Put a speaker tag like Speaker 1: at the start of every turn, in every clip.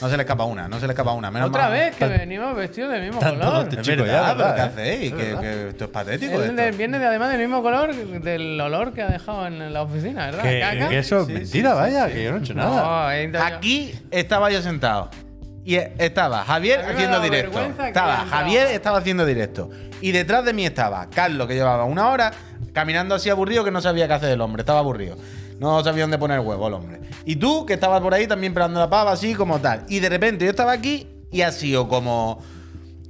Speaker 1: No se le escapa una, no se le escapa una. Menos
Speaker 2: Otra
Speaker 1: mal.
Speaker 2: vez que venimos vestidos del mismo
Speaker 3: tan
Speaker 2: color.
Speaker 3: roto,
Speaker 1: Es
Speaker 3: Chico,
Speaker 1: verdad,
Speaker 3: ya,
Speaker 1: pero
Speaker 3: verdad,
Speaker 1: ¿qué
Speaker 3: eh.
Speaker 1: hacéis? Que, que esto es patético.
Speaker 2: Él de-
Speaker 1: esto.
Speaker 2: viene de, además del mismo color del olor que ha dejado en la oficina, ¿verdad?
Speaker 3: Que,
Speaker 2: Ah, ¿Caca? Oh,
Speaker 3: que eso es
Speaker 1: Sí, sí,
Speaker 3: mentira,
Speaker 1: sí,
Speaker 3: vaya,
Speaker 1: sí.
Speaker 3: que yo no he hecho nada.
Speaker 2: No, he intentado-
Speaker 1: Aquí estaba yo sentado. Y e- estaba Javier
Speaker 2: A mí me
Speaker 1: haciendo
Speaker 2: ha dado
Speaker 1: directo.
Speaker 2: vergüenza que
Speaker 1: Estaba
Speaker 2: haya entrado.
Speaker 1: Javier estaba haciendo directo. Y detrás de mí estaba Carlos, que llevaba una hora caminando así aburrido que no sabía qué hacer el hombre. Estaba aburrido. No sabía dónde poner el huevo el hombre. Y tú, que estabas por ahí también pelando la pava, así como tal. Y de repente yo estaba aquí y ha sido como.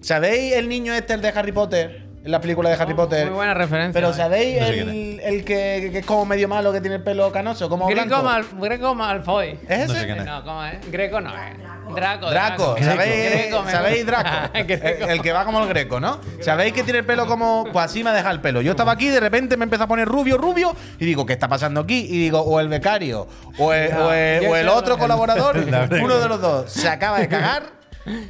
Speaker 1: ¿Sabéis el niño este, el de Harry Potter? En la película de Harry Potter.
Speaker 2: Oh, Muy buena referencia.
Speaker 1: Pero
Speaker 2: eh.
Speaker 1: ¿sabéis
Speaker 3: No sé
Speaker 1: el, el que, que es como medio malo, que tiene el pelo canoso? Como
Speaker 2: Greco,
Speaker 1: blanco?
Speaker 2: Mal, Greco Malfoy.
Speaker 1: ¿Es ese?
Speaker 3: No sé quién es.
Speaker 2: No, ¿cómo es? Greco no es. Draco.
Speaker 1: Draco, ¿sabéis,
Speaker 2: Greco, me
Speaker 1: ¿sabéis
Speaker 2: gusta.
Speaker 1: Draco? El,
Speaker 2: Greco.
Speaker 1: el que va como el greco, ¿no? ¿Sabéis que tiene el pelo como.? Pues así me ha dejado el pelo. Yo estaba aquí y de repente me empezó a poner rubio, rubio, y digo, ¿qué está pasando aquí? Y digo, o el becario, o el, o el- o el otro colaborador, uno de los dos se acaba de cagar.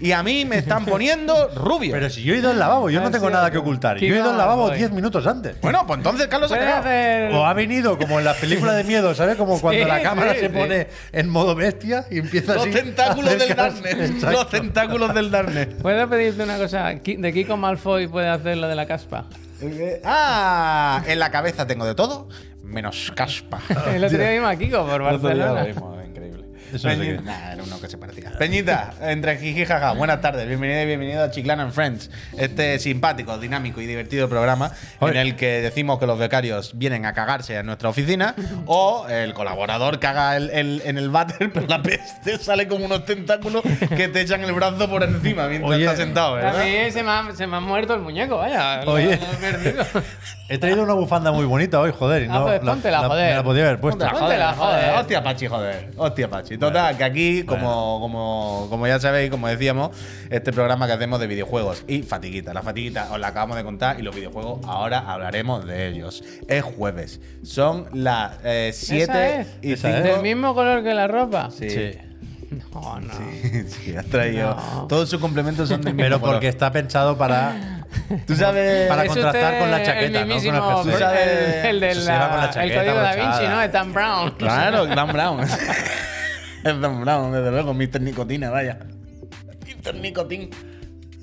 Speaker 1: Y a mí me están poniendo rubio.
Speaker 3: Pero si yo he ido al lavabo, yo no
Speaker 2: Ah,
Speaker 3: tengo nada que ocultar. Yo he ido al lavabo
Speaker 2: Voy.
Speaker 3: 10 minutos antes.
Speaker 1: Bueno, pues entonces Carlos se ha
Speaker 2: Puedes
Speaker 1: cagado.
Speaker 2: hacer-
Speaker 3: O ha venido como en la película de miedo, ¿sabes? Como cuando
Speaker 2: Sí,
Speaker 3: la cámara
Speaker 2: sí,
Speaker 3: se
Speaker 2: sí.
Speaker 3: pone en modo bestia y empieza
Speaker 1: Los
Speaker 3: así.
Speaker 1: tentáculos
Speaker 3: a
Speaker 1: del
Speaker 3: acercarse.
Speaker 1: Darkness.
Speaker 3: Exacto.
Speaker 1: Los tentáculos del Darkness.
Speaker 2: ¿Puedo pedirte una cosa? Ki- De Kiko Malfoy puede hacer lo de la caspa.
Speaker 1: Eh, Ah, en la cabeza tengo de todo, menos caspa.
Speaker 2: El otro día vimos a Kiko por Barcelona.
Speaker 1: increíble.
Speaker 3: Eso no sé qué.
Speaker 1: Nah, era uno que se parecía. Peñita, entre jiji y jaja, buenas tardes, bienvenido y bienvenido a Chiclana and Friends, este simpático, dinámico y divertido programa en
Speaker 3: Oye.
Speaker 1: el que decimos que los becarios vienen a cagarse a nuestra oficina o el colaborador caga el- el- en el váter, pero la peste sale como unos tentáculos que te echan el brazo por encima mientras
Speaker 3: Oye.
Speaker 1: estás sentado, ¿verdad?
Speaker 2: También se me, ha, se me ha muerto el muñeco, vaya. lo-
Speaker 3: Oye.
Speaker 2: lo he perdido.
Speaker 3: He traído una bufanda muy bonita hoy, joder. y
Speaker 2: Ah,
Speaker 3: no,
Speaker 2: pues póntela, joder.
Speaker 3: Me la podía haber puesto.
Speaker 2: Póntela. Póntela, joder.
Speaker 1: Hostia, Pachi, joder. Hostia, Pachi. Total, que aquí, como, como, como ya sabéis, como decíamos, este programa que hacemos de videojuegos y fatiguita. La fatiguita os la acabamos de contar y los videojuegos ahora hablaremos de ellos. Es jueves. Son las 7
Speaker 2: es?
Speaker 1: y
Speaker 3: Esa es.
Speaker 2: ¿Del
Speaker 1: 5.
Speaker 2: mismo color que la ropa?
Speaker 1: Sí.
Speaker 3: Sí.
Speaker 2: No, no.
Speaker 1: Sí, has traído.
Speaker 2: No.
Speaker 1: Todos sus complementos son del mismo
Speaker 3: Pero
Speaker 1: color.
Speaker 3: porque está pensado para.
Speaker 1: Tú sabes.
Speaker 3: Para
Speaker 2: Es
Speaker 3: contrastar
Speaker 2: usted
Speaker 3: con la chaqueta,
Speaker 2: el
Speaker 3: ¿no?
Speaker 2: mismísimo-
Speaker 3: Con el jersey.
Speaker 2: el-
Speaker 1: ¿Sabes?
Speaker 2: el de
Speaker 3: Se
Speaker 2: la-
Speaker 3: va con la
Speaker 2: el
Speaker 3: chaqueta
Speaker 2: código da Vinci,
Speaker 3: abrochada.
Speaker 2: ¿no? De Dan Brown.
Speaker 1: Claro, Dan Brown. es Dan Brown, desde luego, Mr. Nicotina, vaya. Mr. Nicotín.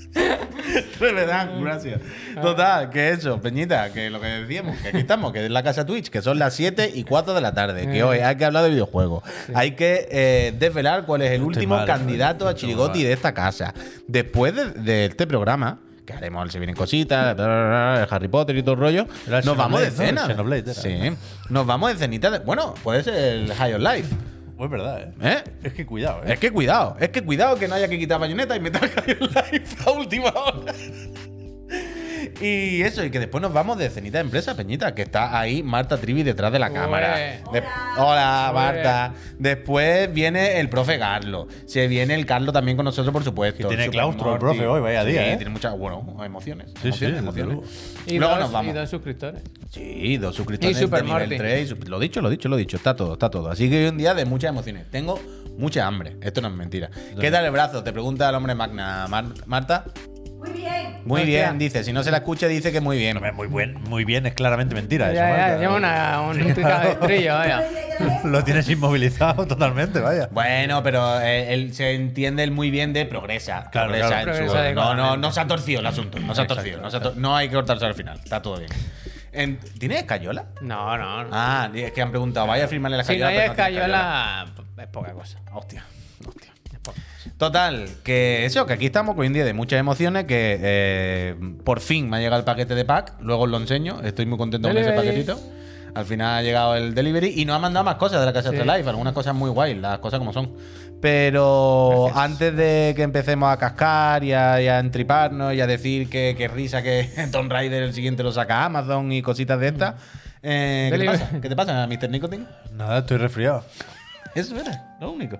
Speaker 1: De verdad, gracias. Total, que eso, Peñita, que lo que decíamos, que aquí estamos, que es la casa Twitch, que son las 7 y 4 de la tarde, que hoy hay que hablar de videojuegos, hay que eh, desvelar cuál es el
Speaker 3: Estoy
Speaker 1: último
Speaker 3: mal,
Speaker 1: candidato
Speaker 3: estoy
Speaker 1: a Chirigoti
Speaker 3: mal.
Speaker 1: de esta casa. Después de, de este programa, que haremos, si vienen cositas, bla, bla, bla, el Harry Potter y todo el rollo,
Speaker 3: Era el
Speaker 1: nos vamos de
Speaker 3: Xenoblade, ¿no?
Speaker 1: cena.
Speaker 3: El Xenoblade era.
Speaker 1: Sí. ¿Eh? Nos vamos de cenita de. Bueno, puede ser el High on Life.
Speaker 3: Pues es verdad, ¿eh?
Speaker 1: ¿Eh?
Speaker 3: Es que cuidado, ¿eh?
Speaker 1: Es que cuidado, es que cuidado que no haya que quitar bayoneta y meter High on Life a última hora. Y eso, y que después nos vamos de cenita de empresa, Peñita, que está ahí Marta Trivi detrás de la
Speaker 2: Ué.
Speaker 1: cámara. De- Hola, Marta. Después viene el profe Carlos. Se viene el Carlos también con nosotros, por supuesto.
Speaker 3: Que tiene
Speaker 1: Super
Speaker 3: claustro el
Speaker 1: Morty.
Speaker 3: profe hoy, vaya día,
Speaker 1: Sí,
Speaker 3: ¿eh?
Speaker 1: tiene muchas, bueno, emociones.
Speaker 3: Sí, sí,
Speaker 1: emociones,
Speaker 3: desde
Speaker 1: emociones.
Speaker 3: luego.
Speaker 2: Y,
Speaker 1: Luego
Speaker 2: dos,
Speaker 1: nos vamos.
Speaker 2: y dos suscriptores.
Speaker 1: Sí, dos suscriptores
Speaker 2: Y Super
Speaker 1: de nivel
Speaker 2: Morty.
Speaker 1: 3. y sup- Lo dicho, lo dicho, lo dicho. Está todo, está todo. Así que hoy un día de muchas emociones. Tengo mucha hambre. Esto no es mentira. ¿Qué tal el brazo? Te pregunta el hombre magna, Mar- Marta.
Speaker 4: Muy bien.
Speaker 1: Muy
Speaker 2: Hostia.
Speaker 1: bien, dice. Si no se la escucha, dice que muy bien.
Speaker 3: Hombre, Muy, buen, muy bien, es claramente mentira.
Speaker 2: Ya,
Speaker 3: eso,
Speaker 2: ya,
Speaker 3: Marta.
Speaker 2: lleva una, un cabestrillo, vaya.
Speaker 3: Lo tienes inmovilizado totalmente, vaya.
Speaker 1: Bueno, pero eh, él se entiende el muy bien de progresa.
Speaker 3: Claro,
Speaker 1: progresa
Speaker 3: claro.
Speaker 1: en su-
Speaker 2: Progresa de
Speaker 1: no, no,
Speaker 2: claramente.
Speaker 1: no se ha torcido el asunto. No se ha torcido. No, se ha tor- no hay que cortarse al final. Está todo bien. En- ¿Tienes escayola?
Speaker 2: No, no, no.
Speaker 1: Ah, es que han preguntado, vaya a firmarle la
Speaker 2: si
Speaker 1: escayola.
Speaker 2: no hay
Speaker 1: pero no tiene escayola.
Speaker 2: escayola, es poca cosa.
Speaker 1: Hostia, hostia. Total, que eso, que aquí estamos con un día de muchas emociones, que eh, por fin me ha llegado el paquete de pack, luego os lo enseño, estoy muy contento con
Speaker 2: Delivery.
Speaker 1: ese paquetito. Al final ha llegado el delivery y nos ha mandado más cosas de la Casa
Speaker 2: Sí.
Speaker 1: de Life, algunas cosas muy guay, las cosas como son. Pero
Speaker 2: Gracias.
Speaker 1: antes de que empecemos a cascar y a, y a entriparnos y a decir que, que risa que Tomb Raider el siguiente lo saca Amazon y cositas de estas, eh, ¿qué, te
Speaker 2: Delivery.
Speaker 1: pasa? ¿qué te pasa, Mr. Nicotine?
Speaker 3: Nada, estoy resfriado.
Speaker 1: Eso era, lo único.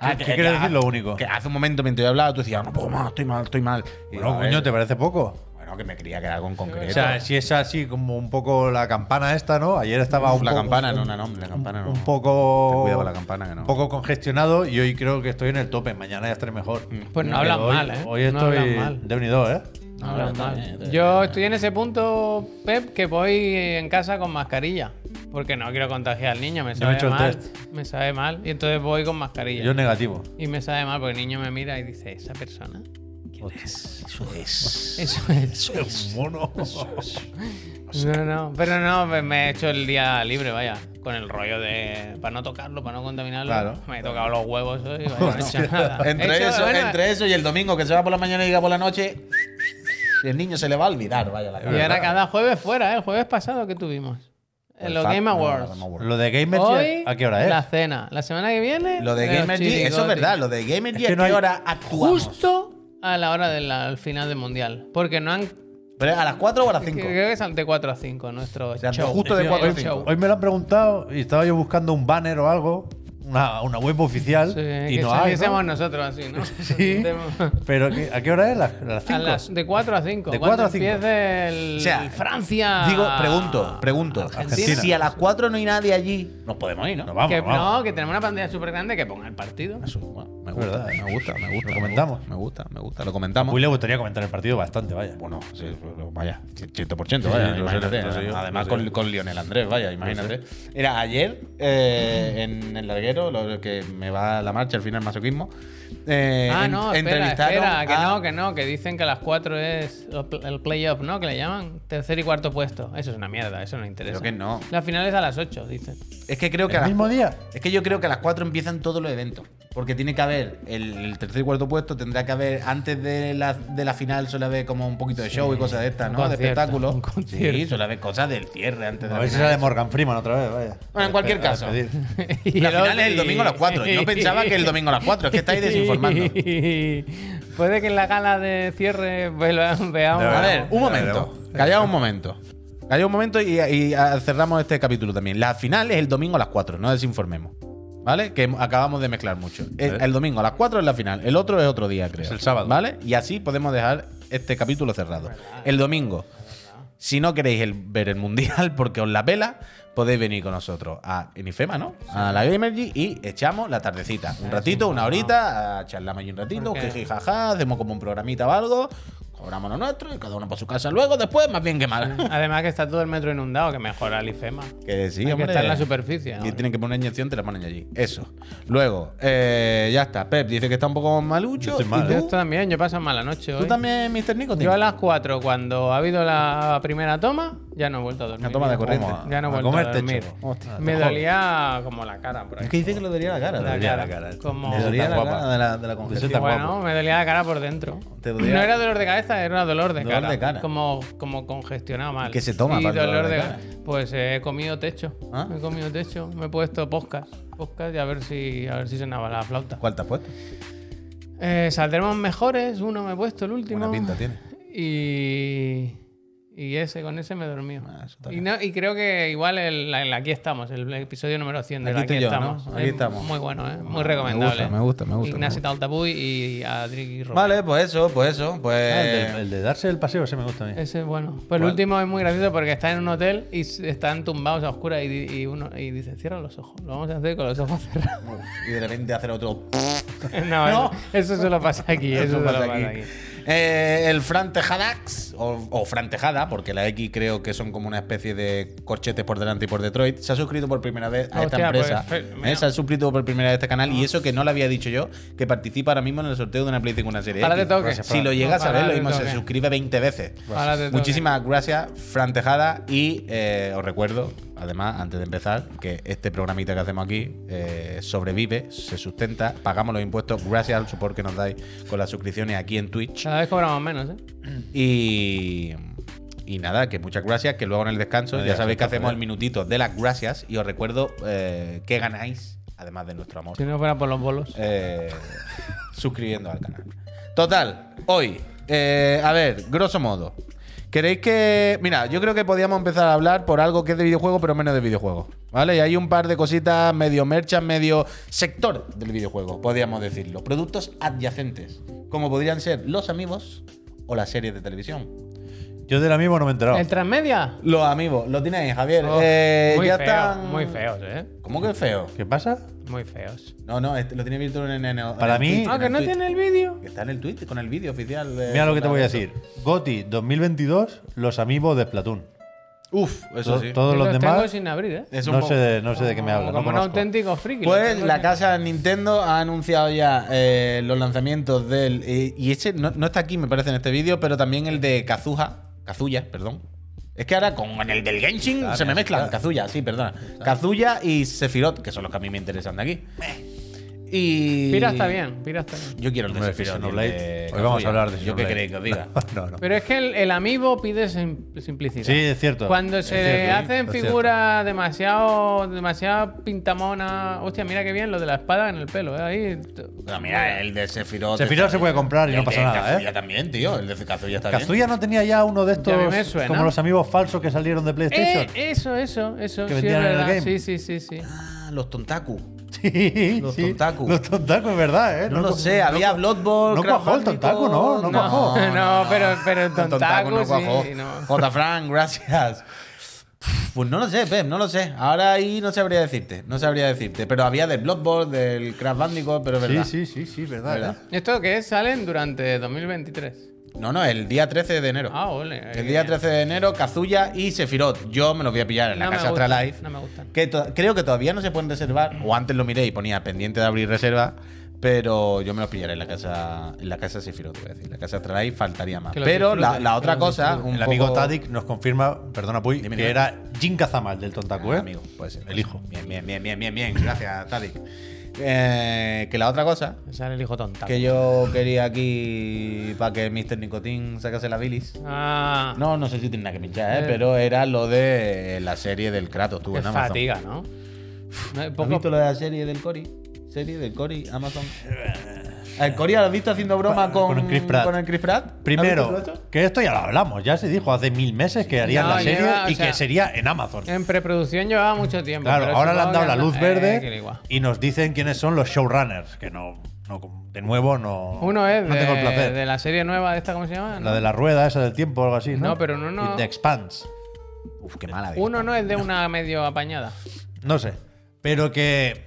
Speaker 3: ¿Qué- qué quiere decir lo único?
Speaker 1: Ah, Que hace un momento mientras yo hablaba, tú decías, "Ah, no puedo más, estoy mal, estoy mal. Y
Speaker 3: Bueno,
Speaker 1: digo, a ver,
Speaker 3: coño, ¿te parece poco?
Speaker 1: Bueno, que me quería quedar con concreto.
Speaker 3: O sea, si es así como un poco la campana esta, ¿no? Ayer estaba un
Speaker 1: la
Speaker 3: poco-
Speaker 1: campana,
Speaker 3: un-
Speaker 1: no, no, no, la campana no.
Speaker 3: un poco
Speaker 1: Ten cuidado con la campana, que no.
Speaker 3: un poco congestionado y hoy creo que estoy en el tope mañana ya estaré mejor
Speaker 1: Mm.
Speaker 2: Pues no
Speaker 3: Pero
Speaker 2: hablas
Speaker 3: hoy-
Speaker 2: mal, ¿eh?
Speaker 3: hoy
Speaker 2: No
Speaker 3: estoy
Speaker 2: hablas mal.
Speaker 3: de unido eh
Speaker 2: No,
Speaker 1: Ahora
Speaker 2: no, no.
Speaker 1: también, te-
Speaker 2: Yo estoy en ese punto, Pep, que voy en casa con mascarilla. Porque no quiero contagiar al niño, me
Speaker 3: Yo
Speaker 2: sabe
Speaker 3: me he hecho el
Speaker 2: mal.
Speaker 3: test.
Speaker 2: Me sabe mal. Y entonces voy con mascarilla.
Speaker 3: Yo negativo.
Speaker 2: Y me sabe mal porque el niño me mira y dice, ¿esa persona?
Speaker 1: Eso es.
Speaker 2: Eso es.
Speaker 3: Mono.
Speaker 2: No, no. Pero no, me- me he hecho el día libre, vaya. Con el rollo de. Para no tocarlo, para no contaminarlo.
Speaker 3: Claro.
Speaker 2: Me he tocado los huevos hoy. Vaya, no he hecho nada. He
Speaker 1: Entre,
Speaker 2: hecho-
Speaker 1: eso,
Speaker 2: bueno,
Speaker 1: entre eso y el domingo que se va por la mañana y llega por la noche, el niño se le va a olvidar, vaya la
Speaker 2: Y
Speaker 1: cara.
Speaker 2: ahora cada jueves fuera, ¿eh? El jueves pasado que tuvimos. En los
Speaker 1: Fat-
Speaker 2: Game
Speaker 1: no,
Speaker 2: Awards.
Speaker 1: Game Awards.
Speaker 3: Lo de Gamer
Speaker 2: Hoy,
Speaker 3: ¿a qué hora es?
Speaker 2: La cena. La semana que viene.
Speaker 1: Lo de
Speaker 2: los
Speaker 1: Gamergy, eso es
Speaker 2: chirigotis.
Speaker 1: verdad, lo de Gamergy
Speaker 3: Es que
Speaker 1: es
Speaker 3: no
Speaker 1: que
Speaker 3: hay-
Speaker 1: ahora actuamos.
Speaker 2: Justo a la hora del al final del mundial. Porque no han.
Speaker 1: ¿Pero ¿A las 4 o a las 5?
Speaker 2: Creo que son de 4 a 5 nuestro
Speaker 1: sea,
Speaker 2: show.
Speaker 1: justo de
Speaker 2: Sí,
Speaker 1: 4 a
Speaker 2: el
Speaker 1: 5.
Speaker 2: show.
Speaker 3: Hoy me lo han preguntado y estaba yo buscando un banner o algo, una, una web oficial,
Speaker 2: Sí,
Speaker 3: y
Speaker 2: que
Speaker 3: no
Speaker 2: sea-
Speaker 3: hay.
Speaker 2: que
Speaker 3: ¿no?
Speaker 2: seamos nosotros así, ¿no?
Speaker 3: Sí. Pero ¿qué- ¿a qué hora es? ¿Las- ¿Las
Speaker 2: A
Speaker 3: 5?
Speaker 2: las, de 4 a 5.
Speaker 3: De
Speaker 2: Cuando
Speaker 3: 4 a 5.
Speaker 2: Empiece el,
Speaker 1: O sea,
Speaker 2: el Francia.
Speaker 1: Digo, pregunto, pregunto.
Speaker 3: Argentina.
Speaker 1: Si a las 4 no hay nadie allí, nos podemos ir, ¿no?
Speaker 3: Nos vamos,
Speaker 2: que,
Speaker 3: vamos.
Speaker 2: No, que tenemos una pantalla súper grande que ponga el partido.
Speaker 1: Eso, bueno, me
Speaker 3: Es
Speaker 1: gusta,
Speaker 3: verdad.
Speaker 1: me gusta, me gusta.
Speaker 3: Lo
Speaker 1: me
Speaker 3: comentamos.
Speaker 1: gusta, Me gusta, me gusta, lo
Speaker 3: A
Speaker 1: comentamos.
Speaker 3: Will le gustaría comentar el partido bastante, vaya.
Speaker 1: Bueno, sí, pero vaya, 100%,
Speaker 3: Sí,
Speaker 1: vaya,
Speaker 3: sí, lo
Speaker 1: imagínate.
Speaker 3: sé, lo sé yo,
Speaker 1: Además
Speaker 3: lo sé
Speaker 1: con,
Speaker 3: yo.
Speaker 1: con Lionel Andrés, vaya, imagínate. Mira, ayer eh, en el larguero, lo que me va la marcha al final, masoquismo, eh,
Speaker 2: ah,
Speaker 1: en-
Speaker 2: no, espera,
Speaker 1: entrevistaron
Speaker 2: espera, que
Speaker 1: a-
Speaker 2: no, que no, que dicen que a las 4 es el pl- el playoff, ¿no? Que le llaman tercer y cuarto puesto. Eso es una mierda, eso no interesa.
Speaker 1: Creo que no.
Speaker 2: La final es a las 8, dicen.
Speaker 1: Es que creo que a
Speaker 3: ¿El
Speaker 1: las-
Speaker 3: mismo día?
Speaker 1: Es que yo creo que a las 4 empiezan todos los eventos. Porque tiene que haber el, el tercer y cuarto puesto, tendrá que haber antes de la, de la final, suele haber como un poquito de show y cosas de estas,
Speaker 2: un
Speaker 1: ¿no? De
Speaker 2: concierto,
Speaker 1: espectáculos.
Speaker 2: un concierto.
Speaker 1: Sí, suele haber cosas del cierre antes de
Speaker 3: A
Speaker 1: la
Speaker 3: ver si
Speaker 1: final.
Speaker 3: sale Morgan Freeman otra vez, vaya.
Speaker 1: Bueno, en cualquier caso.
Speaker 3: despedir.
Speaker 2: Y
Speaker 1: La
Speaker 2: el
Speaker 1: final
Speaker 2: otro-
Speaker 1: es el domingo a las 4. Yo pensaba que el domingo a las 4, es que estáis desinformando.
Speaker 2: Puede que en la gala de cierre ve- lo- veamos.
Speaker 3: De
Speaker 1: A
Speaker 3: verdad.
Speaker 1: ver, un
Speaker 3: Ya
Speaker 1: momento.
Speaker 3: veremos.
Speaker 1: Callaos un momento. Callaos un momento y, y, ah, cerramos este capítulo también. La final es el domingo a las 4, no desinformemos. ¿Vale? Que acabamos de mezclar mucho. El, el domingo a las 4 es la final, el otro es otro día, creo.
Speaker 3: Es el sábado.
Speaker 1: ¿Vale? Y así podemos dejar este capítulo cerrado. El domingo, si no queréis el- ver el mundial porque os la pela, podéis venir con nosotros a Enifema, ¿no? A la Gamergy y echamos la tardecita. Un ratito, una horita, a charlamos allí un ratito,
Speaker 2: Porque-
Speaker 1: jiji, jaja, hacemos como un programita o algo, cobramos lo nuestro y cada uno para su casa luego, después, más bien que mal.
Speaker 2: Además que está todo el metro inundado, que mejora el IFEMA.
Speaker 1: Que sí,
Speaker 2: Hay que
Speaker 1: hombre.
Speaker 2: estar en la superficie.
Speaker 1: Y
Speaker 2: ahora.
Speaker 1: tienen que poner una inyección, te la ponen allí. Eso. Luego, eh, ya está. Pep dice que está un poco malucho.
Speaker 3: Yo estoy mal,
Speaker 1: ¿Y
Speaker 2: Yo
Speaker 1: tú?
Speaker 2: esto también, yo paso mala noche hoy.
Speaker 1: ¿Tú también, Mr. Nicotin?
Speaker 2: Yo a las 4, cuando ha habido la primera toma, ya no he vuelto a dormir.
Speaker 1: Una toma de corriente.
Speaker 2: Ya no he
Speaker 3: A
Speaker 2: vuelto a,
Speaker 3: comerte,
Speaker 2: dormir.
Speaker 3: chico. Hostia,
Speaker 2: me
Speaker 3: te jodes.
Speaker 2: dolía como la cara por ahí.
Speaker 1: Es que dice que le dolía la cara.
Speaker 2: La
Speaker 1: le dolía
Speaker 2: cara. Como-
Speaker 1: Le dolía
Speaker 3: Está
Speaker 1: la
Speaker 3: guapa.
Speaker 1: cara de la, de la
Speaker 3: Eso
Speaker 1: congestión.
Speaker 3: está
Speaker 2: bueno,
Speaker 3: guapo.
Speaker 2: me dolía la cara por dentro.
Speaker 1: Te dolía-
Speaker 2: no era dolor de cabeza, era dolor de,
Speaker 1: Dolor
Speaker 2: cara,
Speaker 1: de cara.
Speaker 2: Como, como congestionado mal.
Speaker 1: ¿Qué se toma
Speaker 2: y
Speaker 1: para el
Speaker 2: dolor,
Speaker 1: dolor de
Speaker 2: de,
Speaker 1: cara?
Speaker 2: Pues he comido techo.
Speaker 1: ¿Ah?
Speaker 2: He comido techo. Me he puesto podcast. Podcast y a ver si, a ver si sonaba la flauta.
Speaker 1: ¿Cuál te has puesto?
Speaker 2: Eh, saldremos mejores. Uno me he puesto, el último.
Speaker 1: Buena pinta tiene.
Speaker 2: Y. Y ese, con ese me dormí.
Speaker 1: Ah, eso está
Speaker 2: y, no- y creo que igual el, el aquí estamos, el episodio número 100 del
Speaker 1: Aquí
Speaker 2: Aquí,
Speaker 1: estoy yo, ¿no?
Speaker 2: estamos.
Speaker 1: Aquí
Speaker 2: Es
Speaker 1: estamos.
Speaker 2: Muy bueno, ¿eh? muy recomendable.
Speaker 1: gusta, me gusta, me gusta, me
Speaker 2: Ignacio
Speaker 1: gusta.
Speaker 2: Taltapuy y Adri Romero.
Speaker 1: Vale, pues eso, pues eso. Pues.
Speaker 3: Ah, el, de, el de darse el paseo, ese me gusta a mí.
Speaker 2: Ese es bueno. Pues el último es muy gracioso porque está en un hotel y s- están tumbados a oscuras y, di- y uno y dice, cierra los ojos. Lo vamos a hacer con los ojos cerrados.
Speaker 1: Y de repente hacer otro.
Speaker 2: no, Eso, eso solo pasa aquí. Eso,
Speaker 1: Eso
Speaker 2: solo
Speaker 1: pasa
Speaker 2: pasa
Speaker 1: aquí.
Speaker 2: aquí.
Speaker 1: Eh, el Fran Tejadax, o, o Fran Tejada, porque la X creo que son como una especie de corchetes por delante y por Detroit, se ha suscrito por primera vez a esta
Speaker 2: Hostia, pues,
Speaker 1: empresa.
Speaker 2: fe-
Speaker 1: Eh,
Speaker 2: mira.
Speaker 1: se ha suscrito por primera vez a este canal, y eso que no lo había dicho yo, que participa ahora mismo en el sorteo de una Play 5 una serie.
Speaker 2: Ojalá
Speaker 1: X.
Speaker 2: te toque.
Speaker 1: Gracias, Fran. Si lo llegas a
Speaker 2: Ojalá
Speaker 1: ver, lo
Speaker 2: te
Speaker 1: mismo, se
Speaker 2: toque.
Speaker 1: suscribe 20 veces.
Speaker 2: Ojalá te toque.
Speaker 1: Muchísimas gracias, Fran Tejada, y eh, os recuerdo, además, antes de empezar, que este programita que hacemos aquí eh, sobrevive, se sustenta, pagamos los impuestos gracias al support que nos dais con las suscripciones aquí en Twitch.
Speaker 2: Cada vez cobramos menos, ¿eh?
Speaker 1: Y, y nada, que muchas gracias, que luego en el descanso ya
Speaker 3: ya
Speaker 1: sabéis
Speaker 3: se
Speaker 1: que
Speaker 3: está,
Speaker 1: hacemos
Speaker 3: joder.
Speaker 1: el minutito de las gracias y os recuerdo eh, que ganáis, además de nuestro amor,
Speaker 2: Si no fuera por los bolos.
Speaker 1: eh, suscribiendo al canal. Total, hoy, eh, a ver, grosso modo, ¿queréis que... Mira, yo creo que podíamos empezar a hablar por algo que es de videojuego, pero menos de videojuego. ¿Vale? Y hay un par de cositas medio merchas, medio sector del videojuego, podríamos decirlo. Productos adyacentes, como podrían ser los amigos o las series de televisión.
Speaker 3: Yo del amigo no Eh, me he enterado.
Speaker 2: ¿El Transmedia?
Speaker 1: Los amigos, lo tenéis, Javier.
Speaker 2: Oh,
Speaker 1: Eh,
Speaker 2: muy
Speaker 1: ya
Speaker 2: feos,
Speaker 1: están.
Speaker 2: muy feos, ¿eh?
Speaker 1: ¿Cómo que feo?
Speaker 3: ¿Qué pasa?
Speaker 2: Muy feos.
Speaker 1: No, no, este lo tiene abierto en, en el.
Speaker 3: Para
Speaker 1: en el
Speaker 3: mí-
Speaker 1: tweet, en
Speaker 2: Ah,
Speaker 1: el
Speaker 2: que no
Speaker 1: tweet.
Speaker 2: tiene el vídeo.
Speaker 1: Está en el tweet, con el vídeo oficial. de-
Speaker 3: Mira lo que te voy a
Speaker 1: Eso.
Speaker 3: decir. Goti 2022, los amigos de Splatoon.
Speaker 1: Uf, eso
Speaker 3: To-
Speaker 1: sí.
Speaker 3: Todos
Speaker 2: Yo
Speaker 3: los
Speaker 2: tengo
Speaker 3: demás.
Speaker 2: sin abrir, ¿eh?
Speaker 1: Es un
Speaker 3: No
Speaker 1: poco-
Speaker 3: sé, de, no sé de qué me hablas. no
Speaker 2: Como un
Speaker 3: conozco.
Speaker 2: auténtico friki. lo
Speaker 1: Pues
Speaker 2: tengo
Speaker 1: la
Speaker 2: sin-
Speaker 1: casa Nintendo ha anunciado ya eh, los lanzamientos del. eh, y ese no, no está aquí, me parece, en este vídeo, pero también el de Kazuha. Kazuya, perdón. Es que ahora con el del Genshin se me mezclan. Kazuya, sí, perdona. Kazuya y Sephiroth, que son los que a mí me interesan de aquí.
Speaker 3: Eh.
Speaker 1: Y.
Speaker 2: Pira está bien, Pira está bien.
Speaker 1: Yo quiero el de
Speaker 3: Hombre,
Speaker 1: Sephiroth. y el
Speaker 3: Xenoblade.
Speaker 1: de
Speaker 3: Hoy vamos
Speaker 1: Kazuya.
Speaker 3: a hablar de
Speaker 1: ¿Yo qué
Speaker 3: Xenoblade.
Speaker 1: queréis que os diga?
Speaker 3: No, no.
Speaker 2: Pero es que el, el amiibo pide sim- simplicidad.
Speaker 3: Sí, es cierto.
Speaker 2: Cuando
Speaker 3: Es
Speaker 2: se
Speaker 3: cierto,
Speaker 2: hacen
Speaker 3: es cierto.
Speaker 2: figuras demasiado, demasiado pintamonas. Hostia, mira qué bien lo de la espada en el pelo, ¿eh? Ahí. t-
Speaker 1: No, mira, el de Sephiroth.
Speaker 3: Sephiroth
Speaker 1: está
Speaker 3: se puede
Speaker 1: bien.
Speaker 3: comprar y no
Speaker 1: El de
Speaker 3: pasa nada,
Speaker 1: Kazuya
Speaker 3: ¿eh?
Speaker 1: también, tío. El de Kazuya está bien.
Speaker 3: Kazuya no tenía ya uno de estos
Speaker 2: Ya a mí me suena.
Speaker 3: como los amigos falsos que salieron de
Speaker 2: Eh,
Speaker 3: PlayStation.
Speaker 2: eso, eso, eso.
Speaker 3: ¿Este Que
Speaker 2: sí,
Speaker 3: vendían
Speaker 2: es
Speaker 3: en el
Speaker 2: verdad.
Speaker 3: game.
Speaker 2: sí, sí, sí, sí.
Speaker 1: Ah, los Tontaku.
Speaker 3: Sí,
Speaker 1: Los
Speaker 3: sí.
Speaker 1: Tontaku.
Speaker 3: Los Tontaku, es verdad, ¿eh?
Speaker 1: No, lo
Speaker 3: co-
Speaker 1: sé, había Blood Bowl.
Speaker 3: no
Speaker 1: Crash
Speaker 3: cuajó el
Speaker 1: Bandicoot.
Speaker 3: Tontaco, ¿no? No cuajó.
Speaker 2: No, pero, pero el
Speaker 1: El
Speaker 2: tontaco,
Speaker 1: no cuajó.
Speaker 2: sí. no.
Speaker 1: J. Frank, gracias. Pues no lo sé, Pep, no lo sé. Ahora ahí no sabría decirte, no sabría decirte. Pero había del Blood Bowl, del Crash Bandicoot, pero es
Speaker 3: Sí,
Speaker 1: verdad.
Speaker 3: sí, sí, sí, verdad.
Speaker 1: ¿Verdad?
Speaker 3: ¿eh?
Speaker 2: ¿Esto qué es? Salen durante 2023.
Speaker 1: No, no, el día 13 de enero.
Speaker 2: Ah, ole.
Speaker 1: el día 13 de enero, Kazuya y Sephiroth. Yo me los voy a pillar en la
Speaker 2: No me
Speaker 1: casa
Speaker 2: gustan,
Speaker 1: Astralife.
Speaker 2: No me gustan.
Speaker 1: Que to- creo que todavía no se pueden reservar, o antes lo miré y ponía pendiente de abrir reserva, pero yo me los pillaré en la casa en la casa Sephiroth, te voy a decir. La casa Astralife faltaría más.
Speaker 2: Que lo
Speaker 1: Pero la,
Speaker 2: disfruten,
Speaker 1: la
Speaker 2: que
Speaker 1: otra
Speaker 2: lo
Speaker 1: cosa,
Speaker 2: disfruten.
Speaker 1: un
Speaker 3: El amigo
Speaker 1: poco-
Speaker 3: Tadic nos confirma, perdona Puy,
Speaker 1: Dime,
Speaker 3: que
Speaker 1: dime.
Speaker 3: era Jin Kazama, el del Tontaku,
Speaker 1: Ah,
Speaker 3: ¿eh?
Speaker 1: amigo, puede ser.
Speaker 3: El hijo.
Speaker 1: Bien, bien, bien, bien, bien, bien. Gracias, Tadic. Eh, que la otra cosa
Speaker 2: Sale el hijo tontaco.
Speaker 1: que yo quería aquí para que Mr. Nicotín sacase la bilis.
Speaker 2: Ah,
Speaker 1: No, no sé si tiene nada que pinchar, ¿eh?
Speaker 2: Eh.
Speaker 1: pero era lo de la serie del Kratos. Tú,
Speaker 2: qué
Speaker 1: en Amazon.
Speaker 2: fatiga, ¿no? No hay
Speaker 1: ¿Has
Speaker 2: poco-
Speaker 1: visto lo de la serie del Cory? Serie del Cory, Amazon. ¿El Cory lo has visto haciendo broma con,
Speaker 3: Con el Chris Pratt.
Speaker 1: con el Chris Pratt? ¿Has
Speaker 3: Primero,
Speaker 1: visto esto?
Speaker 3: que esto ya lo hablamos, ya se dijo hace mil meses que harían
Speaker 2: No,
Speaker 3: la serie
Speaker 2: lleva, o
Speaker 3: y
Speaker 2: sea,
Speaker 3: que sería en Amazon.
Speaker 2: En preproducción llevaba mucho tiempo.
Speaker 3: Claro,
Speaker 2: pero
Speaker 3: ahora le han
Speaker 2: supongo
Speaker 3: dado
Speaker 2: que
Speaker 3: la
Speaker 2: anda-
Speaker 3: luz
Speaker 2: Eh, que le
Speaker 3: verde
Speaker 2: igual.
Speaker 3: y nos dicen quiénes son los showrunners, que no, no de nuevo no,
Speaker 2: Uno es
Speaker 3: no
Speaker 2: de,
Speaker 3: tengo el placer.
Speaker 2: de la serie nueva de esta, ¿cómo se llama?
Speaker 3: La de la rueda, esa del tiempo o algo así, ¿no?
Speaker 2: No, pero no, no.
Speaker 3: Y The Expanse.
Speaker 1: Uf, qué mala. de-
Speaker 2: Uno no es de una medio apañada.
Speaker 3: No sé. Pero que.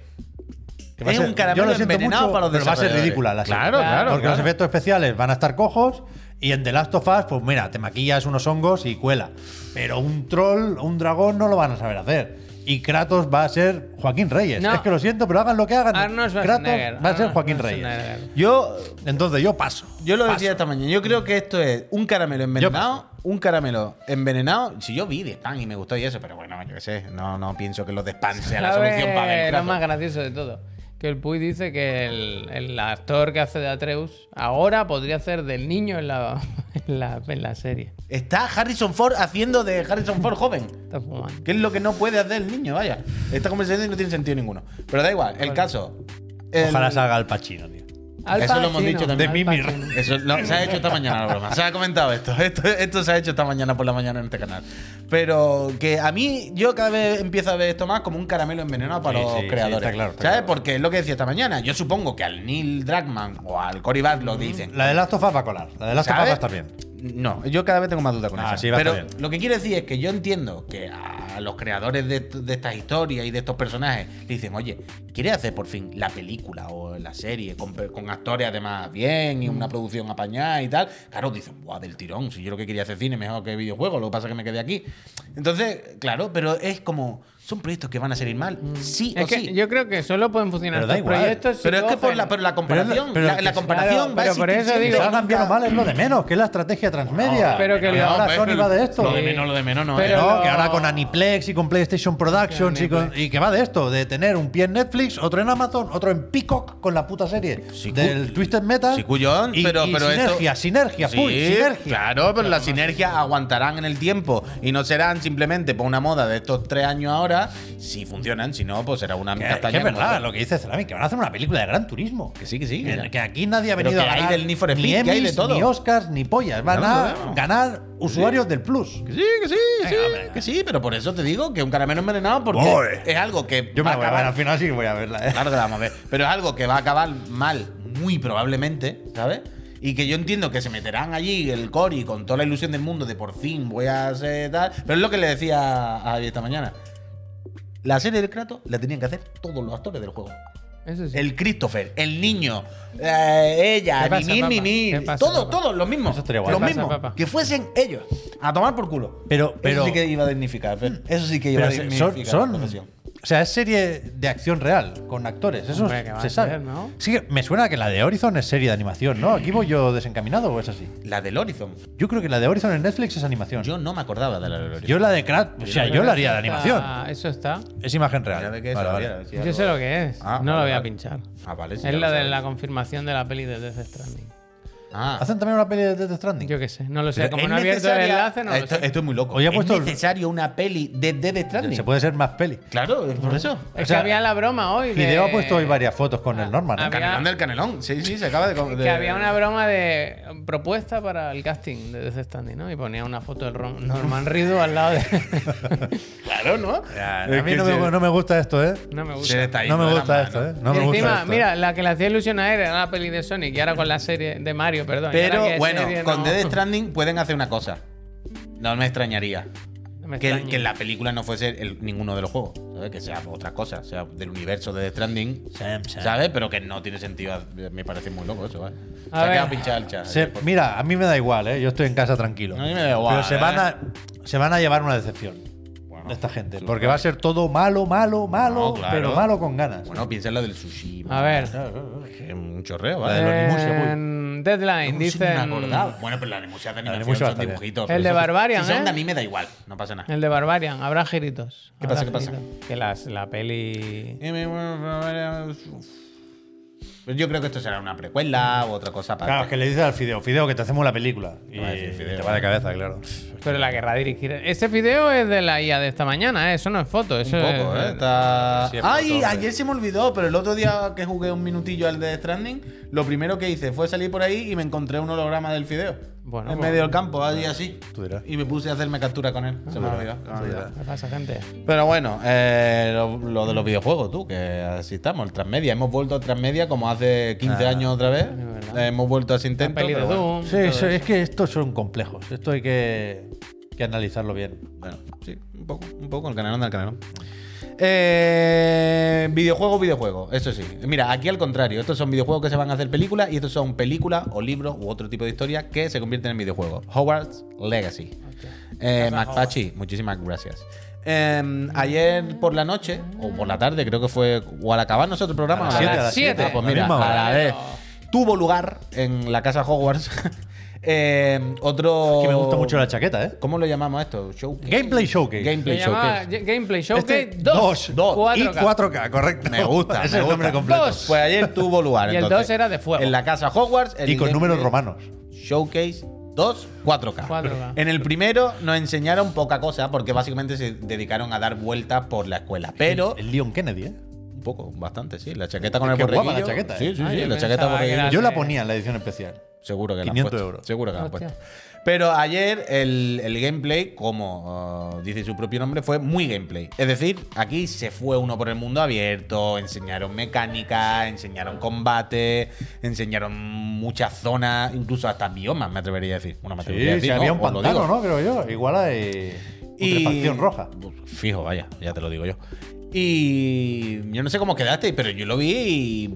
Speaker 3: que va a
Speaker 1: Es
Speaker 3: ser-
Speaker 1: un caramelo
Speaker 3: yo lo siento
Speaker 1: envenenado para los
Speaker 3: pero va a ser
Speaker 1: desarrolladores.
Speaker 3: ridícula la serie.
Speaker 1: Claro,
Speaker 2: claro,
Speaker 3: Porque los
Speaker 1: claro.
Speaker 3: efectos especiales van a estar cojos. Y en The Last of Us, pues mira, te maquillas unos hongos y cuela. Pero un troll, un dragón, no lo van a saber hacer. Y Kratos va a ser Joaquín Reyes.
Speaker 2: No.
Speaker 3: Es que lo siento, pero hagan lo que hagan.
Speaker 2: Arnold
Speaker 3: Kratos
Speaker 2: Schwarzenegger.
Speaker 3: va a ser
Speaker 2: Arnold
Speaker 3: Joaquín
Speaker 2: Schwarzenegger.
Speaker 3: Reyes.
Speaker 1: Yo,
Speaker 3: Entonces yo paso.
Speaker 1: yo lo
Speaker 3: Paso.
Speaker 1: decía esta mañana. Yo creo que esto es un caramelo envenenado. Un caramelo envenenado. Si yo vi de Span y me gustó y eso, pero bueno, yo qué sé. No, no pienso que los de Span sea la
Speaker 2: A
Speaker 1: solución
Speaker 2: ver,
Speaker 1: para el
Speaker 2: Lo más
Speaker 1: Kratos.
Speaker 2: gracioso de todo. Que el Puy dice que el, el actor que hace de Atreus ahora podría hacer del niño en la, en la, en la serie.
Speaker 1: Está Harrison Ford haciendo de Harrison Ford joven.
Speaker 2: Está fumando.
Speaker 1: ¿Qué es lo que no puede hacer el niño? Vaya. Esta conversación no tiene sentido ninguno. Pero da igual, el caso. El-
Speaker 3: Ojalá salga el Pachino, tío.
Speaker 2: Al
Speaker 1: Eso lo hemos
Speaker 2: Pacino,
Speaker 1: dicho también.
Speaker 2: Al
Speaker 3: De Mimir.
Speaker 2: Pacino.
Speaker 1: Eso no, se ha hecho esta mañana la broma. Se ha comentado esto. esto. Esto se ha hecho esta mañana por la mañana en este canal. Pero que a mí, yo cada vez empiezo a ver esto más como un caramelo envenenado para
Speaker 3: Sí,
Speaker 1: los
Speaker 3: sí, sí,
Speaker 1: creadores.
Speaker 3: está claro, está
Speaker 1: ¿Sabes?
Speaker 3: claro.
Speaker 1: Porque es lo que decía esta mañana. Yo supongo que al Neil Dragman o al Cory Barlow dicen.
Speaker 3: La de Last of Us va a colar. La de Last of Us
Speaker 1: ¿Sabes?
Speaker 3: va a estar bien.
Speaker 1: No, yo cada vez tengo más duda con
Speaker 3: Ah,
Speaker 1: eso.
Speaker 3: sí, va a
Speaker 1: Pero
Speaker 3: estar bien.
Speaker 1: lo que quiero decir es que yo entiendo que a los creadores de, de estas historias y de estos personajes le dicen, oye, ¿quieres hacer por fin la película o la serie con, pe- con actores además bien y
Speaker 3: Mm.
Speaker 1: una producción apañada y tal? Claro, dicen, guau, del tirón. Si yo lo que quería hacer cine mejor que videojuegos, lo que pasa es que me quedé aquí. Entonces, claro, pero es como, son proyectos que van a salir mal. Sí
Speaker 2: Es
Speaker 1: o
Speaker 2: que
Speaker 1: sí.
Speaker 2: yo creo que solo pueden funcionar
Speaker 3: Pero da
Speaker 2: estos
Speaker 3: igual.
Speaker 2: proyectos si
Speaker 1: Pero es que por
Speaker 2: cogen-
Speaker 1: la, por la comparación,
Speaker 3: pero
Speaker 1: la,
Speaker 3: que-
Speaker 1: la comparación
Speaker 2: claro,
Speaker 1: va a
Speaker 2: pero por
Speaker 1: existir
Speaker 2: eso
Speaker 1: siempre.
Speaker 2: digo-
Speaker 3: Que salgan bien o
Speaker 1: Nunca-
Speaker 3: mal es lo de menos, que es la estrategia transmedia.
Speaker 2: pero que lo-
Speaker 3: ahora
Speaker 1: pues, pero
Speaker 3: Sony va de esto.
Speaker 1: Lo de menos, lo de menos no
Speaker 2: Pero-
Speaker 1: es.
Speaker 3: No, que ahora con Aniplex y con PlayStation Productions y, con- y que va de esto, de tener un pie en Netflix, otro en Amazon, otro en Peacock con la puta serie
Speaker 1: Sí,
Speaker 3: del Twisted Metal.
Speaker 1: sí, cuyón,
Speaker 3: y,
Speaker 1: pero-
Speaker 3: y
Speaker 1: pero esto-
Speaker 3: sinergia, sinergia,
Speaker 1: Sí,
Speaker 3: full, sinergia.
Speaker 1: Claro, pero las sinergias aguantarán en el tiempo y no serán simplemente por una moda de estos tres años ahora. Si funcionan, si no, pues será una
Speaker 3: Que- Que,
Speaker 1: castaña.
Speaker 3: es
Speaker 1: como
Speaker 3: verdad
Speaker 1: otra.
Speaker 3: lo que dice Cerami, que van a hacer una película de gran turismo.
Speaker 1: Que sí, que sí.
Speaker 3: Que, que aquí nadie ha
Speaker 1: Pero
Speaker 3: venido a
Speaker 1: que hay
Speaker 3: ganar
Speaker 1: del Need for
Speaker 3: ni
Speaker 1: Speed, que hay de
Speaker 3: Emmys,
Speaker 1: todo.
Speaker 3: ni Oscars, ni pollas. Van
Speaker 1: Claro,
Speaker 3: a
Speaker 1: claro.
Speaker 3: ganar usuarios del Plus.
Speaker 1: Que sí, que sí, que sí,
Speaker 3: Venga, hombre.
Speaker 1: que sí, pero por eso te digo que un caramelo envenenado porque
Speaker 3: Voy.
Speaker 1: es algo que
Speaker 3: Yo
Speaker 1: va
Speaker 3: me la voy a
Speaker 1: acabar-
Speaker 3: ver al final, sí que voy a verla. ¿eh?
Speaker 1: Claro que la vamos a ver. Pero es algo que va a acabar mal, muy probablemente, ¿sabes? Y que yo entiendo que se meterán allí el Cori con toda la ilusión del mundo de por fin voy a hacer tal. Pero es lo que le decía a Javi esta mañana. La serie del Kratos la tenían que hacer todos los actores del juego.
Speaker 2: Eso sí.
Speaker 1: El Christopher, el niño, eh, ella,
Speaker 2: ¿Qué pasa,
Speaker 1: Mimir,
Speaker 2: papá?
Speaker 1: Mimir,
Speaker 2: ¿Qué pasa,
Speaker 1: todos,
Speaker 2: papá?
Speaker 1: todos los mismos.
Speaker 3: Eso estaría guay.
Speaker 1: Los
Speaker 2: ¿Qué pasa,
Speaker 1: mismos.
Speaker 2: papá?
Speaker 1: Que fuesen ellos a tomar por culo.
Speaker 3: Pero- pero-
Speaker 1: eso sí que iba a dignificar. Fer. Eso sí que iba
Speaker 3: Pero
Speaker 1: a
Speaker 3: se-
Speaker 1: dignificar.
Speaker 3: son,
Speaker 1: la
Speaker 3: son-
Speaker 1: profesión.
Speaker 3: o sea, es serie de acción real, con actores. Eso
Speaker 2: Hombre, ¿qué va
Speaker 3: se
Speaker 2: a
Speaker 3: sabe.
Speaker 2: ser, no?
Speaker 3: Sí, que me suena que la de Horizon es serie de animación, ¿no? ¿Aquí voy yo desencaminado o es así?
Speaker 1: La del Horizon.
Speaker 3: Yo creo que la de Horizon en Netflix es animación. Yo,
Speaker 1: Yo no me acordaba de la del Horizon.
Speaker 3: la de Krat, o sea, yo la haría de animación.
Speaker 2: Ah, eso está.
Speaker 3: Es imagen
Speaker 1: Mira
Speaker 3: real.
Speaker 1: de qué
Speaker 3: Vale,
Speaker 1: se
Speaker 3: vale.
Speaker 1: había, ¿eh? decía
Speaker 2: Yo
Speaker 1: algo.
Speaker 2: sé lo que es.
Speaker 1: Ah, vale,
Speaker 2: no lo voy a
Speaker 1: vale.
Speaker 2: pinchar.
Speaker 1: Ah, vale. sí, ya
Speaker 2: Es
Speaker 1: lo
Speaker 2: la de
Speaker 1: sabes.
Speaker 2: la confirmación de la peli de Death Stranding.
Speaker 1: Ah.
Speaker 3: ¿Hacen también una peli de Death Stranding?
Speaker 2: Yo qué sé, no lo sé.
Speaker 1: Pero
Speaker 2: Como
Speaker 1: es
Speaker 2: no he abierto el
Speaker 1: necesaria-
Speaker 2: enlace, no lo
Speaker 1: esto,
Speaker 2: sé.
Speaker 1: esto es muy loco.
Speaker 3: Hoy ha
Speaker 1: ¿Es
Speaker 3: puesto el-
Speaker 1: necesario una peli de Death Stranding?
Speaker 3: Se puede ser más peli.
Speaker 1: Claro, es por eso.
Speaker 2: Es
Speaker 3: o sea,
Speaker 2: que había la broma hoy. de-
Speaker 3: Fideo ha puesto hoy varias fotos con
Speaker 2: Ah,
Speaker 3: el Norman. ¿eh?
Speaker 2: había-
Speaker 1: Canelón del canelón. Sí, sí, se acaba de...
Speaker 2: Que había una broma de propuesta para el casting de Death Stranding, ¿no? Y ponía una foto del Ron- Norman Reedus al lado de.
Speaker 1: Claro, ¿no?
Speaker 3: Ya,
Speaker 1: Es
Speaker 3: a mí
Speaker 1: que
Speaker 3: no me,
Speaker 1: se-
Speaker 3: no me gusta esto, ¿eh?
Speaker 2: No me gusta.
Speaker 1: se le está
Speaker 3: No
Speaker 1: yendo
Speaker 3: me
Speaker 1: de
Speaker 3: gusta
Speaker 1: las
Speaker 3: esto, ¿eh?
Speaker 1: manos.
Speaker 3: No me
Speaker 2: y
Speaker 3: gusta
Speaker 2: encima,
Speaker 3: esto.
Speaker 2: mira, la que le hacía ilusión a él era la peli de Sonic y ahora con la serie de Mario, perdón. y ahora
Speaker 1: Pero
Speaker 2: que
Speaker 1: bueno,
Speaker 2: serie
Speaker 1: con
Speaker 2: no-
Speaker 1: Death Stranding pueden hacer una cosa. No me extrañaría.
Speaker 2: no me
Speaker 1: Que,
Speaker 2: extraña.
Speaker 1: que la película no fuese el- ninguno de los juegos, ¿sabes? Que sea otra cosa, sea del universo de Death Stranding,
Speaker 3: Sam, Sam.
Speaker 1: ¿sabes? Pero que no tiene sentido, me parece muy loco eso, ¿eh? Se
Speaker 2: A
Speaker 1: ha
Speaker 2: ver.
Speaker 1: quedado pinchado el chat. eh,
Speaker 3: Se- mira, a mí me da igual, ¿eh? Yo estoy en casa tranquilo.
Speaker 1: A mí me da igual,
Speaker 3: Pero se
Speaker 1: ¿eh?
Speaker 3: van a, se van a llevar una decepción
Speaker 1: Bueno,
Speaker 3: de esta gente.
Speaker 1: sí,
Speaker 3: Porque va a ser todo malo, malo, malo,
Speaker 1: No, claro.
Speaker 3: pero malo con ganas.
Speaker 1: Bueno, piensa en lo del sushi.
Speaker 2: A ver,
Speaker 1: Que un chorreo,
Speaker 3: La de
Speaker 1: ¿vale?
Speaker 3: los Nimusia, voy.
Speaker 2: en Deadline
Speaker 1: No sé, ni me
Speaker 2: dicen.
Speaker 1: acordaba. Bueno, pero la animusia de animación
Speaker 3: Nimusia
Speaker 1: son
Speaker 3: va a estar bien.
Speaker 1: dibujitos.
Speaker 2: El de
Speaker 1: Eso-
Speaker 2: Barbarian,
Speaker 1: Si son
Speaker 2: ¿eh?
Speaker 1: de a mí me da igual, no pasa nada.
Speaker 2: El de Barbarian, habrá giritos.
Speaker 1: ¿Qué pasa, qué
Speaker 2: habrá
Speaker 1: pasa?
Speaker 2: giritos. Que las, la peli.
Speaker 1: Pero yo creo que esto será una precuela o otra cosa para.
Speaker 3: Claro, es que le dices al Fideo, Fideo, que te hacemos la película. Y
Speaker 1: va a decir Fideo.
Speaker 3: te va de cabeza, claro.
Speaker 2: Pero la querrá dirigir. Ese video es de la IA de esta mañana, ¿eh? eso no es foto. Eso
Speaker 1: Un poco,
Speaker 2: es,
Speaker 1: ¿eh? Está-
Speaker 3: Sí, es
Speaker 1: Ay,
Speaker 3: foto,
Speaker 1: ayer se me olvidó, pero el otro día que jugué un minutillo al de Stranding, lo primero que hice fue salir por ahí y me encontré un holograma del fideo.
Speaker 2: Bueno,
Speaker 1: en
Speaker 2: pues-
Speaker 1: medio del campo, allí así.
Speaker 3: Tú dirás.
Speaker 1: Y me puse a hacerme captura con él. Se
Speaker 2: Ah,
Speaker 1: me olvidó. se me olvidó.
Speaker 2: ¿Qué pasa, gente?
Speaker 1: Pero bueno, eh, lo, lo de los videojuegos, tú, que así estamos, el transmedia. Hemos vuelto a transmedia como hace 15 años otra vez.
Speaker 2: Ah. verdad.
Speaker 1: Hemos vuelto a ese intento.
Speaker 2: peli
Speaker 1: pero
Speaker 2: de
Speaker 1: bueno.
Speaker 2: Doom.
Speaker 3: Sí, eso- es que estos son complejos. Esto hay que, que analizarlo bien.
Speaker 1: Bueno, sí, un poco, un poco, el canalón del canalón. Eh, videojuego, videojuego, eso sí. Mira, aquí al contrario, estos son videojuegos que se van a hacer películas y estos son películas o libros u otro tipo de historia que se convierten en videojuegos. Hogwarts Legacy. Eh, McPatchy, muchísimas gracias. Eh, ayer por la noche, o por la tarde, creo que fue, o al acabar nuestro programa,
Speaker 3: A
Speaker 1: o
Speaker 3: las
Speaker 1: a
Speaker 3: siete,
Speaker 1: las
Speaker 3: a las
Speaker 2: siete.
Speaker 1: Ah, pues
Speaker 3: La
Speaker 1: mira,
Speaker 3: misma
Speaker 1: a
Speaker 2: hora.
Speaker 1: la vez tuvo lugar en la casa Hogwarts eh, otro.
Speaker 3: Que me gusta mucho la chaqueta, ¿eh?
Speaker 1: ¿Cómo lo llamamos esto? Showcase.
Speaker 3: Gameplay Showcase.
Speaker 1: Gameplay
Speaker 2: Se llamaba
Speaker 1: Showcase.
Speaker 2: Ye- Gameplay Showcase
Speaker 3: Este,
Speaker 2: 2.
Speaker 3: dos, y
Speaker 2: 4K.
Speaker 3: 4K, correcto.
Speaker 1: Me gusta,
Speaker 3: es
Speaker 1: me
Speaker 3: el
Speaker 1: gusta.
Speaker 3: nombre completo.
Speaker 2: Dos.
Speaker 1: Pues ayer tuvo lugar.
Speaker 2: Y el
Speaker 1: entonces,
Speaker 2: dos era de fuego.
Speaker 1: En la casa Hogwarts. el
Speaker 3: Y con números
Speaker 1: Gameplay
Speaker 3: romanos.
Speaker 1: Showcase 2, 4K.
Speaker 2: 4K.
Speaker 1: En el primero nos enseñaron poca cosa porque básicamente se dedicaron a dar vueltas por la escuela. Pero.
Speaker 3: El Leon Kennedy, ¿eh?
Speaker 1: Un poco, bastante, sí. La chaqueta con
Speaker 3: Es
Speaker 1: el
Speaker 3: que guapa
Speaker 1: borreguillo.
Speaker 3: la chaqueta, ¿eh?
Speaker 1: Sí, sí,
Speaker 2: Ah,
Speaker 1: sí.
Speaker 2: yo
Speaker 1: la chaqueta
Speaker 2: pensaba que
Speaker 1: borreguillo.
Speaker 2: era
Speaker 3: Yo la
Speaker 2: sí.
Speaker 3: ponía en la edición especial.
Speaker 1: Seguro que la han
Speaker 3: 500
Speaker 1: puesto.
Speaker 3: euros.
Speaker 1: Seguro que la han
Speaker 2: Hostia.
Speaker 1: puesto. Pero ayer el, el gameplay, como uh, dice su propio nombre, fue muy gameplay. Es decir, aquí se fue uno por el mundo abierto, enseñaron mecánica, enseñaron combate, enseñaron muchas zonas, incluso hasta biomas, me atrevería a decir. Bueno, me
Speaker 3: Sí,
Speaker 1: atrevería a decir,
Speaker 3: sí,
Speaker 1: ¿no?
Speaker 3: había un
Speaker 1: Os lo
Speaker 3: pantano,
Speaker 1: digo.
Speaker 3: ¿no? Creo yo. Igual hay putrefacción roja.
Speaker 1: Pues, Fijo, vaya, ya te lo digo yo. Y yo no sé cómo quedaste, pero yo lo vi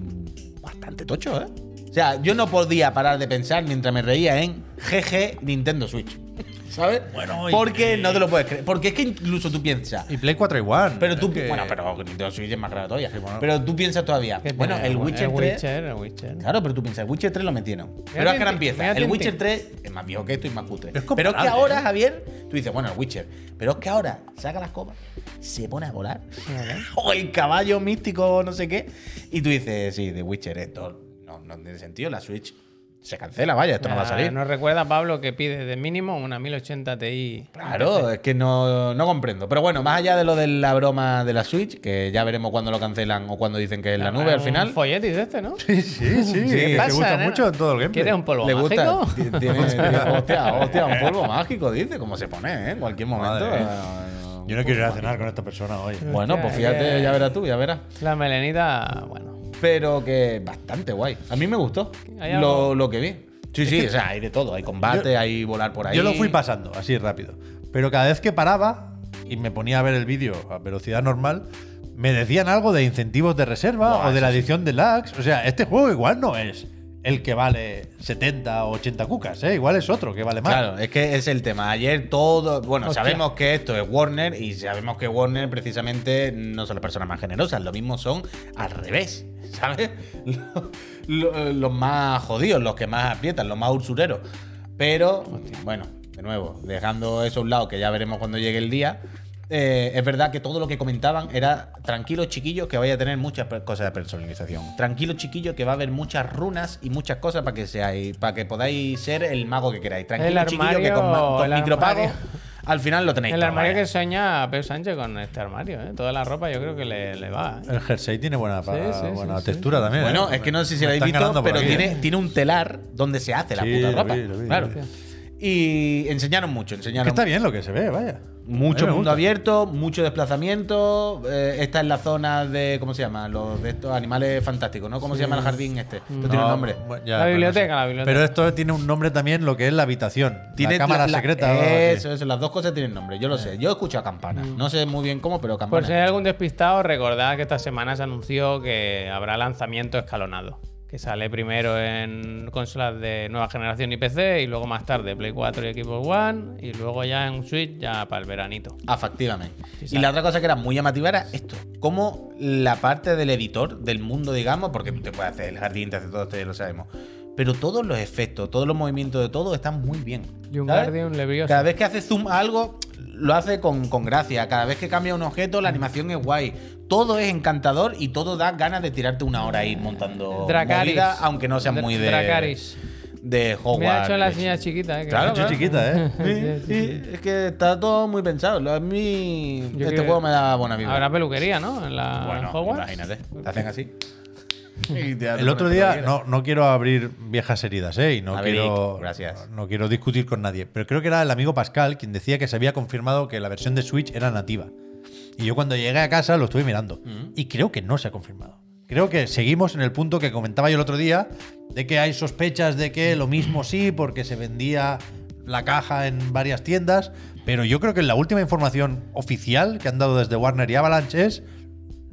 Speaker 1: bastante tocho, ¿eh? O sea, yo no podía parar de pensar mientras me reía en GG Nintendo Switch. ¿Sabes?
Speaker 3: Bueno, y-
Speaker 1: Porque no te lo puedes creer. Porque es que incluso tú piensas.
Speaker 3: Y Play 4 igual.
Speaker 1: Pero tú.
Speaker 3: Es que-
Speaker 1: Bueno, pero Nintendo Switch es más raro todavía.
Speaker 3: bueno.
Speaker 1: Pero tú piensas todavía.
Speaker 2: ¿Qué
Speaker 1: Bueno,
Speaker 2: tiene?
Speaker 1: el Witcher 3.
Speaker 2: Witcher, el Witcher.
Speaker 1: Claro, pero tú piensas, el Witcher 3 lo metieron. Pero es que ahora
Speaker 2: Mira,
Speaker 1: empieza.
Speaker 2: mira,
Speaker 1: El
Speaker 2: mira,
Speaker 1: Witcher 3 es más viejo que esto y más cutre. pero
Speaker 3: Es
Speaker 1: es que
Speaker 3: comparable,
Speaker 1: ahora,
Speaker 3: ¿eh?
Speaker 1: Javier, tú dices, bueno, el Witcher. Pero es que ahora saca las copas, se pone a volar.
Speaker 2: Claro.
Speaker 1: o el caballo místico, no sé qué. Y tú dices, sí, The Witcher, esto no, no tiene sentido. La Switch se cancela, vaya, esto no va a
Speaker 2: Ah,
Speaker 1: salir.
Speaker 2: Nos recuerda Pablo que pide de mínimo una 1080 Ti.
Speaker 1: Claro, es que no, no comprendo. Pero bueno, más allá de lo de la broma de la Switch, que ya veremos cuándo lo cancelan o cuándo dicen que es la nube al
Speaker 2: Un
Speaker 1: final.
Speaker 2: folletis de este, ¿no?
Speaker 3: Sí, sí, sí.
Speaker 1: Sí.
Speaker 3: que
Speaker 1: Pasa,
Speaker 3: te gusta
Speaker 2: nena?
Speaker 3: mucho en todo el gameplay.
Speaker 2: ¿Quieres un polvo
Speaker 1: Le gusta.
Speaker 2: mágico?
Speaker 1: ti- tiene- tiene- hostia, hostia, un polvo mágico, dice, como se pone, ¿eh? En cualquier momento.
Speaker 3: Madre mía.
Speaker 1: eh,
Speaker 3: Yo no quiero ir a cenar con esta persona hoy.
Speaker 1: Bueno, pues
Speaker 2: Hostia,
Speaker 1: fíjate,
Speaker 2: que-
Speaker 1: ya verás tú, ya verás.
Speaker 2: La melenita, bueno.
Speaker 1: Pero que bastante guay. A mí me gustó
Speaker 2: ¿Hay
Speaker 1: lo,
Speaker 2: algo?
Speaker 1: lo que vi. Sí, sí, o sea, hay de todo. Hay combate,
Speaker 3: Yo-
Speaker 1: hay volar por ahí.
Speaker 3: Yo lo fui pasando, así rápido. Pero cada vez que paraba y me ponía a ver el vídeo a velocidad normal, Me decían algo de incentivos de reserva
Speaker 1: Buah,
Speaker 3: o de la
Speaker 1: eso sí.
Speaker 3: edición de Lux. O sea, este juego igual no es el que vale 70 o 80 cucas, ¿eh? Igual es otro que vale más.
Speaker 1: Claro, es que es el tema. Ayer todo. Bueno,
Speaker 2: Hostia.
Speaker 1: sabemos que esto es Warner y sabemos que Warner precisamente no son las personas más generosas. Lo mismo son al revés, ¿sabes? Lo- lo- los más jodidos, los que más aprietan, los más usureros. Pero, bueno, de nuevo, dejando eso a un lado, que ya veremos cuando llegue el día. eh, es verdad que todo lo que comentaban era tranquilos chiquillos que vaya a tener muchas per- cosas de personalización. Tranquilos chiquillos que va a haber muchas runas y muchas cosas para que seáis, para que podáis ser el mago que queráis. Tranquilo,
Speaker 2: El
Speaker 1: chiquillo, que
Speaker 2: armario-
Speaker 1: con, ma- con
Speaker 2: el
Speaker 1: micropago
Speaker 2: armario.
Speaker 1: al final lo tenéis.
Speaker 2: El
Speaker 1: todo,
Speaker 2: armario
Speaker 1: vaya.
Speaker 2: que sueña Pedro Sánchez con este armario, ¿eh? Toda la ropa yo creo que le, le va. ¿eh?
Speaker 3: El jersey tiene buena, pa-
Speaker 2: sí, sí,
Speaker 3: buena
Speaker 2: sí.
Speaker 3: textura también.
Speaker 1: Bueno,
Speaker 3: ¿eh?
Speaker 1: es que no sé si
Speaker 3: Me
Speaker 1: lo habéis
Speaker 3: están ganando
Speaker 1: visto,
Speaker 3: por
Speaker 1: pero
Speaker 3: aquí,
Speaker 1: tiene,
Speaker 3: ¿eh?
Speaker 1: tiene un telar donde se hace la
Speaker 3: Sí,
Speaker 1: puta
Speaker 3: lo
Speaker 1: ropa.
Speaker 3: vi, lo vi, lo
Speaker 1: claro.
Speaker 3: vi.
Speaker 1: Y enseñaron mucho,
Speaker 3: Es
Speaker 1: enseñaron
Speaker 3: que está bien lo que se ve, vaya.
Speaker 1: Mucho
Speaker 3: A mí me
Speaker 1: mundo
Speaker 3: gusta.
Speaker 1: abierto, mucho desplazamiento. eh, esta es la zona de. ¿Cómo se llama? Los de estos animales fantásticos, ¿no? ¿Cómo se llama el jardín este? Esto tiene un
Speaker 3: No,
Speaker 1: nombre.
Speaker 3: bueno, ya,
Speaker 2: La
Speaker 3: pero no sé.
Speaker 2: biblioteca, la biblioteca.
Speaker 3: Pero esto tiene un nombre también lo que es la habitación.
Speaker 1: Tiene
Speaker 3: la cámara
Speaker 1: la- la-
Speaker 3: secreta. o algo así.
Speaker 1: Eso, eso, las dos cosas tienen nombre,
Speaker 2: Eh.
Speaker 1: yo lo sé. Yo escucho a campanas.
Speaker 2: Mm.
Speaker 1: No sé muy bien cómo, pero
Speaker 2: Por
Speaker 1: campanas.
Speaker 2: si hay algún despistado, recordad que esta semana se anunció que habrá lanzamiento escalonado. Que sale primero en consolas de nueva generación y PC, y luego más tarde Play 4 y Xbox One, y luego ya en Switch, ya para el veranito.
Speaker 1: Afectivamente.
Speaker 2: Sí,
Speaker 1: y la otra cosa que era muy llamativa era esto: cómo la parte del editor, del mundo, digamos, porque tú te puedes hacer el jardín, te hace todo esto, ya lo sabemos. Pero todos los efectos, todos los movimientos de todo están muy bien.
Speaker 2: Y un
Speaker 1: ¿sabes?
Speaker 2: Guardian
Speaker 1: Cada
Speaker 2: Leviosa.
Speaker 1: vez que hace zoom a algo, lo hace con, con gracia. Cada vez que cambia un objeto,
Speaker 2: Mm.
Speaker 1: la animación es guay. Todo es encantador y todo da ganas de tirarte una hora ahí montando
Speaker 2: Oh, Dracaris.
Speaker 1: movidas, aunque no sea muy de,
Speaker 2: Dracaris.
Speaker 1: de Hogwarts.
Speaker 2: Me ha hecho la señal chiquita, ¿eh? que-
Speaker 1: Claro,
Speaker 3: Yo chiquita, ¿eh?
Speaker 1: Sí, sí, es que está todo muy pensado. Lo- A mí
Speaker 2: Yo
Speaker 1: este
Speaker 2: creo-
Speaker 1: juego me da buena vibra.
Speaker 2: Habrá peluquería, ¿no? En la en
Speaker 1: bueno,
Speaker 2: Hogwarts.
Speaker 1: imagínate. Te hacen así. Y te hacen
Speaker 3: El otro
Speaker 1: lo que
Speaker 3: día,
Speaker 1: quieras.
Speaker 3: no, no quiero abrir viejas heridas, ¿eh? Y no
Speaker 1: A ver,
Speaker 3: quiero,
Speaker 1: Ick, gracias.
Speaker 3: no quiero discutir con nadie. Pero creo que era el amigo Pascal quien decía que se había confirmado que la versión de Switch era nativa. Y yo cuando llegué a casa lo estuve mirando. Y creo que no se ha confirmado. Creo que seguimos en el punto que comentaba yo el otro día, de que hay sospechas de que lo mismo sí, porque se vendía la caja en varias tiendas. Pero yo creo que la última información oficial que han dado desde Warner y Avalanche es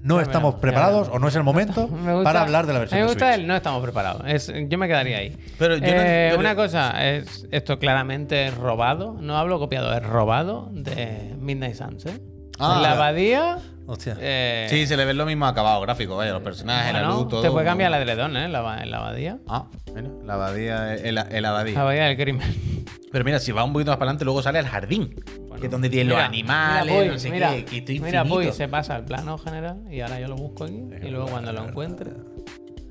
Speaker 3: no
Speaker 2: veremos,
Speaker 3: estamos
Speaker 2: ya
Speaker 3: preparados
Speaker 2: veremos.
Speaker 3: o no es el momento
Speaker 2: Me gusta-
Speaker 3: para hablar de la versión
Speaker 2: A mí me
Speaker 3: de
Speaker 2: gusta
Speaker 3: Switch.
Speaker 2: el no estamos preparados. Es- yo me quedaría ahí.
Speaker 1: Pero yo no-
Speaker 2: Eh,
Speaker 1: pero-
Speaker 2: Una cosa, es, esto claramente es robado. No hablo copiado, es robado de Midnight Suns. ¿eh?
Speaker 1: Ah.
Speaker 2: En la abadía.
Speaker 3: Hostia.
Speaker 2: eh,
Speaker 1: Sí, se le ven lo mismo acabado gráfico, vaya, los personajes, la
Speaker 2: bueno,
Speaker 1: luz, todo.
Speaker 2: te puede cambiar el edredón, ¿eh? En la, aba- en la abadía.
Speaker 1: Ah, mira, la abadía, el, el abadía.
Speaker 2: La abadía del crimen.
Speaker 1: Pero mira, si va un poquito más para adelante, luego sale al jardín. que es donde tienen los
Speaker 2: Mira,
Speaker 1: animales,
Speaker 2: mira, Puy,
Speaker 1: no sé
Speaker 2: mira,
Speaker 1: qué, que esto es
Speaker 2: Mira, Puy,
Speaker 1: infinito.
Speaker 2: se pasa al plano general y ahora yo lo busco aquí. Y luego cuando lo encuentre.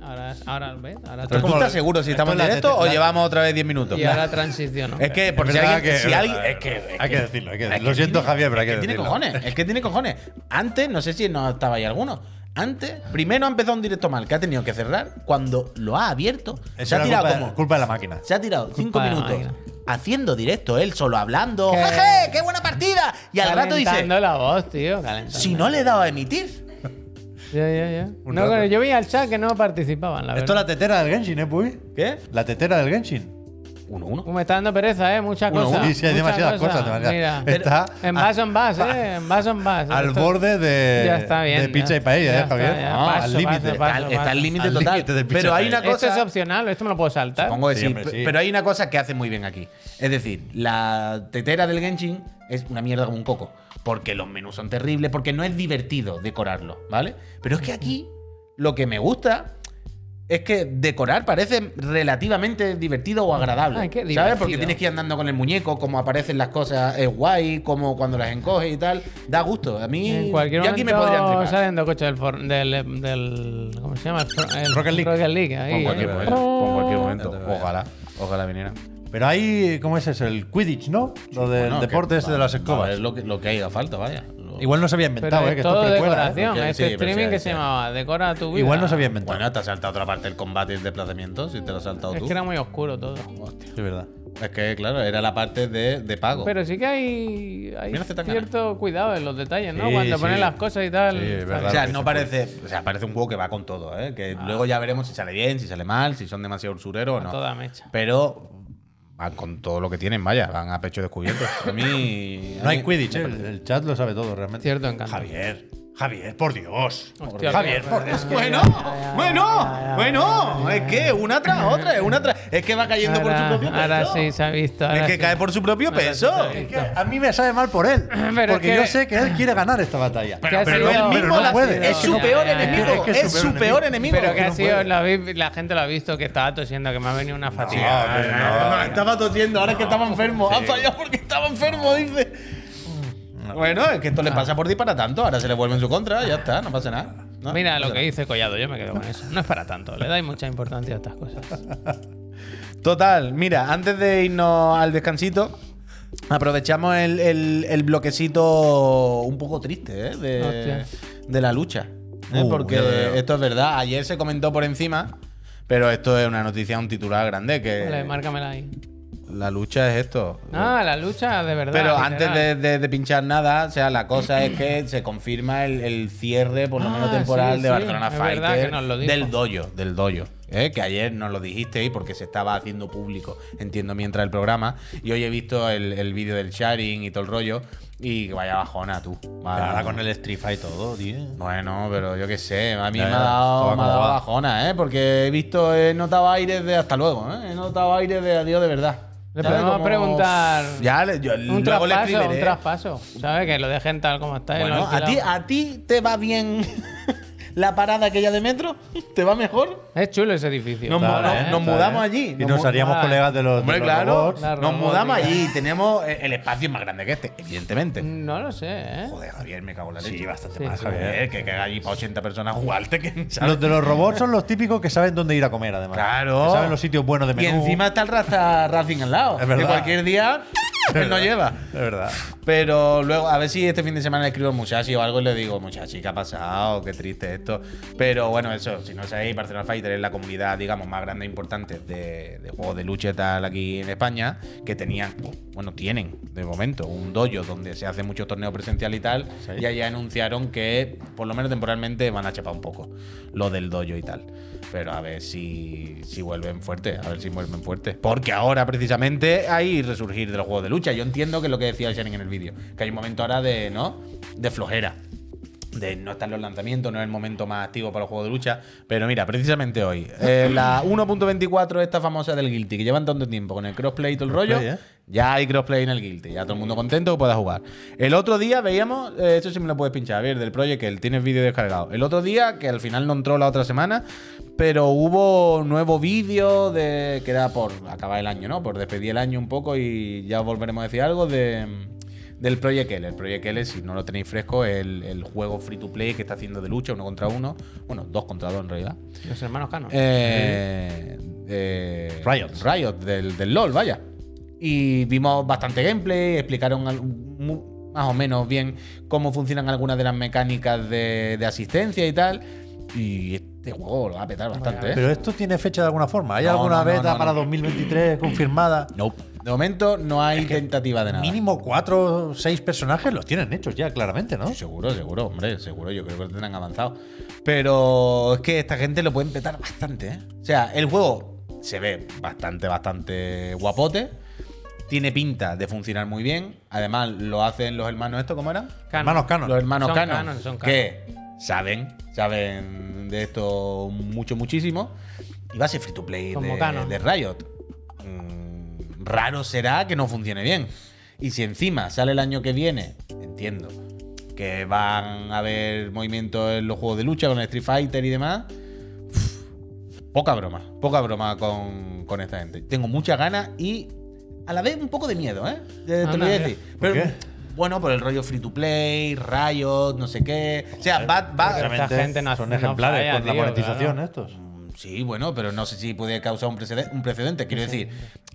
Speaker 2: Ahora, ahora ves,
Speaker 1: Pero
Speaker 2: ahora, trans-
Speaker 1: tú
Speaker 3: Esto-
Speaker 1: estás seguro si estamos en
Speaker 3: esto es la
Speaker 1: directo o
Speaker 3: tete- la-
Speaker 1: llevamos otra vez 10 minutos.
Speaker 2: y ahora transiciono.
Speaker 1: Es que, por Eh, si
Speaker 3: verdad
Speaker 1: alguien.
Speaker 3: que-
Speaker 1: si
Speaker 3: es
Speaker 1: alguien-
Speaker 3: verdad,
Speaker 1: es que. es
Speaker 3: Hay
Speaker 1: que-
Speaker 3: que decirlo, hay que
Speaker 1: es
Speaker 3: decirlo. Lo
Speaker 1: que
Speaker 3: siento,
Speaker 1: tiene-
Speaker 3: Javier, pero hay que
Speaker 1: es que tiene
Speaker 3: decirlo.
Speaker 1: cojones, es que tiene cojones. Antes, no sé si no estaba ahí alguno. Antes, primero ha empezado un directo mal que ha tenido que cerrar. Cuando lo ha abierto,
Speaker 3: Eso
Speaker 1: se ha
Speaker 3: era
Speaker 1: tirado
Speaker 3: culpa,
Speaker 1: como.
Speaker 3: culpa de la máquina.
Speaker 1: Se ha tirado cinco
Speaker 2: de la
Speaker 1: minutos
Speaker 2: máquina.
Speaker 1: haciendo directo él, solo hablando.
Speaker 2: Que-
Speaker 1: ¡Jeje! ¡Qué buena partida! Y al rato dice:
Speaker 2: Calentando la voz, tío. calentando.
Speaker 1: Si no le he dado a emitir.
Speaker 2: Ya, ya, ya.
Speaker 3: Un
Speaker 2: No,
Speaker 3: rato.
Speaker 2: pero yo veía al chat que no participaban, la
Speaker 3: Esto
Speaker 2: verdad.
Speaker 3: es la tetera del Genshin, ¿eh, Puy?
Speaker 1: ¿Qué?
Speaker 3: La tetera del Genshin.
Speaker 1: 1-1.
Speaker 2: Me está dando pereza, ¿eh? Muchas
Speaker 1: Uno,
Speaker 2: cosas.
Speaker 3: Sí, sí, hay
Speaker 2: muchas
Speaker 3: demasiadas cosas. demasiadas.
Speaker 2: Mira.
Speaker 3: Está
Speaker 2: En
Speaker 3: a-
Speaker 2: vas en vas, ¿eh? En vas en vas.
Speaker 3: al
Speaker 2: Esto-
Speaker 3: borde de,
Speaker 2: Ya está bien,
Speaker 3: de pizza
Speaker 2: ya.
Speaker 3: y paella,
Speaker 2: Ya
Speaker 3: ¿eh, Javier?
Speaker 2: está, ya.
Speaker 3: Ah,
Speaker 2: Paso,
Speaker 3: al límite.
Speaker 2: paso, paso.
Speaker 1: Está- Está al límite
Speaker 3: Al
Speaker 1: total.
Speaker 3: límite del pinche
Speaker 1: pero hay
Speaker 3: país.
Speaker 1: una
Speaker 2: Esto
Speaker 1: cosa.
Speaker 2: es opcional, esto me lo puedo saltar.
Speaker 1: Supongo que
Speaker 3: Sí,
Speaker 1: sí,
Speaker 3: hombre,
Speaker 1: pe-
Speaker 3: sí.
Speaker 1: Pero hay una cosa que hace muy bien aquí. Es decir, la tetera del Genshin es una mierda como un coco. Porque los menús son terribles, porque no es divertido decorarlo, ¿vale? Pero es que aquí lo que me gusta es que decorar parece relativamente divertido
Speaker 2: Ah,
Speaker 1: o agradable.
Speaker 2: Ay, qué
Speaker 1: ¿Sabes?
Speaker 2: divertido.
Speaker 1: Porque tienes que ir andando con el muñeco, como aparecen las cosas es guay, como cuando las encoges y tal. Da gusto. A mí.
Speaker 2: En cualquier
Speaker 1: yo
Speaker 2: momento
Speaker 1: aquí me podrían trepar.
Speaker 2: salen dos coches del, for- del, del- ¿Cómo se llama? El, for- el
Speaker 3: Rocket League.
Speaker 2: ahí,
Speaker 1: Con
Speaker 2: ¿eh?
Speaker 1: cualquier
Speaker 3: pues,
Speaker 1: momento. Con cualquier momento.
Speaker 3: Ya te veo, ya.
Speaker 1: Ojalá. Ojalá viniera.
Speaker 3: Pero hay, ¿cómo es eso? El Quidditch, ¿no? Lo del
Speaker 1: Bueno,
Speaker 3: deporte
Speaker 1: que-
Speaker 3: ese de las
Speaker 1: va- va a
Speaker 3: escobas.
Speaker 1: ver lo que, lo que haga falta, vaya. Lo-
Speaker 3: Igual no se había
Speaker 2: Pero
Speaker 3: inventado, ¿eh?
Speaker 2: es
Speaker 3: Que esto
Speaker 2: todo
Speaker 3: es precuela. ¿eh?
Speaker 2: decoración.
Speaker 1: Porque-
Speaker 2: Este
Speaker 1: sí, pero
Speaker 2: streaming
Speaker 1: sí,
Speaker 2: que
Speaker 1: sí.
Speaker 2: se llamaba Decora tu vida.
Speaker 3: Igual no se había inventado.
Speaker 1: Bueno, te has saltado otra parte del combate y el desplazamiento, si te lo has saltado
Speaker 2: Es
Speaker 1: tú.
Speaker 2: que era muy oscuro todo.
Speaker 3: Sí, es verdad.
Speaker 1: Es que, claro, era la parte de, de pago.
Speaker 2: Pero sí que hay, hay
Speaker 1: Mira, este Zetangana.
Speaker 2: cierto cuidado en los detalles, ¿no?
Speaker 3: Sí,
Speaker 2: Cuando
Speaker 3: sí.
Speaker 2: ponen las cosas y tal.
Speaker 3: Sí, es verdad.
Speaker 1: o sea,
Speaker 3: que
Speaker 1: no
Speaker 3: se
Speaker 1: parece. O sea, parece un juego que va con todo, ¿eh? Que luego ya veremos si sale bien, si sale mal, si son demasiado usureros o
Speaker 2: A
Speaker 1: no.
Speaker 2: toda mecha.
Speaker 1: Pero van con todo lo que tienen, vaya, van a pecho descubierto. A mí.
Speaker 3: No
Speaker 1: a
Speaker 3: hay
Speaker 1: mí-
Speaker 3: Quidditch, ¿eh? El el chat lo sabe todo realmente.
Speaker 2: Cierto encanto.
Speaker 3: Javier. Javier, por Dios.
Speaker 2: Hostia,
Speaker 3: Javier,
Speaker 2: qué-
Speaker 3: por Dios.
Speaker 1: Bueno, bueno, bueno, es que una tras otra, es una tras. Es que va cayendo por su
Speaker 2: Ahora,
Speaker 1: propio peso.
Speaker 2: ahora sí se ha visto.
Speaker 1: Es
Speaker 2: ahora
Speaker 1: que
Speaker 2: sí.
Speaker 1: cae por su propio
Speaker 2: Ahora sí
Speaker 1: peso.
Speaker 2: se
Speaker 3: Es que a mí me sabe mal por él.
Speaker 2: Pero
Speaker 3: porque
Speaker 2: es que-
Speaker 3: yo sé que él quiere ganar esta batalla.
Speaker 2: Que ha
Speaker 1: Pero
Speaker 2: sido-
Speaker 1: él
Speaker 3: no,
Speaker 1: mismo
Speaker 3: pero no
Speaker 1: la-
Speaker 3: puede.
Speaker 1: es su
Speaker 2: No,
Speaker 1: peor
Speaker 2: no,
Speaker 1: enemigo.
Speaker 2: es
Speaker 3: que
Speaker 1: Es su peor enemigo.
Speaker 2: Pero que ha
Speaker 3: no
Speaker 2: sido,
Speaker 3: puede.
Speaker 2: la, vi- la gente lo ha visto que estaba tosiendo, que me ha venido una fatiga.
Speaker 3: hombre,
Speaker 2: Ah,
Speaker 3: no.
Speaker 1: Ah, estaba tosiendo, ahora es que estaba enfermo. Ha fallado porque estaba enfermo, dice. Bueno, es que esto le pasa por disparar tanto. Ahora se le vuelve en su contra, ya está, no pasa nada. No,
Speaker 2: Mira
Speaker 1: no
Speaker 2: lo
Speaker 1: pasa
Speaker 2: que dice Collado, yo me quedo con eso. No es para tanto, le dais mucha importancia a estas cosas.
Speaker 1: Total, mira, antes de irnos al descansito, aprovechamos el, el- el bloquecito un poco triste ¿eh? de,
Speaker 2: Hostia.
Speaker 1: de la lucha. ¿eh?
Speaker 3: Uh,
Speaker 1: Porque
Speaker 3: ya veo.
Speaker 1: esto es verdad, ayer se comentó por encima, pero esto es una noticia, un titular grande, que
Speaker 2: Vale, márcamela ahí.
Speaker 1: la lucha es esto.
Speaker 2: Ah, la lucha de verdad.
Speaker 1: Pero
Speaker 2: literal.
Speaker 1: antes de, de- de pinchar nada, o sea, la cosa es que se confirma el, el cierre, por lo
Speaker 2: Ah,
Speaker 1: menos temporal,
Speaker 2: sí,
Speaker 1: de
Speaker 2: sí,
Speaker 1: Barcelona
Speaker 2: es verdad
Speaker 1: Fighter
Speaker 2: que nos lo dijo.
Speaker 1: del dojo, del dojo, ¿eh? que ayer nos lo dijisteis porque se estaba haciendo público, entiendo, mientras el programa. Y hoy he visto el, el vídeo del sharing y todo el rollo. Y vaya bajona, tú. Vaya-
Speaker 3: Ahora con el Street Fight y todo, tío.
Speaker 1: Bueno, pero yo qué sé, a mí
Speaker 3: Ya,
Speaker 1: me ha
Speaker 3: ya,
Speaker 1: dado,
Speaker 3: todo
Speaker 1: me ha
Speaker 3: como
Speaker 1: dado
Speaker 3: va.
Speaker 1: bajona, ¿eh? porque he visto, he notado aires de hasta luego, ¿eh? he notado aires de adiós de verdad.
Speaker 2: Le
Speaker 1: ¿Sabes?
Speaker 2: podemos
Speaker 1: Como-
Speaker 2: preguntar
Speaker 1: Ya, le- yo
Speaker 2: Un
Speaker 1: luego le
Speaker 2: traspaso, un
Speaker 1: escribiré.
Speaker 2: traspaso. ¿Sabes? Que lo dejen tal como está. y lo
Speaker 1: Bueno, ¿a ti,
Speaker 2: alquilamos.
Speaker 1: ¿a ti te va bien la parada aquella de metro? ¿Te va mejor?
Speaker 2: Es chulo ese edificio. ¿eh?
Speaker 1: Nos,
Speaker 3: Está
Speaker 1: mu-
Speaker 3: bien,
Speaker 1: nos- nos
Speaker 3: está
Speaker 1: mudamos
Speaker 3: bien.
Speaker 1: allí.
Speaker 3: ¿eh? Y nos
Speaker 1: mu-
Speaker 3: haríamos
Speaker 2: ah,
Speaker 3: colegas de los. de
Speaker 1: Hombre,
Speaker 3: los
Speaker 1: claro.
Speaker 3: robots.
Speaker 2: La
Speaker 1: Nos mudamos
Speaker 2: robótica.
Speaker 1: allí. Tenemos eh, el espacio es más grande que este, evidentemente.
Speaker 2: No lo sé, ¿eh?
Speaker 1: Joder, Javier, me cago en la leche.
Speaker 3: Sí, bastante
Speaker 2: Sí,
Speaker 3: más,
Speaker 2: sí.
Speaker 3: Javier.
Speaker 1: Joder, que caiga allí para 80 personas a jugarte. Que, ¿sabes?
Speaker 3: Los de los robots son los típicos que saben dónde ir a comer, además.
Speaker 1: Claro.
Speaker 3: Que saben los sitios buenos de
Speaker 1: Y
Speaker 3: menú.
Speaker 1: encima está el Raza Racing al lado.
Speaker 3: Es verdad.
Speaker 1: Que cualquier día él no lleva.
Speaker 3: De verdad.
Speaker 1: Pero luego, a ver si este fin de semana le escribo al muchacho o algo y le digo, muchachi, ¿qué ha pasado? Qué triste esto. Pero bueno, eso, si no sabéis, Barcelona Fighter es la comunidad, digamos, más grande e importante de, de juegos de lucha y tal aquí en España, que tenían, pues, bueno, tienen de momento un dojo donde se hace mucho torneo presencial y tal,
Speaker 3: Sí.
Speaker 1: y allá anunciaron que, por lo menos temporalmente, van a chapar un poco lo del dojo y tal. Pero a ver si, si vuelven fuerte, a ver si vuelven fuerte. Porque ahora, precisamente, hay resurgir de los juegos de lucha. Yo entiendo que es lo que decía Shannon en el vídeo, que hay un momento ahora de, ¿no? De flojera. De no estar los lanzamientos, no es el momento más activo para los juegos de lucha. Pero mira, precisamente hoy, eh, la 1.24, esta famosa del Guilty, que llevan tanto tiempo con el crossplay y todo el rollo.
Speaker 3: Crossplay, ¿eh?
Speaker 1: Ya hay crossplay en el Guilty, ya todo el mundo contento que pueda jugar. El otro día veíamos, eh, esto sí me lo puedes pinchar, a ver, del Project que tienes vídeo descargado. El otro día, que al final no entró la otra semana, pero hubo nuevo vídeo de que era por acabar el año, ¿no? Por despedir el año un poco y ya os volveremos a decir algo de del Project L. El Project L, si no lo tenéis fresco, es el, el juego free to play que está haciendo de lucha, uno contra uno. Bueno, dos contra dos en realidad.
Speaker 2: Los hermanos Cano.
Speaker 1: Eh, eh,
Speaker 3: Riot.
Speaker 1: Riot, del, del LOL, vaya. Y vimos bastante gameplay, explicaron al- mu- más o menos bien cómo funcionan algunas de las mecánicas de, de asistencia y tal. Y este juego lo va a petar bastante, ¿eh?
Speaker 3: Pero esto tiene fecha de alguna forma. ¿Hay
Speaker 1: No,
Speaker 3: alguna
Speaker 1: no, no,
Speaker 3: beta
Speaker 1: no,
Speaker 3: para
Speaker 1: no.
Speaker 3: 2023 confirmada?
Speaker 1: Nope. De momento no hay tentativa de nada.
Speaker 3: Mínimo cuatro o seis personajes los tienen hechos ya, claramente, ¿no?
Speaker 1: Seguro, seguro, hombre, seguro, yo creo que lo tendrán avanzado. Pero es que esta gente lo pueden petar bastante, ¿eh? O sea, el juego se ve bastante, bastante guapote. Tiene pinta de funcionar muy bien. Además, lo hacen los hermanos estos, ¿cómo eran?
Speaker 3: Hermanos Cano.
Speaker 1: Los hermanos
Speaker 2: Son
Speaker 1: Cano,
Speaker 2: Canon, son Canon.
Speaker 1: que saben, saben de esto mucho, muchísimo. Y va a ser free to play
Speaker 2: Como
Speaker 1: de,
Speaker 2: Canon.
Speaker 1: de Riot. Mm, raro será que no funcione bien. Y si encima sale el año que viene, entiendo que van a haber movimientos en los juegos de lucha con el Street Fighter y demás. Poca broma, poca broma con, con esta gente. Tengo muchas ganas y a la vez un poco de miedo, ¿eh? De- te lo
Speaker 2: Anda,
Speaker 1: voy a
Speaker 2: mira.
Speaker 1: decir. Pero-
Speaker 3: ¿Por qué?
Speaker 1: Bueno, por el rollo free to play, Riot, no sé qué. O sea, va. va-
Speaker 2: Pero esta gente no-
Speaker 3: son
Speaker 2: no
Speaker 3: ejemplares
Speaker 2: falla,
Speaker 3: con la
Speaker 2: tío,
Speaker 3: monetización
Speaker 2: claro.
Speaker 3: estos.
Speaker 1: Mm, Sí, bueno, pero no sé si puede causar un precedente. Un precedente. Quiero decir,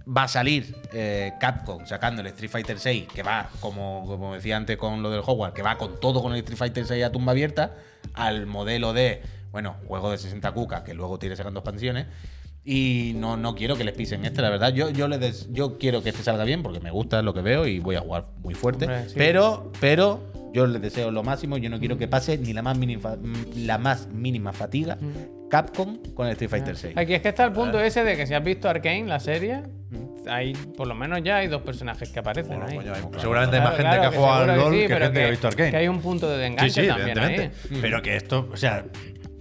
Speaker 1: va a salir eh, Capcom sacando el Street Fighter 6, que va, como, como decía antes con lo del Hogwarts, que va con todo con el Street Fighter 6 a tumba abierta, al modelo de, bueno, juego de 60 cucas, que luego tiene sacando expansiones. Y no, no quiero que les pisen este, la verdad. Yo, yo, les des- yo quiero que este salga bien porque me gusta lo que veo y voy a jugar muy fuerte.
Speaker 2: Hombre, sí.
Speaker 1: Pero, pero yo les deseo lo máximo. Yo no quiero que pase ni la más mínima, la más mínima fatiga Capcom con el Street Fighter 6.
Speaker 2: Ah. Aquí es que está el punto ese de que si has visto Arkane, la serie, hay, por lo menos ya hay dos personajes que aparecen
Speaker 3: Bueno,
Speaker 2: ahí.
Speaker 3: coño, hay- seguramente
Speaker 2: Claro,
Speaker 3: hay más gente
Speaker 2: claro,
Speaker 3: que ha jugado al
Speaker 2: seguro
Speaker 3: LOL
Speaker 2: sí,
Speaker 3: que,
Speaker 2: pero
Speaker 3: gente que ha visto Arkane.
Speaker 2: Que hay un punto de
Speaker 3: Sí,
Speaker 2: enganche
Speaker 3: sí,
Speaker 2: también ahí.
Speaker 3: evidentemente. Pero que esto, o sea,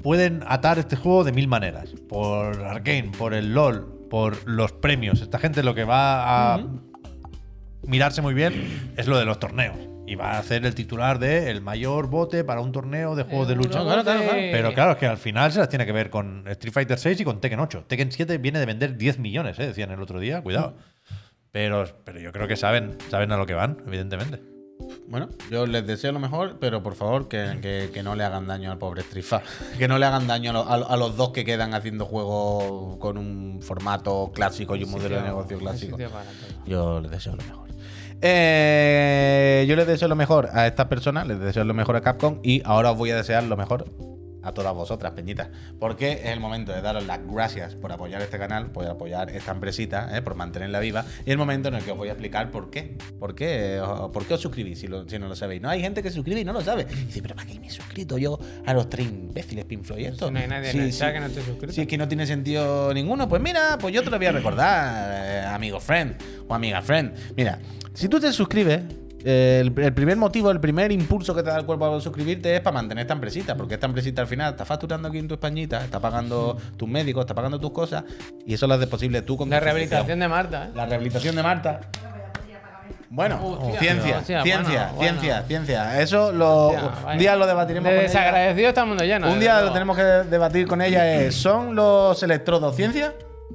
Speaker 3: pueden atar este juego de mil maneras. Por Arkane, por el LOL, por los premios. Esta gente lo que va a mirarse muy bien es lo de los torneos. Y va a hacer el titular de el mayor bote para un torneo de juegos de lucha.
Speaker 2: Euro Bote.
Speaker 3: Pero claro, es que al final se las tiene que ver con Street Fighter 6 y con Tekken 8. Tekken 7 viene de vender 10 millones, ¿eh? decían el otro día. Cuidado. Pero, pero yo creo que saben, saben a lo que van, evidentemente.
Speaker 1: Bueno, yo les deseo lo mejor, pero por favor que, que- que no le hagan daño al pobre Strifa. Que no le hagan daño a, lo- a- a los dos que quedan haciendo juegos con un formato clásico y un modelo de
Speaker 2: Sitio-
Speaker 1: negocio clásico.
Speaker 2: sitio para todo.
Speaker 1: Yo les deseo lo mejor. Eh, yo les deseo lo mejor a estas personas, les deseo lo mejor a Capcom y ahora os voy a desear lo mejor a todas vosotras, peñitas. Porque es el momento de daros las gracias por apoyar este canal, por apoyar esta empresita, eh, por mantenerla viva. Y el momento en el que os voy a explicar por qué. ¿Por qué, eh, o- por qué os suscribís si, lo- si no lo sabéis? No hay gente que se suscribe y no lo sabe. Y dice, pero ¿para qué me he suscrito yo a los tres imbéciles Pinfloy esto?
Speaker 2: Si no hay nadie en el chat que no esté suscrito.
Speaker 1: Si es que no tiene sentido ninguno, pues mira, pues yo te lo voy a recordar, eh, amigo friend o amiga friend. Mira, si tú te suscribes, eh, el, el primer motivo, el primer impulso que te da el cuerpo a suscribirte es para mantener esta empresita, porque esta empresita al final está facturando aquí en tu españita, está pagando tus médicos, está pagando tus cosas, y eso lo haces posible tú con
Speaker 2: La
Speaker 1: tu
Speaker 2: rehabilitación de Marta, ¿eh?
Speaker 1: la rehabilitación de Marta. Bueno,
Speaker 2: Hostia,
Speaker 1: ciencia,
Speaker 2: hostia,
Speaker 1: ciencia,
Speaker 2: bueno,
Speaker 1: ciencia, ciencia. Eso
Speaker 3: Oh,
Speaker 1: lo,
Speaker 2: Hostia,
Speaker 1: un
Speaker 2: vaya.
Speaker 1: día lo debatiremos.
Speaker 2: De
Speaker 1: con ella.
Speaker 2: desagradecido está el mundo lleno.
Speaker 1: Un
Speaker 2: desde
Speaker 1: día lo
Speaker 2: luego.
Speaker 1: tenemos que debatir con ella. es, ¿Son los electrodos ciencia?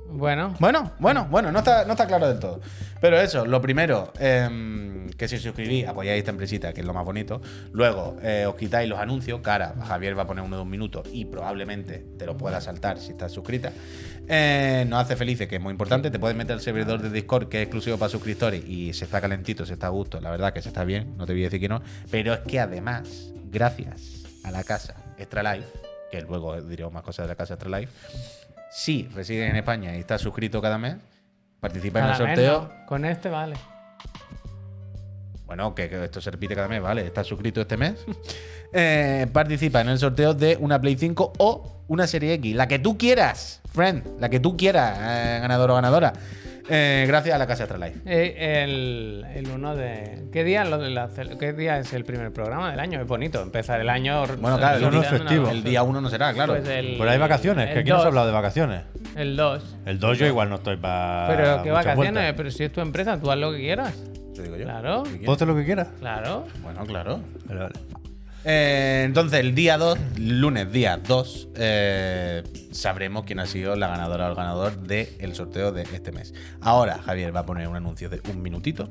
Speaker 2: Bueno,
Speaker 1: Bueno, bueno, bueno, no está, no está claro del todo. Pero eso, lo primero, em, que si os suscribís, apoyáis esta empresita, que es lo más bonito. Luego, eh, os quitáis los anuncios. Cara, Javier va a poner uno de un minuto y probablemente te lo pueda saltar si estás suscrita. Eh, nos hace felices, que es muy importante. Te puedes meter al servidor de Discord, que es exclusivo para suscriptores y se está calentito, se está a gusto. La verdad que se está bien, no te voy a decir que no. Pero es que además, gracias a la casa Extra Life, que luego diremos más cosas de la casa Extra Life, si resides en España y estás suscrito cada mes, participa en el
Speaker 2: cada mes,
Speaker 1: sorteo.
Speaker 2: ¿no? Con este vale.
Speaker 1: Bueno, que, que esto se repite cada mes, ¿vale? Estás suscrito este mes. Eh, participa en el sorteo de una Play 5 o una Serie X. La que tú quieras, friend. La que tú quieras, eh, ganador o ganadora. Eh, gracias a la Casa Astralife.
Speaker 2: Eh, El, el uno de. ¿Qué día, lo de la cel- ¿Qué día es el primer programa del año? Es bonito empezar el año.
Speaker 1: Bueno, claro,
Speaker 3: Eso
Speaker 1: el,
Speaker 3: no
Speaker 1: día-
Speaker 3: es festivo.
Speaker 1: el día 1 no será, claro.
Speaker 2: pues
Speaker 3: Pero hay vacaciones, que aquí no se ha hablado de vacaciones.
Speaker 2: El 2.
Speaker 3: El dojo igual no estoy
Speaker 1: Ah,
Speaker 3: para.
Speaker 2: Pero qué vacaciones, pero si es tu empresa, tú haz lo que quieras.
Speaker 1: Te digo yo.
Speaker 2: Claro,
Speaker 1: ¿Qué
Speaker 3: Puedo
Speaker 1: quieres?
Speaker 3: hacer lo que quiera.
Speaker 2: claro.
Speaker 1: Bueno, claro.
Speaker 3: Vale, vale.
Speaker 1: Eh, entonces, el día 2, lunes día 2, eh, sabremos quién ha sido la ganadora o el ganador del sorteo de este mes. Ahora, Javier va a poner un anuncio de un minutito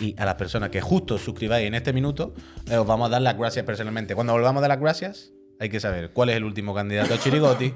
Speaker 1: y a las personas que justo os suscribáis en este minuto, eh, os vamos a dar las gracias personalmente. Cuando volvamos a dar las gracias, hay que saber cuál es el último candidato a Chirigoti,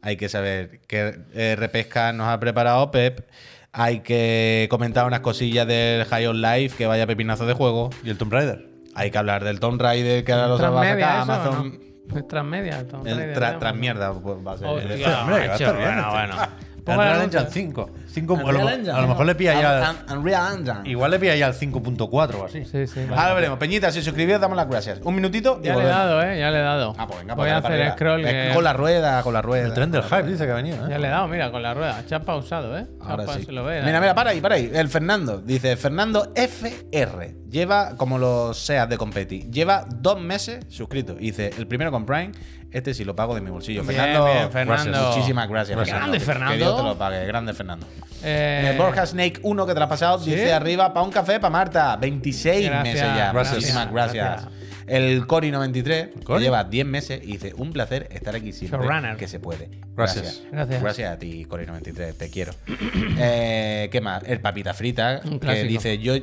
Speaker 1: hay que saber qué eh, repesca nos ha preparado Pep. Hay que comentar unas cosillas del High on Life, que vaya pepinazo de juego.
Speaker 3: ¿Y el Tomb Raider?
Speaker 1: Hay que hablar del Tomb Raider, que ahora lo va a sacar
Speaker 2: Transmedia, eso, ¿o
Speaker 1: Amazon.
Speaker 2: no? Es transmedia. Tomb
Speaker 1: El
Speaker 2: Raider,
Speaker 1: tra-
Speaker 2: ¿no?
Speaker 1: transmierda, pues, va a ser.
Speaker 2: Hostia,
Speaker 1: El-
Speaker 3: Oh, Hombre, va
Speaker 2: Oh,
Speaker 3: a
Speaker 2: macho,
Speaker 3: estar bien,
Speaker 2: bueno,
Speaker 3: este.
Speaker 2: bueno. Ponga el
Speaker 3: Unreal
Speaker 2: anuncio.
Speaker 3: Engine 5. Cinco- a,
Speaker 1: Unreal
Speaker 3: lo,
Speaker 1: Engine,
Speaker 3: a lo mejor le pilla ya.
Speaker 1: Un- Unreal Engine.
Speaker 3: Igual le pilla ya el 5.4 o así.
Speaker 2: Sí, sí.
Speaker 1: Ahora lo veremos. Peñita, si suscribíos, damos las gracias. Un minutito y
Speaker 2: Ya le he
Speaker 1: volvemos.
Speaker 2: dado, eh. Ya le he dado.
Speaker 1: Ah, pues venga,
Speaker 2: Voy
Speaker 1: pues
Speaker 2: a
Speaker 1: dale para
Speaker 2: hacer
Speaker 1: arriba.
Speaker 2: scroll.
Speaker 1: Es-
Speaker 2: que-
Speaker 1: Con la rueda, con la rueda.
Speaker 3: El tren del hype dice que ha venido,
Speaker 2: Ya
Speaker 3: ¿eh?
Speaker 2: le he dado, mira, con la rueda. Chapa pausado, ¿eh? Chapa
Speaker 1: Ahora sí.
Speaker 2: se lo ve.
Speaker 1: mira, mira, para ahí, para ahí. El Fernando dice: Fernando FR. Lleva, como los SEAS de Competi, lleva dos meses suscrito. Y dice: El primero con Prime, este sí lo pago de mi bolsillo.
Speaker 2: Bien,
Speaker 1: Fernando,
Speaker 2: bien, Fernando.
Speaker 1: gracias. muchísimas gracias.
Speaker 2: Gracias. Grande,
Speaker 1: Que
Speaker 2: Fernando.
Speaker 1: Dios te lo pague. Grande, Fernando.
Speaker 2: Eh,
Speaker 1: Eh, Borja Snake 1 que te la has pasado dice arriba pa' un café pa' Marta. 26
Speaker 2: Gracias,
Speaker 1: meses ya.
Speaker 2: gracias,
Speaker 1: Muchísimas gracias.
Speaker 2: gracias.
Speaker 1: El Cori 93 que
Speaker 3: Cori.
Speaker 1: lleva 10 meses y dice un placer estar aquí siempre
Speaker 2: Showrunner.
Speaker 1: que se puede.
Speaker 3: Gracias.
Speaker 2: Gracias.
Speaker 1: Gracias. a ti, Cori 93, te quiero. Eh, ¿Qué más? El Papita Frita
Speaker 2: Un
Speaker 1: que
Speaker 2: clásico.
Speaker 1: dice yo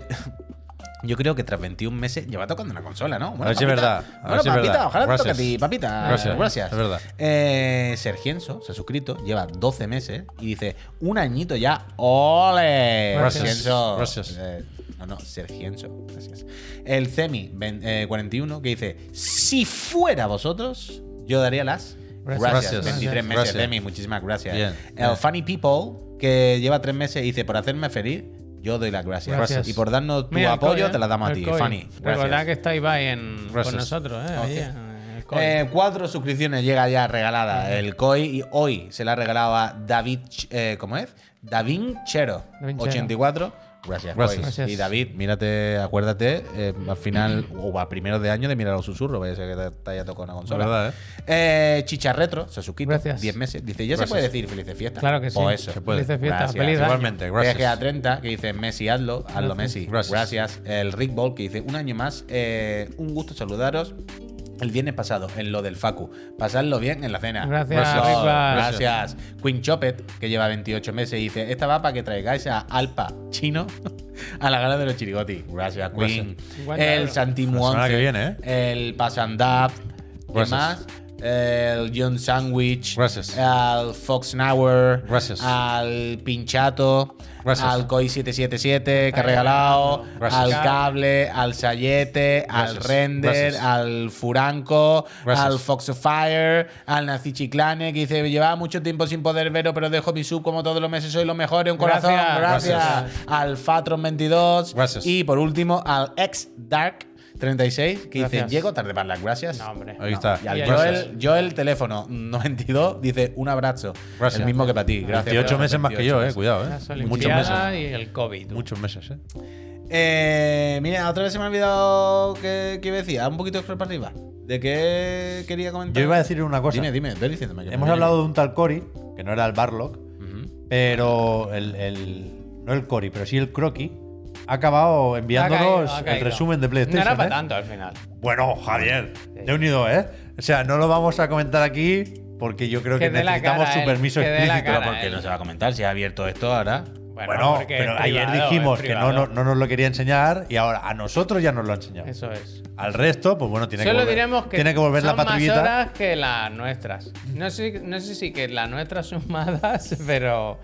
Speaker 1: yo creo que tras 21 meses lleva tocando una consola, ¿no?
Speaker 3: A ver si
Speaker 1: papita,
Speaker 3: es verdad. A ver
Speaker 1: Bueno,
Speaker 3: si es
Speaker 1: papita,
Speaker 3: verdad.
Speaker 1: ojalá te toque a
Speaker 3: Gracias.
Speaker 1: ti, papita.
Speaker 3: Gracias.
Speaker 1: Gracias.
Speaker 3: Es verdad.
Speaker 1: Eh, Sergienso se ha suscrito, lleva 12 meses y dice un añito ya. ¡Ole!
Speaker 3: Gracias.
Speaker 1: Sergienso.
Speaker 3: Gracias.
Speaker 1: Eh, no, no, Sergienso. Gracias. El Cemi ven- eh, 41 que dice: Si fuera vosotros, yo daría las.
Speaker 2: Gracias.
Speaker 1: Gracias.
Speaker 3: Gracias.
Speaker 1: 23 meses,
Speaker 3: Gracias.
Speaker 1: Cemi, muchísimas gracias.
Speaker 3: Bien.
Speaker 1: El Funny People, que lleva 3 meses, dice: Por hacerme feliz, yo doy las gracias.
Speaker 2: Gracias.
Speaker 1: Y por darnos tu
Speaker 2: Mira, el
Speaker 1: apoyo,
Speaker 2: COI, ¿eh?
Speaker 1: te las damos a
Speaker 2: El
Speaker 1: ti,
Speaker 2: COI.
Speaker 1: Fanny.
Speaker 2: Recordad
Speaker 1: Gracias.
Speaker 2: que está Ibai en, con
Speaker 3: Gracias.
Speaker 2: nosotros, ¿eh? ahí,
Speaker 1: Ok.
Speaker 2: en el Coin.
Speaker 1: Eh, cuatro suscripciones llega ya regalada el COI y hoy se la regalaba David, Ch- eh, ¿cómo es? David Chero,
Speaker 2: Davinchero.
Speaker 1: 84. Gracias,
Speaker 3: Gracias.
Speaker 1: COI.
Speaker 2: Gracias.
Speaker 1: Y David, mírate, acuérdate, eh, al final o a primero de año de mirar los susurros, vaya a ser que te, te haya tocado una consola.
Speaker 3: verdad, ¿eh?
Speaker 1: Eh, Chicha Retro, se suscribe
Speaker 2: Gracias.
Speaker 1: 10 meses. Dice, ya se
Speaker 3: Gracias.
Speaker 1: puede decir felices fiestas.
Speaker 2: Claro que sí.
Speaker 1: O eso.
Speaker 3: Se puede.
Speaker 2: Felices fiestas,
Speaker 1: Gracias.
Speaker 2: feliz año.
Speaker 3: pues, Igualmente, gracias.
Speaker 1: Que a 30, que dice Messi, hazlo, hazlo
Speaker 2: Gracias.
Speaker 1: Messi.
Speaker 3: Gracias.
Speaker 1: Gracias. El Rick Ball, que dice un año más, eh, un gusto saludaros. El viernes pasado, en lo del Facu. Pasadlo bien en la cena.
Speaker 2: Gracias,
Speaker 1: Gracias.
Speaker 2: Rick Ball.
Speaker 1: Gracias. Queen Chopet, que lleva 28 meses, y dice: Esta va para que traigáis a Alpa Chino a la gala de los chirigoti. Gracias, Queen.
Speaker 2: Gracias.
Speaker 1: El Santimu
Speaker 3: La semana
Speaker 1: 11,
Speaker 3: que viene, ¿eh?
Speaker 1: El Pasandap. ¿Qué
Speaker 3: Gracias.
Speaker 1: más? El John Sandwich.
Speaker 3: Gracias.
Speaker 1: Al Fox Nauer.
Speaker 3: Gracias.
Speaker 1: Al Pinchato.
Speaker 3: Gracias.
Speaker 1: Al COI777 que ha regalado.
Speaker 3: Gracias.
Speaker 1: Al Cable. Al Sayete. Al
Speaker 3: Gracias.
Speaker 1: Render.
Speaker 3: Gracias.
Speaker 1: Al Furanco.
Speaker 3: Gracias.
Speaker 1: Al Fox of Fire. Al Nazi Chiclane que dice: Llevaba mucho tiempo sin poder veros, pero dejo mi sub como todos los meses. Soy los mejores. Un corazón.
Speaker 2: Gracias.
Speaker 1: Gracias.
Speaker 3: Gracias.
Speaker 1: Al Fatron22.
Speaker 3: Gracias.
Speaker 1: Y por últico, al Ex Dark. 36, que dice,
Speaker 2: Gracias.
Speaker 1: llego tarde para las gracias.
Speaker 2: No, hombre.
Speaker 3: Ahí está.
Speaker 1: Y al
Speaker 2: Y al
Speaker 1: Joel, Joel teléfono 92 dice un abrazo.
Speaker 3: Gracias.
Speaker 1: El mismo que para ti. Gracias.
Speaker 3: 28
Speaker 1: Joel,
Speaker 3: meses más que
Speaker 1: 28
Speaker 3: yo, eh.
Speaker 1: meses.
Speaker 3: Cuidado,
Speaker 2: Las
Speaker 3: eh. Muchos
Speaker 2: Olimpiadas
Speaker 3: meses.
Speaker 2: y el COVID. tú.
Speaker 3: Muchos meses, eh.
Speaker 1: Eh, mira, otra vez se me ha olvidado que, que iba a decir. Ah, Un poquito de scroll para arriba. ¿De qué quería comentar?
Speaker 3: Yo iba a decir una cosa.
Speaker 1: Dime, dime, ve diciéndome. que me
Speaker 3: Hemos
Speaker 1: olvido.
Speaker 3: hablado de un tal Cory, que no era el Barlock,
Speaker 1: Ujú.
Speaker 3: pero el, el- no el Cory, pero sí el Croqui, ha acabado enviándonos
Speaker 2: Ha caído, ha
Speaker 3: el
Speaker 2: caído.
Speaker 3: resumen de
Speaker 2: No
Speaker 3: PlayStation.
Speaker 2: era
Speaker 3: ¿eh?
Speaker 2: para tanto al final.
Speaker 3: Bueno, Javier, te he unido, ¿eh? O sea, no lo vamos a comentar aquí porque yo creo que,
Speaker 2: Que dé la
Speaker 3: necesitamos
Speaker 2: cara,
Speaker 3: su
Speaker 2: él,
Speaker 3: permiso
Speaker 2: que dé la
Speaker 3: explícito.
Speaker 2: cara.
Speaker 1: Pero porque no se va a comentar si ha abierto esto ahora.
Speaker 3: Bueno,
Speaker 2: porque
Speaker 3: pero
Speaker 2: es
Speaker 3: ayer
Speaker 2: privado,
Speaker 3: dijimos
Speaker 2: es
Speaker 3: que no, no,
Speaker 2: privado.
Speaker 3: no nos lo quería enseñar y ahora a nosotros ya nos lo ha enseñado.
Speaker 2: Eso es.
Speaker 3: Al resto, pues bueno, tiene, que
Speaker 2: Solo
Speaker 3: volver,
Speaker 2: diremos que,
Speaker 3: tiene que volver
Speaker 2: son
Speaker 3: la patrullita.
Speaker 2: más horas que las nuestras. No sé, no sé si que las nuestras sumadas, pero,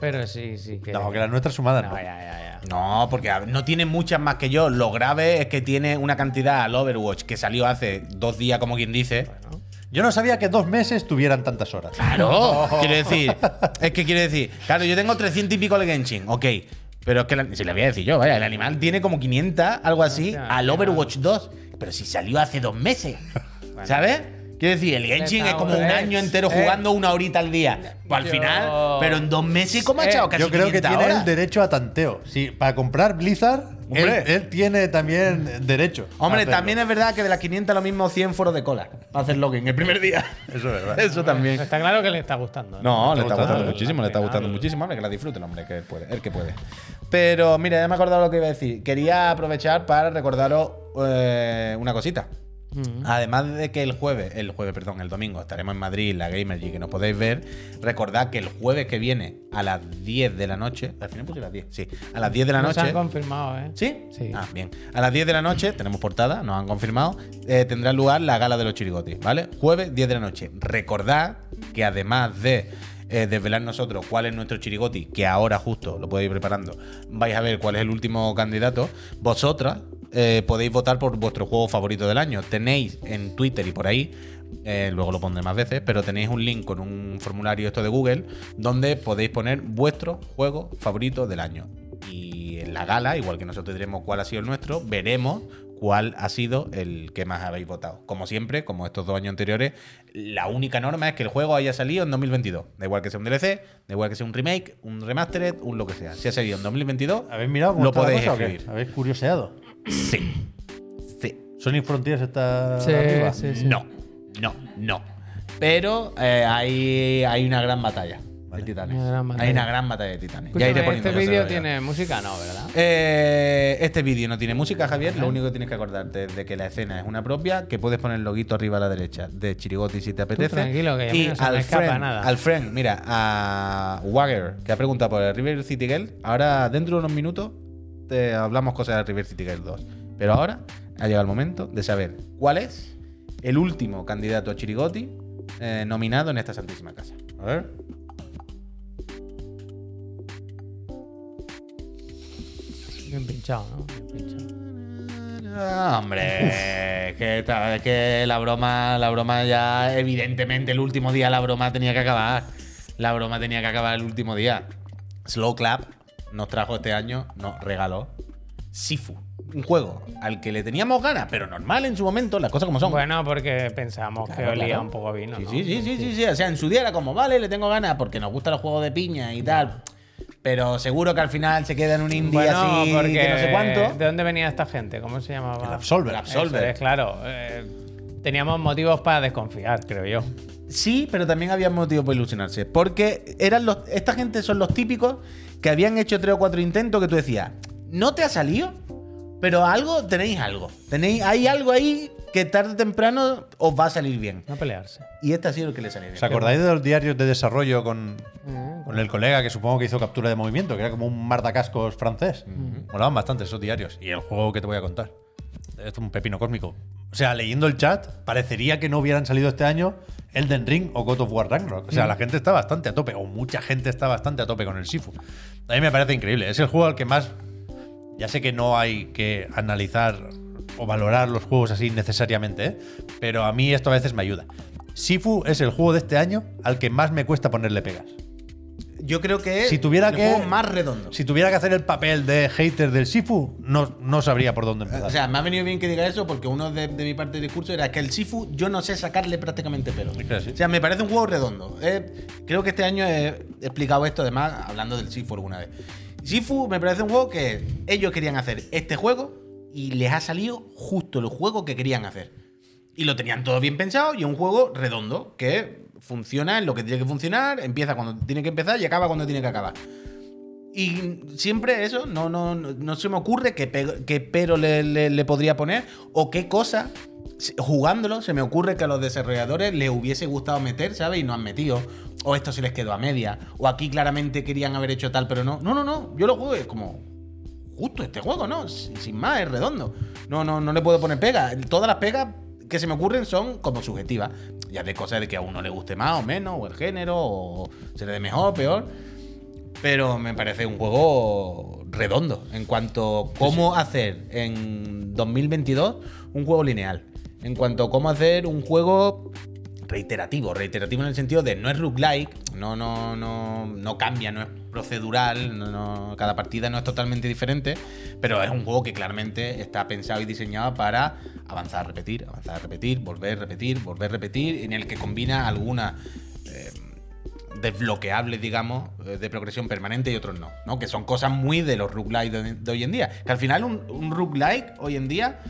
Speaker 2: pero sí, sí que.
Speaker 3: No, que la nuestra sumada no.
Speaker 2: No, ya, ya, ya.
Speaker 1: No, porque a- no tiene muchas más que yo. Lo grave es que tiene una cantidad al Overwatch que salió hace dos días, como quien dice.
Speaker 2: Bueno.
Speaker 3: Yo no sabía que dos meses tuvieran tantas horas.
Speaker 1: Claro, quiero decir, es que quiero decir, claro, yo tengo 300 y pico de Genshin, ok, pero es que la- si le voy a decir yo, vaya, el animal tiene como 500, algo así,
Speaker 2: Hostia,
Speaker 1: al
Speaker 2: qué
Speaker 1: Overwatch 2, pero si salió hace dos meses, ¿sabes? Quiero decir, el Genshin es como un
Speaker 2: Hombre,
Speaker 1: año entero
Speaker 2: eh.
Speaker 1: jugando una horita al día, pues al
Speaker 2: Yo-
Speaker 1: final, pero en dos meses, ¿cómo ha
Speaker 2: Eh,
Speaker 1: echado casi
Speaker 3: Yo creo que
Speaker 1: 500
Speaker 3: tiene el
Speaker 1: horas?
Speaker 3: derecho a tanteo. Sí, para comprar Blizzard, él,
Speaker 1: Hombre.
Speaker 3: él tiene también derecho. a
Speaker 1: Hombre,
Speaker 3: hacerlo.
Speaker 1: también es verdad que de las 500 lo mismo 100 foros de cola para hacer login el primer día.
Speaker 3: Eso es verdad.
Speaker 1: Eso también.
Speaker 2: Está claro que le está gustando.
Speaker 1: No, le
Speaker 3: Está
Speaker 1: está gustando
Speaker 3: gustando.
Speaker 1: muchísimo, le está
Speaker 2: Al
Speaker 1: gustando
Speaker 2: final.
Speaker 1: muchísimo. Hombre, que la disfrute el hombre, que él puede, el que puede. Pero mira, ya me he acordado lo que iba a decir. Quería aprovechar para recordaros eh, una cosita. Además de que el jueves, el jueves, perdón, el domingo estaremos en Madrid, en la Gamergy, que nos podéis ver. Recordad que el jueves que viene a las 10 de la noche, al final puse las 10, sí, a las 10 de la
Speaker 2: Nos
Speaker 1: noche.
Speaker 2: han confirmado, ¿eh?
Speaker 1: ¿Sí?
Speaker 2: Sí.
Speaker 1: Ah, bien. A las 10 de la noche, tenemos portada, nos han confirmado, eh, tendrá lugar la gala de los chirigotis, ¿vale? Jueves, 10 de la noche. Recordad que además de eh, desvelar nosotros cuál es nuestro chirigoti, que ahora justo lo podéis ir preparando, vais a ver cuál es el último candidato, vosotras eh, podéis votar por vuestro juego favorito del año. Tenéis en Twitter y por ahí eh, luego lo pondré más veces, pero tenéis un link con un formulario esto de Google donde podéis poner vuestro juego favorito del año. Y en la gala, igual que nosotros diremos cuál ha sido el nuestro, veremos cuál ha sido el que más habéis votado. Como siempre, como estos dos años anteriores, la única norma es que el juego haya salido en 2022. Da igual que sea un DLC, da igual que sea un remake, un remastered, un lo que sea. Si ha salido en 2022,
Speaker 3: ¿Habéis mirado cómo
Speaker 1: lo
Speaker 3: está la
Speaker 1: podéis
Speaker 3: cosa o qué?
Speaker 1: escribir.
Speaker 3: ¿Habéis curioseado?
Speaker 1: Sí. Sí.
Speaker 3: Sony Frontiers está
Speaker 2: Sí,
Speaker 3: arriba.
Speaker 2: sí, sí.
Speaker 1: No, no, no. Pero eh, hay, hay una gran batalla de titanes.
Speaker 2: Una gran batalla.
Speaker 1: Hay una gran batalla de titanes. Ya
Speaker 2: Escúchame,
Speaker 1: iré poniendo
Speaker 2: este
Speaker 1: yo,
Speaker 2: vídeo
Speaker 1: se lo digo.
Speaker 2: tiene música, no, ¿verdad?
Speaker 1: Eh, este vídeo no tiene música, Javier. Lo único que tienes que acordarte es de que la escena es una propia, que puedes poner el loguito arriba a la derecha de Chirigoti si te apetece.
Speaker 2: tranquilo, que a mí
Speaker 1: y
Speaker 2: no se me
Speaker 1: al
Speaker 2: escapa
Speaker 1: friend,
Speaker 2: nada.
Speaker 1: al friend, mira, a Wagger, que ha preguntado por el River City Girl. Ahora, dentro de unos minutos, te hablamos cosas de River City Girl 2. Pero ahora ha llegado el momento de saber cuál es el último candidato a Chirigoti eh, nominado en esta santísima casa.
Speaker 3: A ver.
Speaker 2: Bien pinchado, ¿no? Bien pinchado.
Speaker 1: Ah, hombre, que, esta- es que la broma, la broma ya, evidentemente, el último día la broma tenía que acabar. La broma tenía que acabar el último día. Slow Clap nos trajo este año, nos regaló Sifu. un juego al que le teníamos ganas, pero normal en su momento, las cosas como son.
Speaker 2: Bueno, porque pensábamos que
Speaker 1: Claro,
Speaker 2: olía
Speaker 1: claro.
Speaker 2: un poco a vino.
Speaker 1: Sí,
Speaker 2: ¿no?
Speaker 1: sí, sí, sí, sí, sí. O sea, en su día era como, vale, le tengo ganas porque nos gustan los juegos de piña y tal. Pero seguro que al final se queda en un indie
Speaker 2: Bueno,
Speaker 1: así
Speaker 2: porque
Speaker 1: que no sé cuánto.
Speaker 2: ¿De dónde venía esta gente? ¿Cómo se llamaba?
Speaker 3: El Absolver.
Speaker 1: El
Speaker 2: Eso
Speaker 1: Absolver.
Speaker 2: es, claro. Eh, teníamos motivos para desconfiar, creo yo.
Speaker 1: Sí, pero también había motivo para ilusionarse. Porque eran los, esta gente son los típicos que habían hecho tres o cuatro intentos que tú decías, no te ha salido, pero algo tenéis algo. Tenéis, hay algo ahí que tarde o temprano os va a salir bien.
Speaker 2: No pelearse.
Speaker 1: Y este ha sido el que le salió bien.
Speaker 3: ¿Os acordáis de los diarios de desarrollo con, con el colega que supongo que hizo captura de movimiento, que era como un mardacascos francés? Molaban bastante esos diarios. Y el juego que te voy a contar. Es un pepino cósmico. O sea, leyendo el chat, parecería que no hubieran salido este año Elden Ring o God of War Ragnarok. O sea, la gente está bastante a tope, o mucha gente está bastante a tope con el Sifu. A mí me parece increíble. Es el juego al que más ya sé que no hay que analizar o valorar los juegos así necesariamente, ¿eh? pero a mí esto a veces me ayuda. Sifu es el juego de este año al que más me cuesta ponerle pegas.
Speaker 1: Yo creo que es
Speaker 3: Si tuviera
Speaker 1: el
Speaker 3: que-
Speaker 1: juego más redondo.
Speaker 3: Si tuviera que hacer el papel de hater del Sifu, no, no sabría por dónde empezar.
Speaker 1: O sea, me ha venido bien que diga eso porque uno de, de mi parte del discurso era que el Sifu yo no sé sacarle prácticamente pelo.
Speaker 3: Es que así.
Speaker 1: O sea, me parece un juego redondo. Eh, creo que este año he explicado esto además hablando del Sifu alguna vez. Sifu me parece un juego que ellos querían hacer este juego y les ha salido justo el juego que querían hacer. Y lo tenían todo bien pensado y es un juego redondo que funciona en lo que tiene que funcionar, empieza cuando tiene que empezar y acaba cuando tiene que acabar. Y siempre eso, no, no, no, no se me ocurre qué, pe- qué pero le, le- le podría poner o qué cosa, si- jugándolo, se me ocurre que a los desarrolladores les hubiese gustado meter, ¿sabes? Y no han metido. O esto se les quedó a media. O aquí claramente querían haber hecho tal, pero no. No, no, no. Yo lo juego y es como, justo este juego, ¿no? Si- Sin, más, es redondo. No, no, no le puedo poner pega. Todas las pegas que se me ocurren son como subjetivas. Ya de cosas de que a uno le guste más o menos, o el género, o se le dé mejor o peor. Pero me parece un juego redondo en cuanto a cómo hacer en 2022 un juego lineal. En cuanto a cómo hacer un juego reiterativo, reiterativo en el sentido de no es roguelike, no, no, no, no cambia, no es procedural, no, no- cada partida no es totalmente diferente, pero es un juego que claramente está pensado y diseñado para avanzar, repetir, avanzar, repetir, volver, repetir, volver, repetir, en el que combina alguna desbloqueables, digamos, eh, de progresión permanente y otros no, ¿no? Que son cosas muy de los roguelike de, de hoy en día. Que al final un, un roguelike hoy en día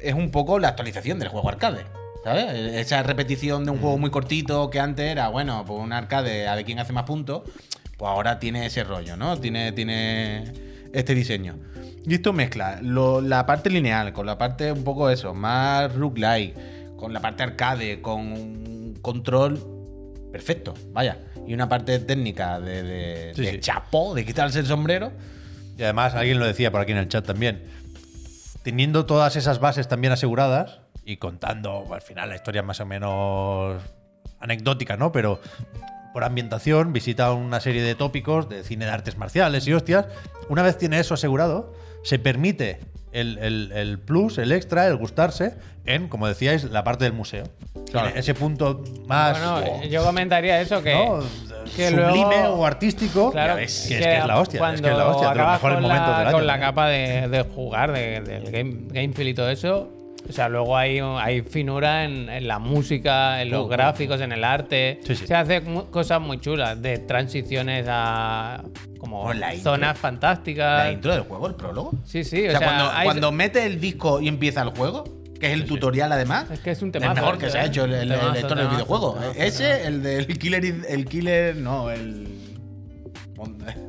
Speaker 1: es un poco la actualización del juego arcade, ¿sabes? E- Esa repetición de un
Speaker 3: Mm.
Speaker 1: juego muy cortito que antes era, bueno, pues un arcade a ver quién hace más puntos, pues ahora tiene ese rollo, ¿no? Tiene, tiene este diseño. Y esto mezcla lo- la parte lineal con la parte un poco eso, más roguelike, con la parte arcade, con un control perfecto, vaya. Y una parte técnica de, de-
Speaker 3: Sí,
Speaker 1: de
Speaker 3: sí.
Speaker 1: chapo, de quitarse el sombrero.
Speaker 3: Y además, alguien lo decía por aquí en el chat también. Teniendo todas esas bases también aseguradas y contando, al final, la historia es más o menos anecdótica, ¿no? Pero por ambientación, visita una serie de tópicos de cine de artes marciales y hostias. Una vez tiene eso asegurado, se permite el, el- el plus, el extra, el gustarse en, como decíais, la parte del museo.
Speaker 1: Claro.
Speaker 3: En Ese punto
Speaker 1: Ah,
Speaker 3: más.
Speaker 2: Bueno, yo comentaría eso que.
Speaker 3: ¿no?
Speaker 2: que
Speaker 3: sublime
Speaker 2: luego-
Speaker 3: o artístico.
Speaker 2: Claro,
Speaker 3: Ya ves, que es, que es la hostia. Es que es la hostia. De los
Speaker 2: acabas
Speaker 3: mejores
Speaker 2: con
Speaker 3: momentos
Speaker 2: la,
Speaker 3: del año.
Speaker 2: con la
Speaker 3: ¿no?
Speaker 2: capa de, de jugar, de- del game, game feel y todo eso. O sea, luego hay, hay finura en, en la música, en los
Speaker 1: Todo, todo.
Speaker 2: gráficos, en el arte.
Speaker 3: Uh, Sí, sí.
Speaker 2: Se hacen mu- cosas muy chulas, de transiciones a como
Speaker 1: Oh, la intro.
Speaker 2: zonas fantásticas.
Speaker 3: Ah.
Speaker 1: La intro del juego, el prólogo.
Speaker 2: Sí, sí,
Speaker 1: o
Speaker 2: o
Speaker 1: sea,
Speaker 2: sea,
Speaker 1: cuando,
Speaker 2: hay-
Speaker 1: cuando mete el disco y empieza el juego, que es el tutorial además.
Speaker 2: Es que es un
Speaker 1: el
Speaker 2: temazo,
Speaker 1: mejor
Speaker 2: ¿eh?
Speaker 1: que se ha hecho en el, el,
Speaker 2: Temazo,
Speaker 1: la historia del
Speaker 2: temazo,
Speaker 1: videojuego. E-,
Speaker 2: temazo,
Speaker 1: Ese, el del Killer. in- El Killer. No, el.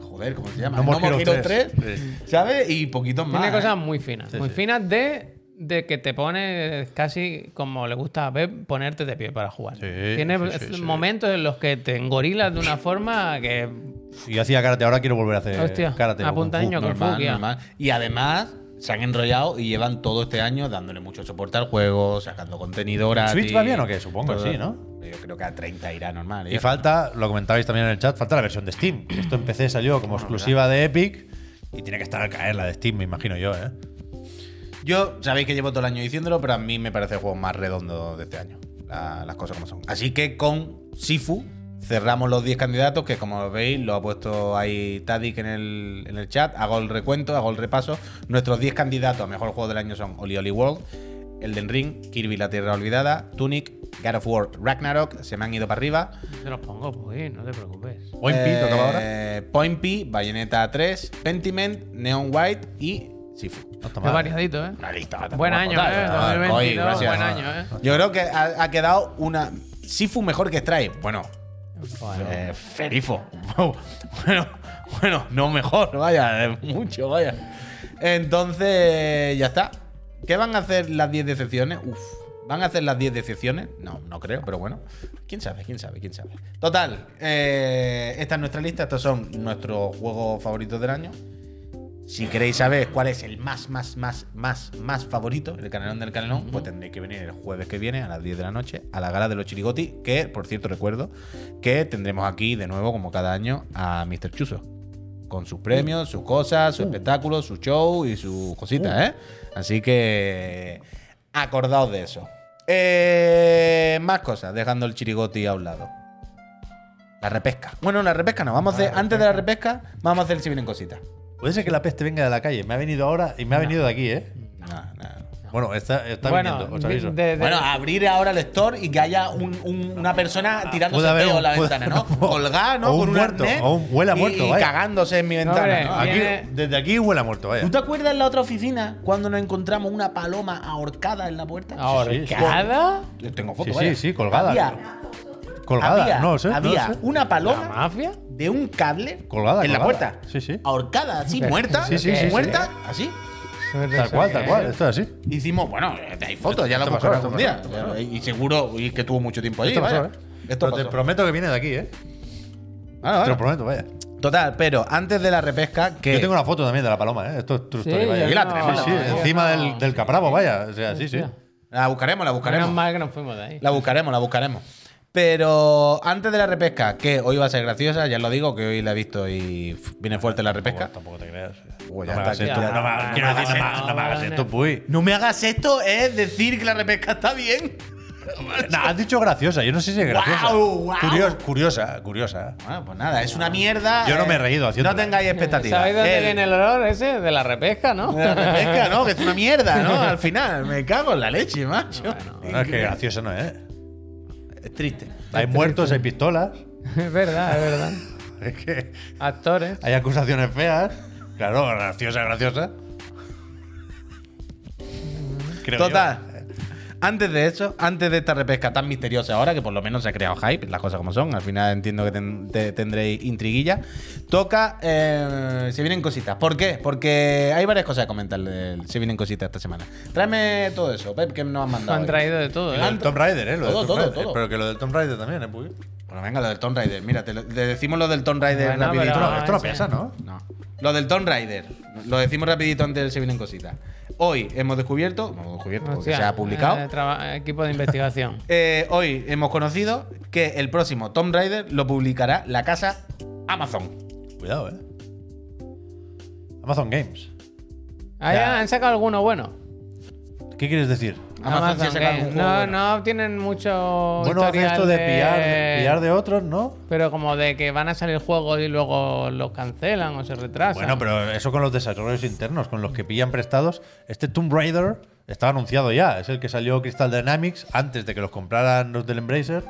Speaker 1: Joder, ¿cómo se llama?
Speaker 3: No
Speaker 1: El
Speaker 3: More Heroes
Speaker 1: Heroes
Speaker 3: 3.
Speaker 1: 3, ¿Sabes? Y poquitos más.
Speaker 2: Tiene
Speaker 1: ¿eh?
Speaker 2: cosas muy finas.
Speaker 3: Sí,
Speaker 2: muy
Speaker 3: sí.
Speaker 2: finas de, de que te pones casi como le gusta a Pep, ponerte de pie para jugar.
Speaker 3: Sí,
Speaker 2: Tiene
Speaker 3: sí, sí, sí.
Speaker 2: momentos en los que te engorilas de una forma que.
Speaker 3: Si yo hacía karate, ahora quiero volver a hacer
Speaker 2: Hostia,
Speaker 3: karate. o
Speaker 2: apunta
Speaker 3: kung fu.
Speaker 2: niño con
Speaker 1: Normal,
Speaker 2: Fukia.
Speaker 1: normal. Y además se han enrollado y llevan todo este año dándole mucho soporte al juego, sacando contenido gratis.
Speaker 3: Switch va bien o qué? Supongo que
Speaker 1: Todo.
Speaker 3: sí, ¿no?
Speaker 1: Yo creo que a 30 irá normal.
Speaker 3: Y falta, lo comentabais también en el chat, falta la versión de Steam. Esto en PC salió como exclusiva de Epic y tiene que estar al caer la de Steam, me imagino yo, ¿eh?
Speaker 1: Yo sabéis que llevo todo el año diciéndolo, pero a mí me parece el juego más redondo de este año. La- las cosas como son. Así que con Sifu Cerramos los 10 candidatos, que como veis, lo ha puesto ahí Tadic en el, en el chat. Hago el recuento, hago el repaso. Nuestros 10 candidatos a mejor juego del año son Oli Oli World, Elden Ring, Kirby La Tierra Olvidada, Tunic, God of War, Ragnarok. Se me han ido para arriba.
Speaker 2: Te los pongo, pues, no te preocupes.
Speaker 3: Point P,
Speaker 1: Eh,
Speaker 3: tocaba ahora.
Speaker 1: Point P, Bayonetta 3, Pentiment, Neon White y Sifu.
Speaker 3: No está
Speaker 2: Qué
Speaker 3: mal.
Speaker 2: variadito, ¿eh?
Speaker 1: Una lista bastante
Speaker 2: Buen
Speaker 1: guapa.
Speaker 2: año,
Speaker 1: Dale,
Speaker 2: ¿eh?
Speaker 1: dale, dale.
Speaker 2: 2022,
Speaker 1: Oye, gracias.
Speaker 2: buen año, ¿eh?
Speaker 1: Yo creo que ha, ha quedado una. Sifu mejor que Stripe. Bueno,
Speaker 2: Bueno.
Speaker 1: eh, Ferifo. bueno, bueno, no mejor, vaya, eh, mucho, vaya. Entonces, ya está. ¿Qué van a hacer las 10 decepciones? Uf. ¿Van a hacer las 10 decepciones? No, no creo, pero bueno. ¿Quién sabe? ¿Quién sabe? ¿Quién sabe? Total, eh, esta es nuestra lista. Estos son nuestros juegos favoritos del año. Si queréis saber cuál es el más, más, más, más, más favorito, el canelón del canelón, pues tendréis que venir el jueves que viene a las 10 de la noche a la gala de los chirigoti, que, por cierto, recuerdo que tendremos aquí de nuevo, como cada año, a Mr. Chuso. Con sus premios, sus cosas, su espectáculo, su show y sus cositas, ¿eh? Así que acordaos de eso. Eh, más cosas, dejando el chirigoti a un lado. La repesca. Bueno, la repesca no. Vamos a hacer, antes de Ah, la repesca, vamos a hacer el si vienen cositas.
Speaker 3: Puede ser que la peste venga de la calle. Me ha venido ahora y me ha venido de aquí, ¿eh?
Speaker 1: Nah, nah.
Speaker 3: Bueno, está, está
Speaker 2: Bueno,
Speaker 3: viniendo, os
Speaker 2: de-
Speaker 3: aviso.
Speaker 2: de- de-
Speaker 1: Bueno, abrir ahora el store y que haya un- un- una
Speaker 3: Ah,
Speaker 1: persona tirando
Speaker 3: Puede haber
Speaker 1: peo
Speaker 3: un-
Speaker 1: en la
Speaker 3: puede-
Speaker 1: ventana, ¿no? Colgada, ¿no?
Speaker 3: o un
Speaker 1: Con
Speaker 3: muerto,
Speaker 1: arnés
Speaker 3: o un huele a
Speaker 1: y-
Speaker 3: muerto,
Speaker 1: y,
Speaker 3: vaya.
Speaker 1: cagándose en mi
Speaker 2: No,
Speaker 1: ventana.
Speaker 2: hombre,
Speaker 1: ¿no?
Speaker 3: Aquí-
Speaker 2: viene-
Speaker 3: desde aquí huele a muerto, vaya.
Speaker 1: ¿Tú te acuerdas en la otra oficina cuando nos encontramos una paloma ahorcada en la puerta?
Speaker 2: ¿Ahorcada?
Speaker 1: Yo tengo
Speaker 3: Sí,
Speaker 1: fotos.
Speaker 3: sí, sí, colgada.
Speaker 1: Había,
Speaker 3: Colgada,
Speaker 1: había-
Speaker 3: no lo sé. no lo
Speaker 1: había
Speaker 3: sé.
Speaker 1: una
Speaker 2: ¿La
Speaker 1: paloma
Speaker 2: mafia?
Speaker 1: de un cable
Speaker 3: Colgada,
Speaker 1: en la
Speaker 3: colgada.
Speaker 1: puerta.
Speaker 3: Sí, sí.
Speaker 1: Ahorcada, así,
Speaker 2: Pero-
Speaker 1: muerta.
Speaker 3: sí, sí, sí, sí.
Speaker 1: muerta, así.
Speaker 3: Tal cual, tal
Speaker 2: ¿eh?
Speaker 3: cual. Esto es así.
Speaker 1: Hicimos, bueno, eh, hay fotos, ya la
Speaker 3: Esto
Speaker 1: buscaré
Speaker 3: pasó,
Speaker 1: algún día.
Speaker 3: esto pasó.
Speaker 1: Y seguro y que tuvo mucho tiempo allí.
Speaker 3: Esto pasó,
Speaker 1: vaya.
Speaker 3: ¿eh?
Speaker 1: Esto
Speaker 3: Pero te
Speaker 1: pasó. Ah,
Speaker 3: prometo que viene de aquí, ¿eh?
Speaker 1: Vale,
Speaker 3: Te
Speaker 1: vale.
Speaker 3: lo prometo, vaya.
Speaker 1: Total, pero antes de la repesca, que.
Speaker 3: Yo tengo una foto también de la paloma, ¿eh? Esto es true
Speaker 2: Sí,
Speaker 3: story, vaya.
Speaker 1: Aquí la tenemos,
Speaker 3: Sí, sí,
Speaker 1: no, no,
Speaker 3: encima del, del capravo, vaya. O sea, sí, sí.
Speaker 2: Hostia.
Speaker 1: La buscaremos, la
Speaker 2: Menos
Speaker 1: buscaremos.
Speaker 2: mal que nos fuimos de ahí.
Speaker 1: La buscaremos, la buscaremos. Pero antes de la repesca, que hoy va a ser graciosa, ya lo digo, que hoy la he visto y f- viene fuerte la repesca.
Speaker 3: Tampoco te creas.
Speaker 1: Uy,
Speaker 3: no
Speaker 1: ya
Speaker 3: me
Speaker 1: está
Speaker 3: hagas
Speaker 1: aquí,
Speaker 3: esto.
Speaker 1: ya.
Speaker 3: No me hagas- quiero decir, no me hagas- no me hagas
Speaker 2: No,
Speaker 3: esto, puy.
Speaker 1: No me hagas esto, es decir que la repesca está bien.
Speaker 3: No, has dicho graciosa. Yo no sé si es graciosa.
Speaker 1: Guau, guau.
Speaker 3: Curios- curiosa, curiosa.
Speaker 1: Bueno, pues nada, es una mierda.
Speaker 3: Yo no me he
Speaker 1: eh,
Speaker 3: reído haciéndola.
Speaker 1: No tengáis expectativas.
Speaker 2: ¿Sabéis dónde
Speaker 1: El-
Speaker 2: viene el olor ese? De la repesca, ¿no?
Speaker 1: de la repesca, ¿no? Que es una mierda, ¿no? Al final, me cago en la leche, macho.
Speaker 3: No, es que graciosa no es. ¿eh?
Speaker 1: Es triste.
Speaker 3: Hay muertos, hay pistolas.
Speaker 2: es verdad, es verdad.
Speaker 3: Es que
Speaker 2: Actores.
Speaker 3: hay acusaciones feas. Claro, graciosa, graciosa. Creo yo.
Speaker 1: Total. Antes de eso, antes de esta repesca tan misteriosa ahora, que por lo menos se ha creado hype, las cosas como son, al final entiendo que ten- te- tendréis intriguilla, toca eh, Se vienen cositas. ¿Por qué? Porque hay varias cosas que comentar del Se vienen cositas esta semana. Tráeme todo eso, Pep, que nos han
Speaker 2: Lo
Speaker 1: mandado.
Speaker 2: han
Speaker 1: hoy.
Speaker 2: traído de todo,
Speaker 3: Y Lo
Speaker 2: ¿eh?
Speaker 3: del Tomb Raider, ¿eh? Lo del
Speaker 1: Todo,
Speaker 3: Tomb
Speaker 1: todo,
Speaker 3: Raider.
Speaker 1: todo.
Speaker 3: Pero que lo del Tomb Raider también, ¿eh? Puy?
Speaker 1: Bueno, venga, lo del Tomb Raider. Mira, te, lo- te decimos lo del Tomb Raider
Speaker 2: Bueno,
Speaker 1: rapidito.
Speaker 2: pero-
Speaker 3: esto no
Speaker 2: ese-
Speaker 3: pesa, ¿no?
Speaker 1: No. Lo del Tomb Raider. Lo decimos rapidito antes del Se vienen cositas. Hoy hemos descubierto, hemos descubierto porque
Speaker 2: Hostia,
Speaker 1: se ha publicado.
Speaker 2: eh, traba- equipo de investigación.
Speaker 1: Eh, hoy hemos conocido que el próximo Tomb Raider lo publicará la casa Amazon.
Speaker 3: Cuidado, ¿eh? Amazon Games.
Speaker 2: Ah,
Speaker 1: Ya.
Speaker 2: ya, han sacado alguno bueno.
Speaker 3: ¿Qué quieres decir?
Speaker 1: Amazon, sí ha sacado
Speaker 2: Games.
Speaker 1: algún
Speaker 2: no,
Speaker 1: juego bueno.
Speaker 2: no tienen mucho
Speaker 3: Bueno, hace
Speaker 2: historial
Speaker 3: esto de pillar, pillar de otros, ¿no?
Speaker 2: Pero como de que van a salir juegos y luego los cancelan o se retrasan.
Speaker 3: Bueno, pero eso con los desarrollos internos, con los que pillan prestados. Este Tomb Raider estaba anunciado ya. Es el que salió Crystal Dynamics antes de que los compraran los del Embracer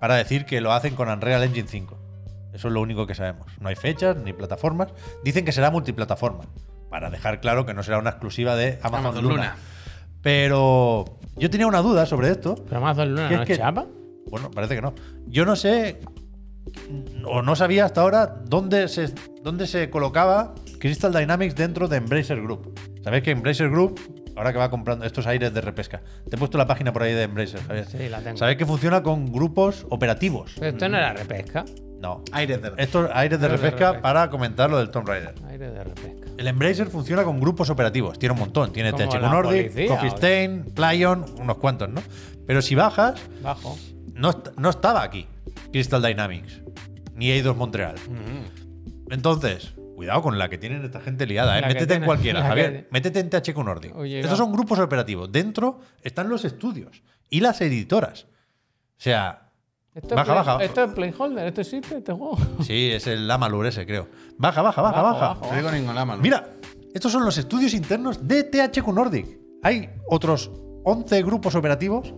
Speaker 3: para decir que lo hacen con Unreal Engine 5. Eso es lo único que sabemos. No hay fechas ni plataformas. Dicen que será multiplataforma. Para dejar claro que no será una exclusiva de Amazon,
Speaker 1: Amazon
Speaker 3: Luna.
Speaker 1: Luna.
Speaker 3: Pero yo tenía una duda sobre esto.
Speaker 2: Pero Amazon Luna
Speaker 3: Que
Speaker 2: no
Speaker 3: es
Speaker 2: es
Speaker 3: que-
Speaker 2: chapa.
Speaker 3: Bueno, parece que no. Yo no sé o no sabía hasta ahora dónde se, dónde se colocaba Crystal Dynamics dentro de Embracer Group. Sabéis que Embracer Group, ahora que va comprando estos aires de repesca, te he puesto la página por ahí de Embracer, Javier.
Speaker 2: Sí, la tengo.
Speaker 3: Sabéis que funciona con grupos operativos.
Speaker 2: Pero esto no era repesca.
Speaker 3: No.
Speaker 1: Aires de
Speaker 3: Estos aires de
Speaker 2: Aires de
Speaker 3: repesca
Speaker 2: repesca.
Speaker 3: para comentar lo del Tomb Raider.
Speaker 2: Aire de repesca.
Speaker 3: El Embracer funciona con grupos operativos. Tiene un montón. Tiene
Speaker 2: Como
Speaker 3: THQ
Speaker 2: la
Speaker 3: Nordic,
Speaker 2: policía,
Speaker 3: Coffee
Speaker 2: o-
Speaker 3: Stain, Playon, unos cuantos, ¿no? Pero si bajas,
Speaker 2: Bajo.
Speaker 3: no, est- no estaba aquí Crystal Dynamics, ni Eidos Montreal. Entonces, cuidado con la que tienen esta gente liada, ¿eh?
Speaker 2: Mm. La que
Speaker 3: métete en
Speaker 2: tienen,
Speaker 3: cualquiera,
Speaker 2: la que
Speaker 3: Javier.
Speaker 2: tienen.
Speaker 3: Métete en THQ Nordic.
Speaker 2: Oye,
Speaker 3: Estos
Speaker 2: va.
Speaker 3: son grupos operativos. Dentro están los estudios y las editoras. O sea,
Speaker 2: Esto
Speaker 3: Baja,
Speaker 2: es play-
Speaker 3: baja, baja.
Speaker 2: Esto es Playholder, esto existe, este juego.
Speaker 3: Sí, es el Amalur ese, creo. Baja, baja, baja,
Speaker 2: Bajo,
Speaker 3: baja.
Speaker 2: bajo.
Speaker 1: No digo ningún lama. ¿no?
Speaker 3: Oh. Mira, estos son los estudios internos de THQ Nordic. Hay otros 11 grupos operativos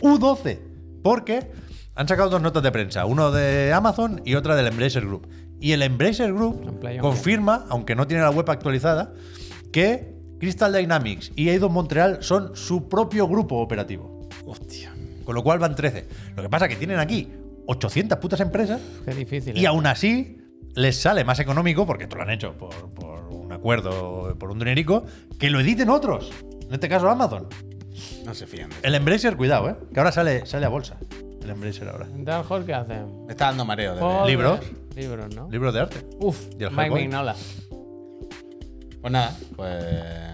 Speaker 3: U12, porque han sacado dos notas de prensa, uno de Amazon y otra del Embracer Group. Y el Embracer
Speaker 2: En
Speaker 3: Group
Speaker 2: Play on
Speaker 3: confirma, aunque no tiene la web actualizada, que Crystal Dynamics y Eidos Montreal son su propio grupo operativo.
Speaker 1: Hostia.
Speaker 3: Con lo cual van 13. Lo que pasa es que tienen aquí 800 putas empresas
Speaker 2: Qué difícil.
Speaker 3: y
Speaker 2: ¿eh?
Speaker 3: aún así les sale más económico, porque esto lo han hecho por, por un acuerdo, por un dinerico, que lo editen otros. En este caso Amazon.
Speaker 1: No se fían. de ti.
Speaker 3: El Embracer, cuidado, ¿eh? Que ahora sale, sale a bolsa. El Embracer ahora.
Speaker 2: Dark Horse, ¿qué hacen?
Speaker 1: Me está dando mareo. de
Speaker 2: Joder.
Speaker 1: leer.
Speaker 3: Eh, Libros.
Speaker 2: Libros, ¿no?
Speaker 3: Libros de arte.
Speaker 2: Uf,
Speaker 3: ¿Y el
Speaker 2: Mike
Speaker 3: Hellboy?
Speaker 2: Mignola.
Speaker 1: Pues nada, pues.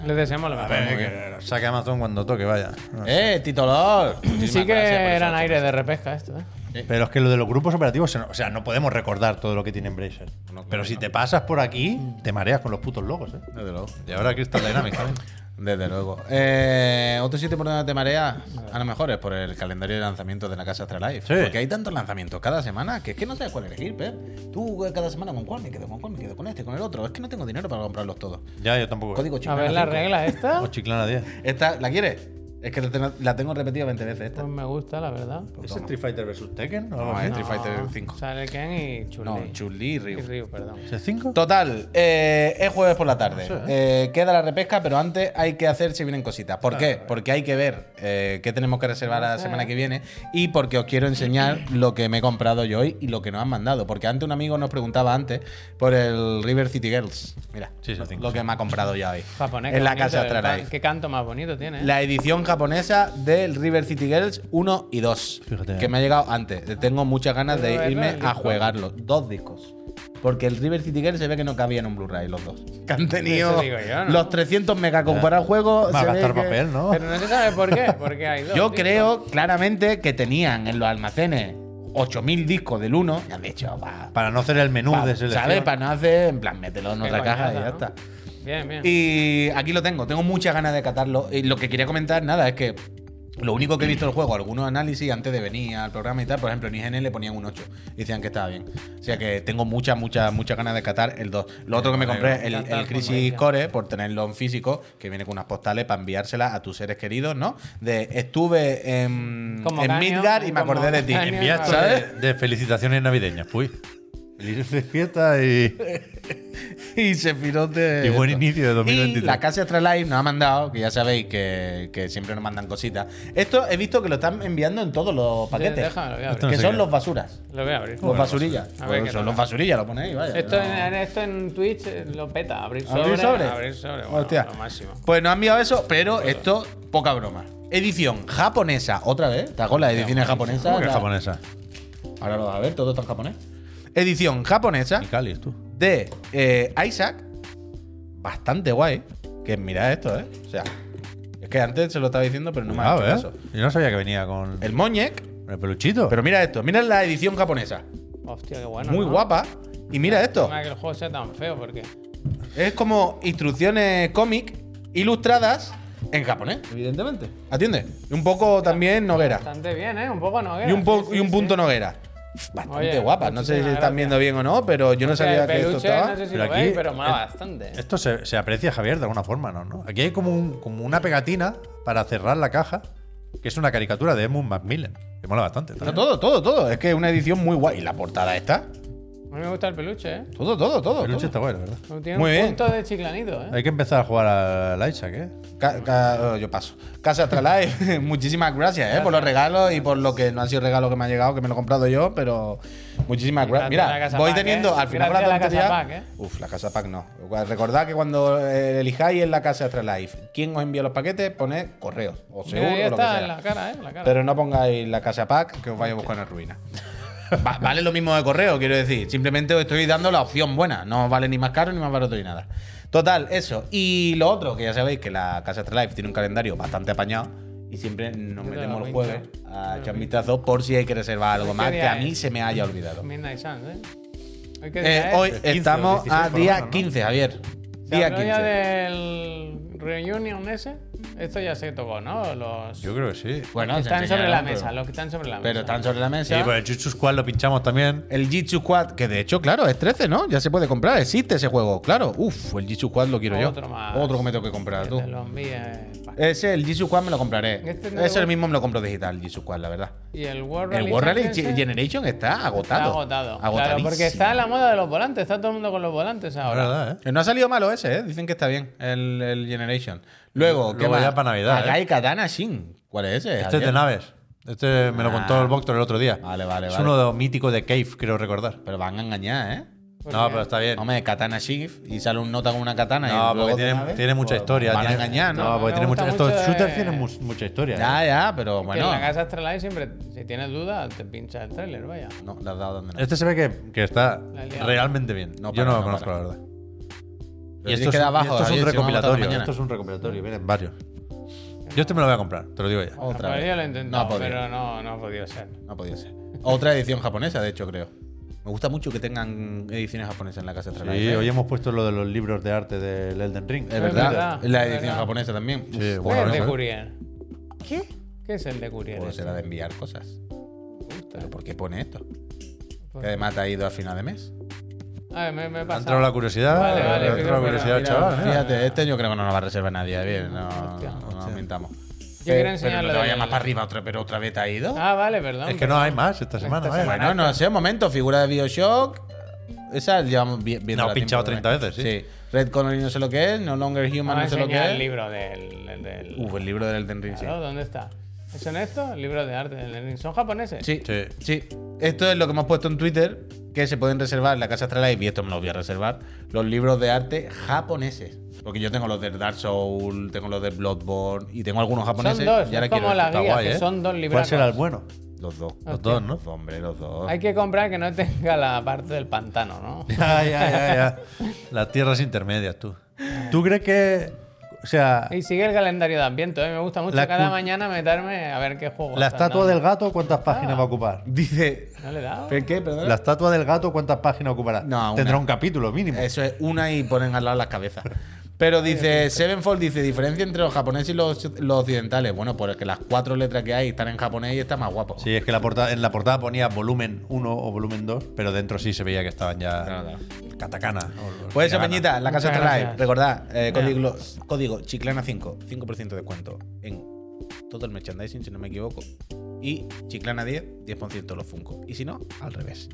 Speaker 2: Les deseamos lo
Speaker 3: A
Speaker 2: mejor.
Speaker 3: ver, que lo saque Amazon cuando toque, vaya. No sé.
Speaker 1: ¡Eh, Tito Lord!
Speaker 2: sí
Speaker 1: Muchísimas
Speaker 2: que
Speaker 1: gracias por
Speaker 2: eran
Speaker 1: eso,
Speaker 2: aire de repesca esto, ¿eh?
Speaker 3: Pero es que lo de los grupos operativos, se no- o sea, no podemos recordar todo lo que tiene Embracer.
Speaker 1: No, claro,
Speaker 3: Pero si
Speaker 1: no.
Speaker 3: te pasas por aquí, te mareas con los putos logos, ¿eh?
Speaker 1: Desde luego.
Speaker 3: Y ahora Crystal Dynamics también.
Speaker 1: Desde luego. Eh, Otro sitio por donde te mareas, a lo mejor es por el calendario de lanzamientos de la casa Astralife.
Speaker 3: Sí.
Speaker 1: Porque hay tantos lanzamientos cada semana que es que no sabes cuál elegir, Pep. Tú eh, cada semana con cuál me quedo, con cuál me quedo, con este, con el otro. Es que no tengo dinero para comprarlos todos.
Speaker 3: Ya, yo tampoco.
Speaker 1: Código
Speaker 2: A
Speaker 1: chiclana
Speaker 2: ver la
Speaker 1: cinco.
Speaker 2: regla esta.
Speaker 3: O chiclana 10.
Speaker 1: Esta, ¿La quieres? Es que la tengo- la tengo repetida 20 veces esta.
Speaker 2: Pues me gusta, la verdad.
Speaker 3: ¿Es Street Fighter vs Tekken? o algo
Speaker 1: No,
Speaker 3: así?
Speaker 1: es Street Fighter
Speaker 2: No,
Speaker 1: 5.
Speaker 2: Sale Ken y Chun
Speaker 1: No, Chun-Li y Ryu.
Speaker 2: perdón.
Speaker 3: ¿Es 5?
Speaker 1: Total, eh, es jueves por la tarde. Eh, queda la repesca, pero antes hay que hacer si vienen cositas. ¿Por qué? Porque hay que ver eh, qué tenemos que reservar la semana que viene y porque os quiero enseñar lo que me he comprado yo hoy y lo que nos han mandado. Porque antes un amigo nos preguntaba antes por el River City Girls. Mira,
Speaker 3: Sí, sí, cinco,
Speaker 1: lo que me ha comprado ya hoy.
Speaker 2: Japonés. qué
Speaker 1: en la
Speaker 2: bonito,
Speaker 1: casa
Speaker 2: el
Speaker 1: Astralife.
Speaker 2: pan- Qué canto más bonito tiene. ¿eh?
Speaker 1: La edición japonesa del River City Girls 1 y 2.
Speaker 3: Fíjate,
Speaker 1: Que
Speaker 3: eh.
Speaker 1: me ha llegado antes. Tengo muchas ganas
Speaker 2: Pero
Speaker 1: de
Speaker 2: es
Speaker 1: irme
Speaker 2: verdad,
Speaker 1: a
Speaker 2: disco.
Speaker 1: jugarlo. Dos discos. Porque el River City Girls se ve que no cabía en un Blu-ray los dos. Que han tenido
Speaker 2: Eso digo yo, ¿no?
Speaker 1: los 300 mega para el juego.
Speaker 3: Va a
Speaker 1: se ve
Speaker 3: gastar
Speaker 1: que-
Speaker 3: papel, ¿no?
Speaker 2: Pero no se sabe por qué, porque hay dos.
Speaker 1: Yo
Speaker 2: tío.
Speaker 1: creo claramente que tenían en los almacenes 8000 discos del 1. Y han dicho, va.
Speaker 3: Para no hacer el menú
Speaker 1: pa-
Speaker 3: de selección.
Speaker 1: ¿Sabes? Para no hacer, en plan, mételo en
Speaker 2: Qué
Speaker 1: otra caja y
Speaker 2: coñazo,
Speaker 1: ya
Speaker 2: ¿no?
Speaker 1: está.
Speaker 2: Bien, bien.
Speaker 1: Y aquí lo tengo, tengo muchas ganas de catarlo. Y lo que quería comentar, nada, es que lo único que he visto del juego, algunos análisis antes de venir al programa y tal, por ejemplo, en IGN le ponían un 8 y decían que estaba bien. O sea que tengo muchas, muchas, muchas ganas de catar el 2. Lo otro que me compré es el, el Crisis Core, por tenerlo en físico, que viene con unas postales para enviárselas a tus seres queridos, ¿no? De estuve en,
Speaker 2: Como
Speaker 1: en
Speaker 2: Caño,
Speaker 1: Midgard y me
Speaker 2: como
Speaker 1: acordé de ti.
Speaker 2: Caño.
Speaker 3: Envía esto
Speaker 1: ¿Sabes?
Speaker 3: de, de felicitaciones navideñas, fui. Feliz de fiesta y.
Speaker 1: y se pirote.
Speaker 3: Y buen inicio de 2023.
Speaker 1: Y la Casa Astralife nos ha mandado, que ya sabéis que, que siempre nos mandan cositas. Esto he visto que lo están enviando en todos los paquetes.
Speaker 2: déjame, lo voy a
Speaker 3: Esto
Speaker 2: abrir.
Speaker 3: no
Speaker 1: que
Speaker 3: sé
Speaker 1: son
Speaker 3: qué
Speaker 1: los
Speaker 3: es.
Speaker 1: basuras.
Speaker 2: Lo voy a abrir.
Speaker 1: Los basurillas.
Speaker 2: A ver
Speaker 1: Pues
Speaker 2: qué
Speaker 1: son
Speaker 2: tal.
Speaker 1: los basurillas, lo ponéis, vaya.
Speaker 2: Esto,
Speaker 1: No.
Speaker 2: en, esto en Twitch eh, lo peta, abrir sobre.
Speaker 1: ¿Abrir sobre?
Speaker 2: Abrir sobre, bueno,
Speaker 1: Hostia.
Speaker 2: lo máximo.
Speaker 1: Pues nos han enviado eso, pero esto, poca broma. Edición japonesa, otra vez. ¿Te acuerdas? Ediciones japonesas.
Speaker 3: ¿Cómo que
Speaker 1: la-
Speaker 3: japonesa?
Speaker 1: Ahora lo vas a ver, todo está en japonés. Edición japonesa.
Speaker 3: Y Calis, tú.
Speaker 1: de eh, Isaac, bastante guay. Que mirad esto, ¿eh? O sea, es que antes se lo estaba diciendo, pero no me ha
Speaker 3: Cuidado,
Speaker 1: hecho caso.
Speaker 3: ¿eh? Yo no sabía que venía con el,
Speaker 1: El Moñek,
Speaker 3: peluchito.
Speaker 1: pero mira esto, mira la edición japonesa.
Speaker 2: Hostia, qué bueno.
Speaker 1: Muy
Speaker 2: ¿no?
Speaker 1: guapa. Y mira esto,
Speaker 2: Encima que el juego sea tan feo, porque.
Speaker 1: es como instrucciones cómic ilustradas en japonés. Evidentemente. Atiende. Y un poco también Noguera.
Speaker 2: Bastante bien, ¿eh? Un poco no.
Speaker 1: Y un, po- y un punto Noguera. Bastante
Speaker 2: Oye,
Speaker 1: guapa. No sé si
Speaker 2: muchísimas
Speaker 1: están
Speaker 2: gracias.
Speaker 1: viendo bien o no, pero yo no sabía que esto estaba.
Speaker 2: No sé si
Speaker 3: Pero
Speaker 2: lo
Speaker 3: aquí-
Speaker 2: veis, pero mola
Speaker 3: eh,
Speaker 2: bastante.
Speaker 3: Esto se, se aprecia, Javier, de alguna forma, ¿no? ¿no? Aquí hay como, un- como una pegatina para cerrar la caja, que es una caricatura de Edmund Macmillan. Que mola bastante.
Speaker 1: Está
Speaker 3: también.
Speaker 1: todo, todo, todo. Es que es una edición muy guay. Y la portada está.
Speaker 2: A mí me gusta el peluche, ¿eh?
Speaker 1: Todo, todo, todo.
Speaker 3: El peluche
Speaker 1: todo.
Speaker 3: está bueno, la ¿verdad?
Speaker 2: Pues Tiene
Speaker 1: Muy
Speaker 2: un
Speaker 1: bien.
Speaker 2: punto de chiclanito, ¿eh?
Speaker 3: Hay que empezar a jugar al Isaac, ¿eh?
Speaker 1: Ca- ca- oh, yo paso. Casa Astralife, muchísimas gracias, eh, por los regalos y por lo que no han sido regalos que me han llegado, que me lo he comprado yo, pero muchísimas gracias.
Speaker 2: Gracias a la
Speaker 1: Mira,
Speaker 2: Casa
Speaker 1: voy
Speaker 2: Pack,
Speaker 1: teniendo
Speaker 2: eh.
Speaker 1: al final
Speaker 2: Gracias
Speaker 1: la
Speaker 2: a la
Speaker 1: tontería.
Speaker 2: Casa Pack, eh.
Speaker 1: Uf, la Casa Pack no. Recordad que cuando eh, elijáis en la Casa Astralife quién os envía los paquetes, poned correo o
Speaker 2: Mira,
Speaker 1: seguro
Speaker 2: ahí
Speaker 1: o lo que
Speaker 2: está,
Speaker 1: sea.
Speaker 2: en la cara, ¿eh? En la cara.
Speaker 1: Pero no pongáis la Casa Pack que os vaya a buscar en ruina. Va- vale lo mismo de correo, quiero decir. Simplemente os estoy dando la opción buena. No vale ni más caro ni más barato ni nada. Total, eso. Y lo otro, que ya sabéis que la Casa Astralife tiene un calendario bastante apañado. Y siempre nos
Speaker 2: Yo te
Speaker 1: metemos
Speaker 2: la
Speaker 1: el
Speaker 2: pincho,
Speaker 1: jueves
Speaker 2: eh.
Speaker 1: a echar un vistazo por si hay que reservar algo
Speaker 2: ¿Qué
Speaker 1: más
Speaker 2: día
Speaker 1: que a
Speaker 2: es?
Speaker 1: mí se me haya olvidado.
Speaker 2: Midnight Suns, ¿eh? Hoy, qué
Speaker 1: Eh,
Speaker 2: día es?
Speaker 1: hoy
Speaker 3: El 15 o
Speaker 1: estamos a
Speaker 3: 16 por lo
Speaker 1: día
Speaker 3: menos, ¿no?
Speaker 1: 15, Javier.
Speaker 2: ¿Se
Speaker 1: Día
Speaker 2: habló ya
Speaker 1: 15.
Speaker 2: del reunion ese? Esto ya se tocó, ¿no? Los
Speaker 3: Yo creo que sí.
Speaker 2: los que
Speaker 1: se
Speaker 2: están sobre
Speaker 1: enseñaron,
Speaker 2: la
Speaker 1: pero-
Speaker 2: mesa, los que están sobre la
Speaker 1: Pero
Speaker 2: mesa.
Speaker 1: están sobre la
Speaker 3: Sí,
Speaker 1: mesa.
Speaker 3: pues el Jutsu Squad lo pinchamos también.
Speaker 1: El Jitsu Quad, que de hecho, claro, es 13, ¿no? Ya se puede comprar, existe ese juego, claro. Uf, el Jitsu Quad lo quiero
Speaker 2: Otro
Speaker 1: yo.
Speaker 2: más.
Speaker 1: Otro que me tengo que comprar,
Speaker 2: Que
Speaker 1: tú.
Speaker 2: te lo envíe, eh, pa.
Speaker 1: Ese, el Jitsu Quad me lo compraré.
Speaker 2: Este no
Speaker 1: Ese
Speaker 2: lo-
Speaker 1: mismo me lo compro digital, el Jitsu Quad, la verdad.
Speaker 2: Y el World Rally
Speaker 1: El World Rally
Speaker 2: Championship
Speaker 1: Ge- Generation está
Speaker 2: está
Speaker 1: agotado.
Speaker 2: agotado. Claro,
Speaker 1: Agotadísimo.
Speaker 2: porque está la moda de los volantes, está todo el mundo con los volantes
Speaker 3: La
Speaker 2: ahora.
Speaker 3: verdad, ¿eh?
Speaker 1: Eh, No ha salido malo ese, ¿eh? Dicen que está bien, el, el Generation. Luego, ¿qué
Speaker 3: Luego
Speaker 1: más?
Speaker 3: ya para Navidad, ¿eh?
Speaker 1: Acá hay Katana Shin. ¿Cuál es ese?
Speaker 3: Este es de
Speaker 1: Javier?
Speaker 3: naves. Este me lo contó el Voctor el otro día.
Speaker 1: Ah. Vale, vale,
Speaker 3: Es
Speaker 1: vale.
Speaker 3: uno de los míticos de Cave, creo recordar.
Speaker 1: Pero van a engañar, ¿eh?
Speaker 2: Porque-
Speaker 3: No, pero está bien.
Speaker 1: Hombre, Katana Shin y sale un nota con una katana.
Speaker 3: No,
Speaker 1: y
Speaker 3: porque
Speaker 1: luego de
Speaker 3: tiene,
Speaker 1: una vez,
Speaker 3: tiene mucha
Speaker 1: pues,
Speaker 3: historia.
Speaker 1: Van a
Speaker 3: tiene-
Speaker 1: engañar, ¿no?
Speaker 3: No, porque
Speaker 2: Me
Speaker 3: tiene
Speaker 2: gusta
Speaker 3: mucha, estos
Speaker 2: mucho
Speaker 3: shooters
Speaker 2: de-
Speaker 3: tienen mu- mucha historia. ¿eh?
Speaker 1: Ya, ya, pero
Speaker 2: que
Speaker 1: bueno.
Speaker 2: en la casa Astralife siempre, si tienes dudas, te pincha el trailer, vaya.
Speaker 1: No, le has dado donde no.
Speaker 3: Este se ve que, que está
Speaker 2: La he liado.
Speaker 3: realmente bien.
Speaker 1: No para,
Speaker 3: Yo no lo
Speaker 1: no
Speaker 3: conozco,
Speaker 1: para.
Speaker 3: la verdad.
Speaker 1: Pero tienes
Speaker 3: es,
Speaker 1: que
Speaker 3: un-
Speaker 1: dar abajo,
Speaker 3: esto es un
Speaker 1: Javier, si no vamos a estar
Speaker 3: recopilatorio.
Speaker 1: mañana.
Speaker 3: Esto es un recopilatorio. Vienen varios. Yo este me lo voy a comprar, te lo digo ya.
Speaker 1: Otra
Speaker 2: Todavía
Speaker 1: vez.
Speaker 2: lo he intentado,
Speaker 1: No ha podido.
Speaker 2: pero no, no ha podido ser.
Speaker 1: No ha podido ser. Otra edición japonesa, de hecho, creo. Me gusta mucho que tengan ediciones japonesas en la casa Astralife,
Speaker 3: Sí,
Speaker 1: ¿eh?
Speaker 3: hoy hemos puesto lo de los libros de arte del Elden Ring.
Speaker 1: Es verdad.
Speaker 2: verdad,
Speaker 1: La
Speaker 2: es
Speaker 1: edición
Speaker 2: verdad.
Speaker 1: japonesa también.
Speaker 3: Sí,
Speaker 1: Uf,
Speaker 2: ¿Qué
Speaker 3: Bueno,
Speaker 2: es
Speaker 3: eso,
Speaker 2: de
Speaker 3: ¿eh?
Speaker 2: Courier?
Speaker 1: ¿Qué?
Speaker 2: ¿Qué es el de Courier?
Speaker 1: Pues
Speaker 2: este?
Speaker 1: será de enviar cosas.
Speaker 2: Me gusta.
Speaker 1: ¿Pero por qué pone esto?
Speaker 2: Pues-
Speaker 1: Que además te ha ido a final de mes.
Speaker 2: A ver, me, me he
Speaker 3: Ha
Speaker 2: pasado.
Speaker 3: entrado la curiosidad.
Speaker 2: Vale, vale,
Speaker 3: ha entrado la
Speaker 2: mira,
Speaker 3: curiosidad,
Speaker 2: mira,
Speaker 3: chaval. ¿eh?
Speaker 1: Fíjate, este yo creo que no nos va a reservar nadie. Bien, no,
Speaker 2: Hostia.
Speaker 1: no, no mintamos.
Speaker 2: Yo quiero
Speaker 1: Pero
Speaker 2: enseñar
Speaker 1: no
Speaker 2: lo
Speaker 1: te vayas
Speaker 2: del-
Speaker 1: más para arriba, otra, pero otra vez te ha ido.
Speaker 2: Ah, vale, perdón.
Speaker 3: Es que no hay más esta semana.
Speaker 2: Esta
Speaker 3: vaya.
Speaker 2: semana.
Speaker 1: Bueno, no sé, un momento. Figura de Bioshock. Esa llevamos vi- viendo.
Speaker 3: No, pinchado 30 veces, sí.
Speaker 1: Red Connery no sé lo que es. No Longer Human
Speaker 2: Vamos a
Speaker 1: no sé lo
Speaker 2: enseñar
Speaker 1: que
Speaker 2: Ah, el
Speaker 1: es.
Speaker 2: libro del. del- del-
Speaker 1: Uf, el libro del Elden Ring, sí.
Speaker 2: Claro, ¿Dónde está? ¿Son estos? Libros de arte del Elden Ring. ¿Son japoneses?
Speaker 1: Sí, sí.
Speaker 3: Sí.
Speaker 1: Esto es lo que hemos puesto en Twitter, que se pueden reservar en la Casa Astralife, y esto me lo voy a reservar, los libros de arte japoneses. Porque yo tengo los de Dark Souls, tengo los de Bloodborne y tengo algunos japoneses.
Speaker 2: Son dos,
Speaker 1: y ahora
Speaker 2: es como
Speaker 1: quiero-
Speaker 2: la
Speaker 1: está
Speaker 2: guía,
Speaker 1: guay,
Speaker 2: que
Speaker 1: ¿eh?
Speaker 2: son dos
Speaker 3: ¿Cuál
Speaker 2: libros.
Speaker 3: será el bueno?
Speaker 1: Los dos.
Speaker 3: Los dos, ¿no?
Speaker 1: Los dos, hombre, los dos.
Speaker 2: Hay que comprar que no tenga la parte del pantano, ¿no?
Speaker 3: Ya, ya, ya, ya. Las tierras intermedias, tú. ¿Tú crees que. O sea,
Speaker 2: Y sigue el calendario de ambiente, ¿eh? me gusta mucho
Speaker 3: La
Speaker 2: cada
Speaker 3: cul-
Speaker 2: mañana meterme a ver qué juego.
Speaker 3: la
Speaker 2: están
Speaker 3: estatua del
Speaker 2: dando.
Speaker 3: gato, ¿cuántas páginas va a ocupar?
Speaker 1: Ah. Dice.
Speaker 2: ¿No le he dado?
Speaker 1: ¿Pero ¿Qué? ¿Perdón?
Speaker 3: La estatua del gato, ¿cuántas páginas ocupará?
Speaker 1: No, una.
Speaker 3: Tendrá un capítulo mínimo.
Speaker 1: Eso es una y ponen al lado las cabezas. Pero dice, Sevenfold dice, diferencia entre los japoneses y los, los occidentales. Bueno, porque las cuatro letras que hay están en japonés y está más guapo.
Speaker 3: Sí, es que la portada, en la portada ponía volumen 1 o volumen 2, pero dentro sí se veía que estaban ya.
Speaker 1: Claro,
Speaker 3: Katakana.
Speaker 1: Pues eso, Peñita, la casa
Speaker 2: Muchas
Speaker 1: Astralife.
Speaker 2: gracias.
Speaker 1: Recordad, eh,
Speaker 2: Venga.
Speaker 1: código, código Chiclana 5, 5% de descuento en todo el merchandising, si no me equivoco. Y Chiclana 10, 10% los Funko. Y si no, al revés.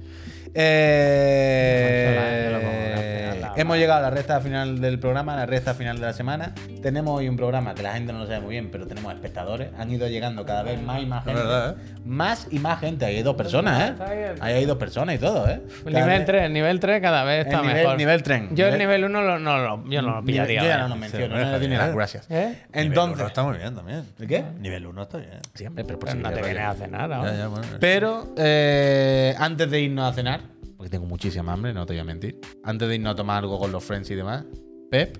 Speaker 1: Eh,
Speaker 2: Consola, eh, lo pongo, gracias.
Speaker 1: hemos llegado a la recta final del programa, a la recta final de la semana. Tenemos hoy un programa que la gente no lo sabe muy bien, pero tenemos espectadores. Han ido llegando cada vez más y más
Speaker 3: Es
Speaker 1: gente.
Speaker 3: verdad, ¿eh?
Speaker 1: Más y más gente. Ahí hay dos personas,
Speaker 2: Está bien.
Speaker 1: ¿eh? Ahí hay dos personas y todo, ¿eh?
Speaker 2: El
Speaker 1: Cada
Speaker 2: nivel
Speaker 1: vez-
Speaker 2: 3, el nivel 3 cada vez está
Speaker 1: El nivel-
Speaker 2: mejor.
Speaker 1: nivel tren.
Speaker 2: Yo el
Speaker 1: Nivel-
Speaker 2: nivel 1 no, lo- yo no lo pillaría.
Speaker 1: Yo ya
Speaker 2: ¿eh?
Speaker 1: no lo menciono,
Speaker 3: Sí,
Speaker 1: no le doy ni las
Speaker 3: ¿eh?
Speaker 1: gracias.
Speaker 2: ¿Eh?
Speaker 3: Entonces.
Speaker 1: Entonces.
Speaker 3: está muy bien también.
Speaker 1: ¿El qué?
Speaker 3: Nivel 1 está bien.
Speaker 1: Sí, hombre, pero por
Speaker 2: Pues
Speaker 1: si
Speaker 2: no te
Speaker 1: quieres,
Speaker 2: vienes a
Speaker 1: rollo.
Speaker 2: cenar ahora.
Speaker 3: Ya, ya, bueno.
Speaker 1: Pero eh, antes de irnos a cenar, porque tengo muchísima hambre, no te voy a mentir. Antes de irnos a tomar algo con los friends y demás, Pep,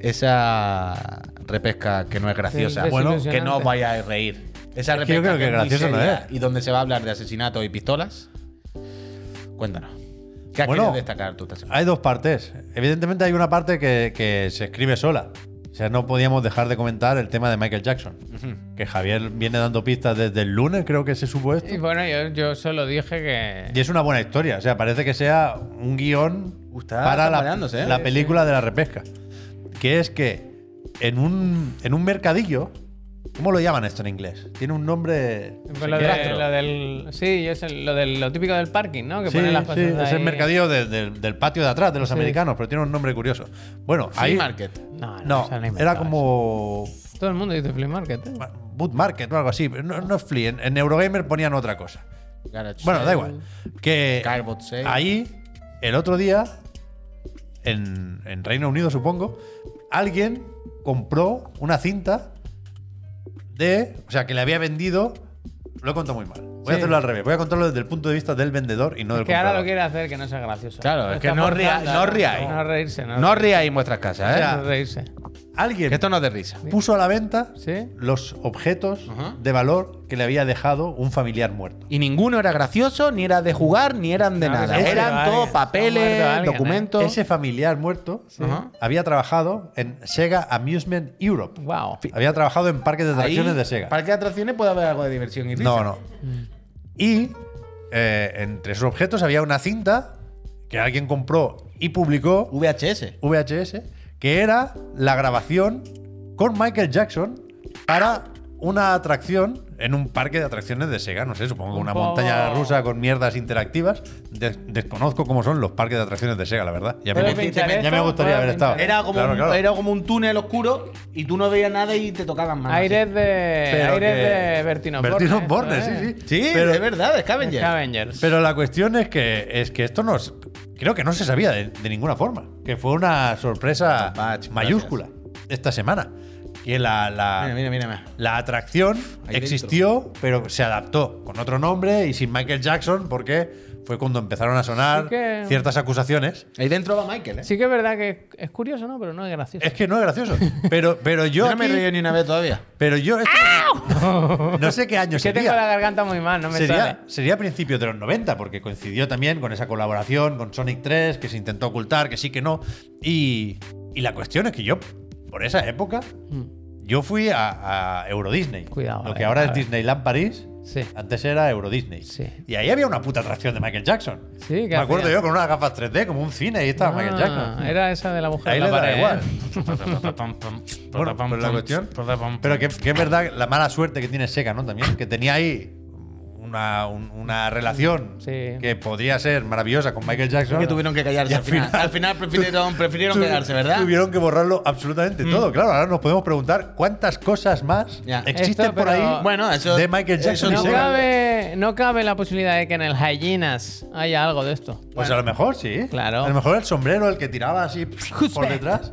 Speaker 1: esa repesca que no es graciosa,
Speaker 2: Sí,
Speaker 1: bueno, que
Speaker 2: desilusionante.
Speaker 1: no os vayáis a reír. Esa
Speaker 3: Es
Speaker 1: repesca
Speaker 3: que yo creo que
Speaker 1: muy
Speaker 3: gracioso no
Speaker 1: seria
Speaker 3: es.
Speaker 1: Y donde se va a hablar de asesinatos y pistolas. Cuéntanos. ¿Qué has
Speaker 3: Bueno,
Speaker 1: querido destacar tú esta semana?
Speaker 3: Hay dos partes. Evidentemente hay una parte que, que se escribe sola. O sea, no podíamos dejar de comentar el tema de Michael Jackson. Que Javier viene dando pistas desde el lunes, creo que se supo esto.
Speaker 2: Y bueno, yo, yo solo dije que.
Speaker 3: Y es una buena historia. O sea, parece que sea un guión
Speaker 1: Está
Speaker 3: para la,
Speaker 1: acompañándose, ¿eh?
Speaker 3: la película de la repesca. Que es que en un, en un mercadillo. ¿Cómo lo llaman esto en inglés? Tiene un nombre.
Speaker 2: Pues lo, de-
Speaker 1: Rastro.
Speaker 2: lo del. Sí, es el- lo, del, lo típico del parking, ¿no? Que
Speaker 3: Sí,
Speaker 2: ponen las
Speaker 3: sí,
Speaker 2: cosas.
Speaker 3: es
Speaker 2: ahí.
Speaker 3: el mercadillo de- de- del patio de atrás de los
Speaker 2: Sí.
Speaker 3: americanos, pero tiene un nombre curioso. Bueno,
Speaker 1: Flea
Speaker 3: ahí.
Speaker 1: Market.
Speaker 2: Ah, No, no,
Speaker 3: No,
Speaker 2: eso no inventaba
Speaker 3: era como
Speaker 2: eso. Todo el mundo dice flea market. ¿eh?
Speaker 3: ma- Boot Market o algo así. pero No, no es Flea. En, en Eurogamer ponían otra cosa.
Speaker 1: Garage
Speaker 3: Bueno, da
Speaker 1: sale.
Speaker 3: igual. Que
Speaker 1: Cardboard sale.
Speaker 3: ahí, el otro día, en, en Reino Unido supongo, alguien compró una cinta de... O sea, que le había vendido... Lo he contado muy mal. Voy
Speaker 2: Sí.
Speaker 3: a hacerlo al revés. Voy a contarlo desde el punto de vista del vendedor y no del
Speaker 2: que ahora
Speaker 3: comprador.
Speaker 2: lo quiere hacer que no sea gracioso.
Speaker 1: Claro, es que
Speaker 2: está
Speaker 1: no ria-
Speaker 2: forzando,
Speaker 1: no riáis.
Speaker 2: No reírse, no,
Speaker 1: No ríais en vuestras casas, ¿eh?
Speaker 2: no reírse.
Speaker 3: alguien
Speaker 1: Que esto no es de risa.
Speaker 3: puso a la venta
Speaker 2: ¿Sí?
Speaker 3: los objetos
Speaker 1: Ajá.
Speaker 3: de valor que le había dejado un familiar muerto.
Speaker 1: Y ninguno era gracioso, ni era de jugar, ni eran de
Speaker 2: No,
Speaker 1: nada.
Speaker 2: seguro que
Speaker 1: Eran todo
Speaker 2: alguien- se ha muerto
Speaker 1: papeles,
Speaker 2: alguien, ¿eh?
Speaker 1: documentos.
Speaker 3: Ese familiar muerto
Speaker 1: Ajá.
Speaker 3: había trabajado en Sega Amusement Europe.
Speaker 2: Wow.
Speaker 3: Había trabajado en parques de atracciones
Speaker 1: Ahí,
Speaker 3: de Sega.
Speaker 1: Parque de atracciones puede haber algo de diversión y risa.
Speaker 3: No, no. Y eh, entre sus objetos había una cinta que alguien compró y publicó
Speaker 1: VHS.
Speaker 3: VHS, que era la grabación con Michael Jackson para una atracción en un parque de atracciones de Sega, no sé, supongo que una
Speaker 2: Opa.
Speaker 3: montaña rusa con mierdas interactivas. Des- desconozco cómo son los parques de atracciones de Sega, la verdad. Ya me,
Speaker 2: Puede
Speaker 3: gust-
Speaker 2: pinchar
Speaker 3: ya me
Speaker 2: esto,
Speaker 3: gustaría
Speaker 2: puede
Speaker 3: haber
Speaker 2: pinchar
Speaker 3: estado.
Speaker 2: esto.
Speaker 1: Era como,
Speaker 3: Claro,
Speaker 1: un,
Speaker 3: claro.
Speaker 1: era como un túnel oscuro y tú no veías nada y te tocaban más.
Speaker 2: Aires de.
Speaker 3: Pero
Speaker 2: Aires
Speaker 3: que-
Speaker 2: de Bertino
Speaker 3: Bertino
Speaker 2: Borne,
Speaker 3: Borne,
Speaker 2: esto,
Speaker 3: sí,
Speaker 2: ¿eh?
Speaker 3: sí.
Speaker 1: Sí,
Speaker 3: Pero-
Speaker 1: es verdad, Scavenger.
Speaker 2: Scavengers.
Speaker 3: Pero la cuestión es que es que esto no es- creo que no se sabía de, de ninguna forma. Que fue una
Speaker 2: Ah,
Speaker 3: sorpresa
Speaker 1: Patch,
Speaker 3: mayúscula esta semana. Que la, la-
Speaker 1: Mira, mira, mira, mira.
Speaker 3: la atracción
Speaker 1: Ahí
Speaker 3: existió, pero se adaptó con otro nombre y sin Michael Jackson, porque fue cuando empezaron a sonar
Speaker 2: Sí que-
Speaker 3: ciertas acusaciones.
Speaker 1: Ahí dentro va Michael, ¿eh?
Speaker 2: Sí que es verdad que es curioso, ¿no? Pero no es gracioso.
Speaker 3: Es que no es gracioso. Pero, pero yo.
Speaker 1: Yo no me he
Speaker 3: aquí-
Speaker 1: reído ni una vez todavía.
Speaker 3: pero yo. esto- no sé qué año
Speaker 2: Es que
Speaker 3: sería.
Speaker 2: tengo la garganta muy mal, no me sale.
Speaker 3: Sería, sería principios de los 90, porque coincidió también con esa colaboración con Sonic 3, que se intentó ocultar, que sí, que no. Y, y la cuestión es que yo, por esa época,
Speaker 2: Mm,
Speaker 3: yo fui a, a Euro Disney.
Speaker 2: Cuidado,
Speaker 3: Lo
Speaker 2: eh,
Speaker 3: que ahora
Speaker 2: a
Speaker 3: es
Speaker 2: ver.
Speaker 3: Disneyland París,
Speaker 2: Sí.
Speaker 3: antes era Euro Disney.
Speaker 2: Sí.
Speaker 3: Y ahí había una puta atracción de Michael Jackson.
Speaker 2: Sí, ¿qué
Speaker 3: Me acuerdo
Speaker 2: hacía?
Speaker 3: yo con unas gafas 3D, como un cine, ahí estaba Michael Jackson.
Speaker 2: Ah, Era esa de la mujer
Speaker 3: Ahí
Speaker 2: en la
Speaker 3: le da
Speaker 2: pared,
Speaker 3: igual.
Speaker 2: ¿eh?
Speaker 3: Bueno, pues la cuestión. Pero que, que es verdad la mala suerte que tiene Sega, ¿no? También, que tenía ahí una, un- una relación
Speaker 2: Sí.
Speaker 3: que podría ser maravillosa con Michael Jackson.
Speaker 1: Que tuvieron que callarse
Speaker 3: Y
Speaker 1: al final. Al final prefirieron, prefirieron
Speaker 3: tu-
Speaker 1: quedarse, ¿verdad? Mm.
Speaker 3: Tuvieron que borrarlo absolutamente todo. Claro, ahora nos podemos preguntar cuántas cosas más
Speaker 1: Ya.
Speaker 3: existen
Speaker 2: Esto,
Speaker 3: por
Speaker 2: pero-
Speaker 3: ahí
Speaker 1: Bueno, eso-
Speaker 3: de Michael
Speaker 1: eso no
Speaker 3: Jackson y
Speaker 2: No
Speaker 1: Sí.
Speaker 3: Sega.
Speaker 2: cabe, no cabe la posibilidad de que en el Hyenas haya algo de esto.
Speaker 3: Pues a lo mejor sí.
Speaker 2: Claro.
Speaker 3: A lo mejor el sombrero, el que tiraba así por
Speaker 2: that?
Speaker 3: detrás.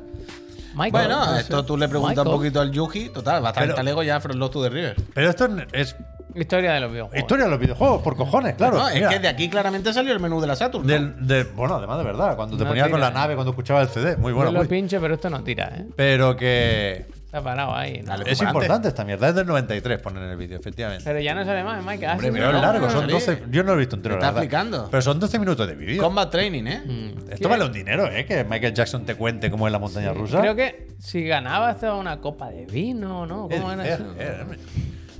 Speaker 2: Michael,
Speaker 1: Bueno,
Speaker 2: no sé.
Speaker 1: esto tú le preguntas
Speaker 2: Michael.
Speaker 1: un poquito al Yuji. Total, bastante
Speaker 3: Pero-
Speaker 1: lego ya From Lost to the River.
Speaker 3: Pero esto es
Speaker 2: Historia de los videojuegos.
Speaker 3: historia de los videojuegos, por cojones, claro.
Speaker 1: No, es
Speaker 3: Mira,
Speaker 1: que de aquí claramente salió el menú de la Saturn. ¿no?
Speaker 3: del- del- bueno, además de verdad, cuando te
Speaker 2: No
Speaker 3: ponías con la
Speaker 2: tira.
Speaker 3: nave, cuando escuchabas el CD, muy bueno.
Speaker 2: Yo lo
Speaker 3: muy-
Speaker 2: pinche, pero esto no tira, ¿eh?
Speaker 3: Pero que
Speaker 2: Está parado ahí. ¿no?
Speaker 1: Dale.
Speaker 3: es
Speaker 1: Preocupante.
Speaker 3: importante esta mierda. Es del 93, ponen en el vídeo, efectivamente.
Speaker 2: Pero ya no sale más, Michael. Ah,
Speaker 1: Hombre,
Speaker 2: sí,
Speaker 1: pero
Speaker 3: Pero
Speaker 2: no,
Speaker 3: es largo,
Speaker 2: no,
Speaker 3: son
Speaker 2: no.
Speaker 3: 12. Yo no he visto entero.
Speaker 1: Me
Speaker 3: la
Speaker 1: está
Speaker 3: verdad.
Speaker 1: explicando.
Speaker 3: Pero son 12 minutos de vídeo.
Speaker 1: Combat Training, ¿eh?
Speaker 2: Mm.
Speaker 3: Esto vale un dinero, ¿eh? Que Michael Jackson te cuente cómo es la montaña rusa.
Speaker 2: Creo que si ganabas te daba una copa de vino, ¿no?
Speaker 3: Eh,
Speaker 2: ¿Cómo era
Speaker 3: eh,
Speaker 2: eso?
Speaker 3: eh, hombre.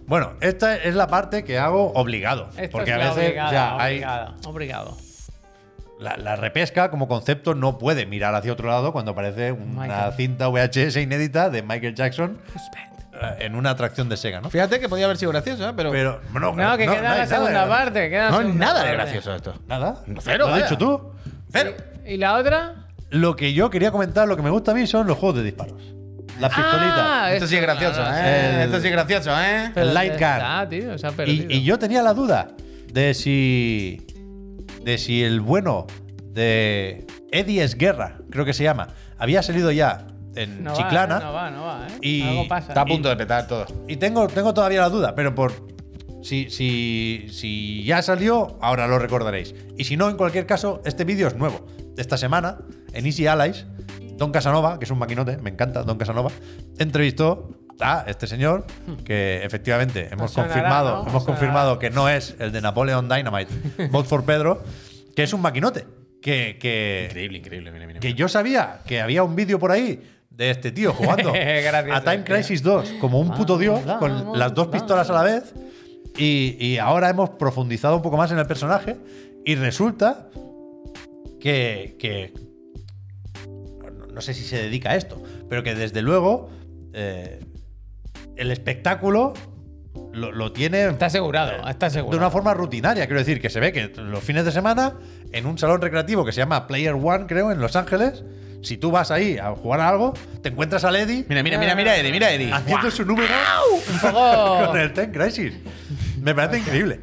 Speaker 3: Bueno, esta es la parte que hago obligado.
Speaker 2: Esto
Speaker 3: porque
Speaker 2: es
Speaker 3: a
Speaker 2: la
Speaker 3: veces
Speaker 2: obligada,
Speaker 3: o sea, hay-
Speaker 2: obligada, obligado.
Speaker 3: la, la repesca como concepto no puede mirar hacia otro lado cuando aparece una
Speaker 2: Michael.
Speaker 3: cinta VHS inédita de Michael Jackson eh, en una atracción de Sega, ¿no?
Speaker 1: Fíjate que podía haber sido gracioso, ¿eh? pero.
Speaker 3: Pero no,
Speaker 2: No, que
Speaker 3: no, no
Speaker 2: queda
Speaker 3: hay
Speaker 2: la
Speaker 3: nada
Speaker 2: segunda
Speaker 3: de-
Speaker 2: parte. Queda la
Speaker 1: no es
Speaker 2: segunda
Speaker 1: nada de
Speaker 2: parte.
Speaker 1: gracioso esto.
Speaker 3: Nada.
Speaker 1: Cero,
Speaker 3: Lo has
Speaker 1: vaya.
Speaker 3: dicho tú.
Speaker 1: Cero.
Speaker 2: ¿Y la otra?
Speaker 3: Lo que yo quería comentar, lo que me gusta a mí son los juegos de disparos. Las pistolitas.
Speaker 2: Ah,
Speaker 1: Esto sí es gracioso,
Speaker 2: no, no,
Speaker 1: ¿eh?
Speaker 3: El-
Speaker 1: Esto sí es gracioso, ¿eh?
Speaker 2: Pero
Speaker 3: El
Speaker 2: ya
Speaker 3: light gun.
Speaker 2: Está, tío, se ha perdido.
Speaker 3: Y, y yo tenía la duda de si. de si el bueno de Eddie Esguerra, creo que se llama, había salido ya en
Speaker 2: no
Speaker 3: Chiclana.
Speaker 2: Va, no va, no va, ¿eh?
Speaker 3: y-
Speaker 2: Algo pasa.
Speaker 1: Está a punto de petar todo.
Speaker 3: Y tengo, tengo todavía la duda, pero por. Si, si, si ya salió, ahora lo recordaréis. Y si no, en cualquier caso, este vídeo es nuevo. Esta semana, en Easy Allies, Don Casanova, que es un maquinote, me encanta Don Casanova, entrevistó a este señor, que efectivamente
Speaker 2: Pues
Speaker 3: hemos
Speaker 2: sonará,
Speaker 3: confirmado,
Speaker 2: ¿no?
Speaker 3: hemos
Speaker 2: Sonará.
Speaker 3: confirmado que no es el de Napoleon Dynamite, Vote for Pedro, que es un maquinote. Que, que,
Speaker 1: Increíble, increíble, mira, mira.
Speaker 3: que yo sabía que había un vídeo por ahí de este tío jugando
Speaker 2: Gracias,
Speaker 3: a Time
Speaker 2: tío.
Speaker 3: Crisis 2 como un puto
Speaker 2: Vamos,
Speaker 3: dios
Speaker 2: Ah, vamos,
Speaker 3: con las dos
Speaker 2: vamos.
Speaker 3: pistolas a la vez y, y ahora hemos profundizado un poco más en el personaje y resulta que, que- no- no sé si se dedica a esto, pero que desde luego eh, el espectáculo lo, lo tiene
Speaker 2: Está asegurado, está
Speaker 3: Eh, de
Speaker 2: asegurado.
Speaker 3: una forma rutinaria, quiero decir, que se ve que los fines de semana, en un salón recreativo que se llama Player One, creo, en Los Ángeles, si tú vas ahí a jugar a algo, te encuentras a Lady
Speaker 1: Mira, mira, mira, mira, Eddie, mira, Eddie.
Speaker 3: haciendo su número
Speaker 2: Un poco-
Speaker 3: con el Ten Crisis. Me parece increíble.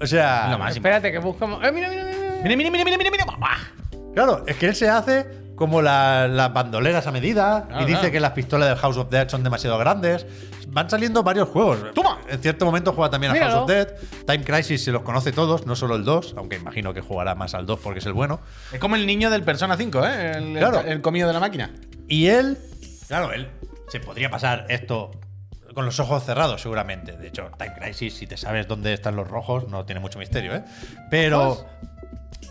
Speaker 3: O sea,
Speaker 1: Lo más.
Speaker 2: Espérate, que buscamos. ¡Eh, mira, mira, mira!
Speaker 1: Mira,
Speaker 2: mira.
Speaker 1: mira, mira, mira, mira, mira. Buah.
Speaker 3: claro, es que él se hace como la- las bandoleras a medida
Speaker 1: Claro,
Speaker 3: y dice
Speaker 1: claro.
Speaker 3: que las pistolas del House of Dead son demasiado grandes. Van saliendo varios juegos.
Speaker 1: Toma.
Speaker 3: En cierto momento juega también a
Speaker 2: Míralo.
Speaker 3: House of Dead. Time Crisis se los conoce todos, no solo el 2, aunque imagino que jugará más al 2 porque es el bueno.
Speaker 1: Es como el niño del Persona 5, ¿eh? El, el-
Speaker 3: Claro.
Speaker 1: el comido de la máquina.
Speaker 3: Y él, claro, él se podría pasar esto con los ojos cerrados, seguramente. De hecho, Time Crisis, si te sabes dónde están los rojos, no tiene mucho misterio, ¿eh?
Speaker 1: Pues,
Speaker 3: Pero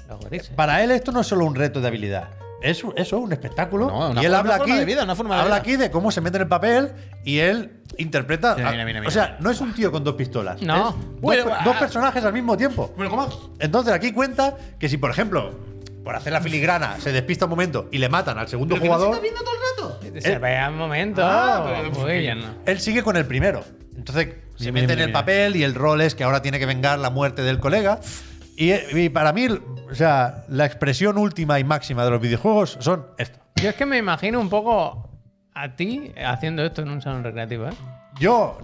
Speaker 2: Los grises.
Speaker 3: para él esto no es solo un reto de habilidad. Es, un- eso es un espectáculo.
Speaker 1: No, una
Speaker 3: y él
Speaker 1: forma- una
Speaker 3: habla aquí,
Speaker 1: forma de vida, una forma de
Speaker 3: habla
Speaker 1: vida.
Speaker 3: aquí de cómo se mete en el papel y él interpreta.
Speaker 1: Mira, mira, mira,
Speaker 3: o sea, no es un tío con dos pistolas.
Speaker 2: No.
Speaker 3: es dos,
Speaker 1: Bueno,
Speaker 3: per-
Speaker 1: ah.
Speaker 3: dos personajes al mismo tiempo.
Speaker 1: Pero ¿cómo?
Speaker 3: Entonces aquí cuenta que si, por ejemplo, por hacer la filigrana se despista un momento y le matan al segundo
Speaker 1: ¿Pero que no se
Speaker 3: jugador,
Speaker 1: está viendo todo el rato?
Speaker 2: Se
Speaker 3: Eh.
Speaker 2: vea un momento.
Speaker 1: Ah, pero-
Speaker 2: Uy, ya no.
Speaker 3: él sigue con el primero. Entonces se
Speaker 2: Mira,
Speaker 3: mete
Speaker 2: mira,
Speaker 3: en
Speaker 2: mira,
Speaker 3: el
Speaker 2: mira.
Speaker 3: papel y el rol es que ahora tiene que vengar la muerte del colega. Y, y para mí, o sea, la expresión última y máxima de los videojuegos son esto.
Speaker 2: Yo es que me imagino un poco a ti haciendo esto en un salón recreativo, ¿eh?
Speaker 3: Yo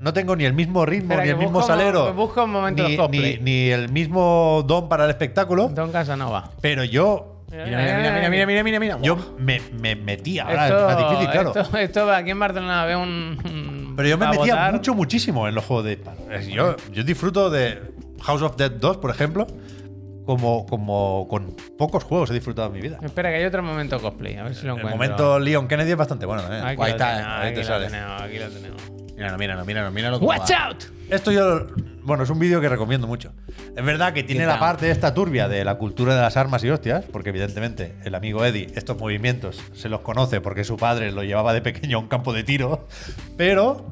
Speaker 3: no tengo ni el mismo ritmo,
Speaker 2: Espera,
Speaker 3: ni
Speaker 2: que
Speaker 3: el mismo
Speaker 2: busco-
Speaker 3: salero,
Speaker 2: busco un momento
Speaker 3: ni,
Speaker 2: de cosplay.
Speaker 3: ni- ni el mismo don para el espectáculo,
Speaker 2: Don Casanova.
Speaker 3: pero yo,
Speaker 1: Mira, mira, mira, mira, mira, mira, mira, mira.
Speaker 3: yo me, me metí ahora
Speaker 2: Esto,
Speaker 3: es más difícil, claro.
Speaker 2: esto, esto aquí en Barcelona veo un. un-
Speaker 3: Pero yo me
Speaker 2: a
Speaker 3: metía
Speaker 2: votar.
Speaker 3: mucho, muchísimo en los juegos de disparos. Es- Yo, yo disfruto de House of Dead 2, por ejemplo, como, como con pocos juegos he disfrutado en mi vida.
Speaker 2: Espera, que hay otro momento cosplay. A ver si lo
Speaker 3: El
Speaker 2: encuentro.
Speaker 3: momento Leon Kennedy es bastante bueno ¿eh? también.
Speaker 2: Aquí
Speaker 1: Ahí
Speaker 2: lo
Speaker 1: está,
Speaker 2: tenemos,
Speaker 3: ahí te
Speaker 2: aquí
Speaker 3: sale.
Speaker 2: Lo tenemos, aquí lo tenemos.
Speaker 1: Míralo, míralo, míralo, míralo. cómo
Speaker 2: ¡Watch
Speaker 1: va.
Speaker 2: out!
Speaker 3: Esto yo, bueno, es un vídeo que recomiendo mucho. Es verdad que tiene
Speaker 1: Get
Speaker 3: la
Speaker 1: down.
Speaker 3: parte esta turbia de la cultura de las armas y hostias, porque evidentemente el amigo Eddie estos movimientos se los conoce porque su padre lo llevaba de pequeño a un campo de tiro, pero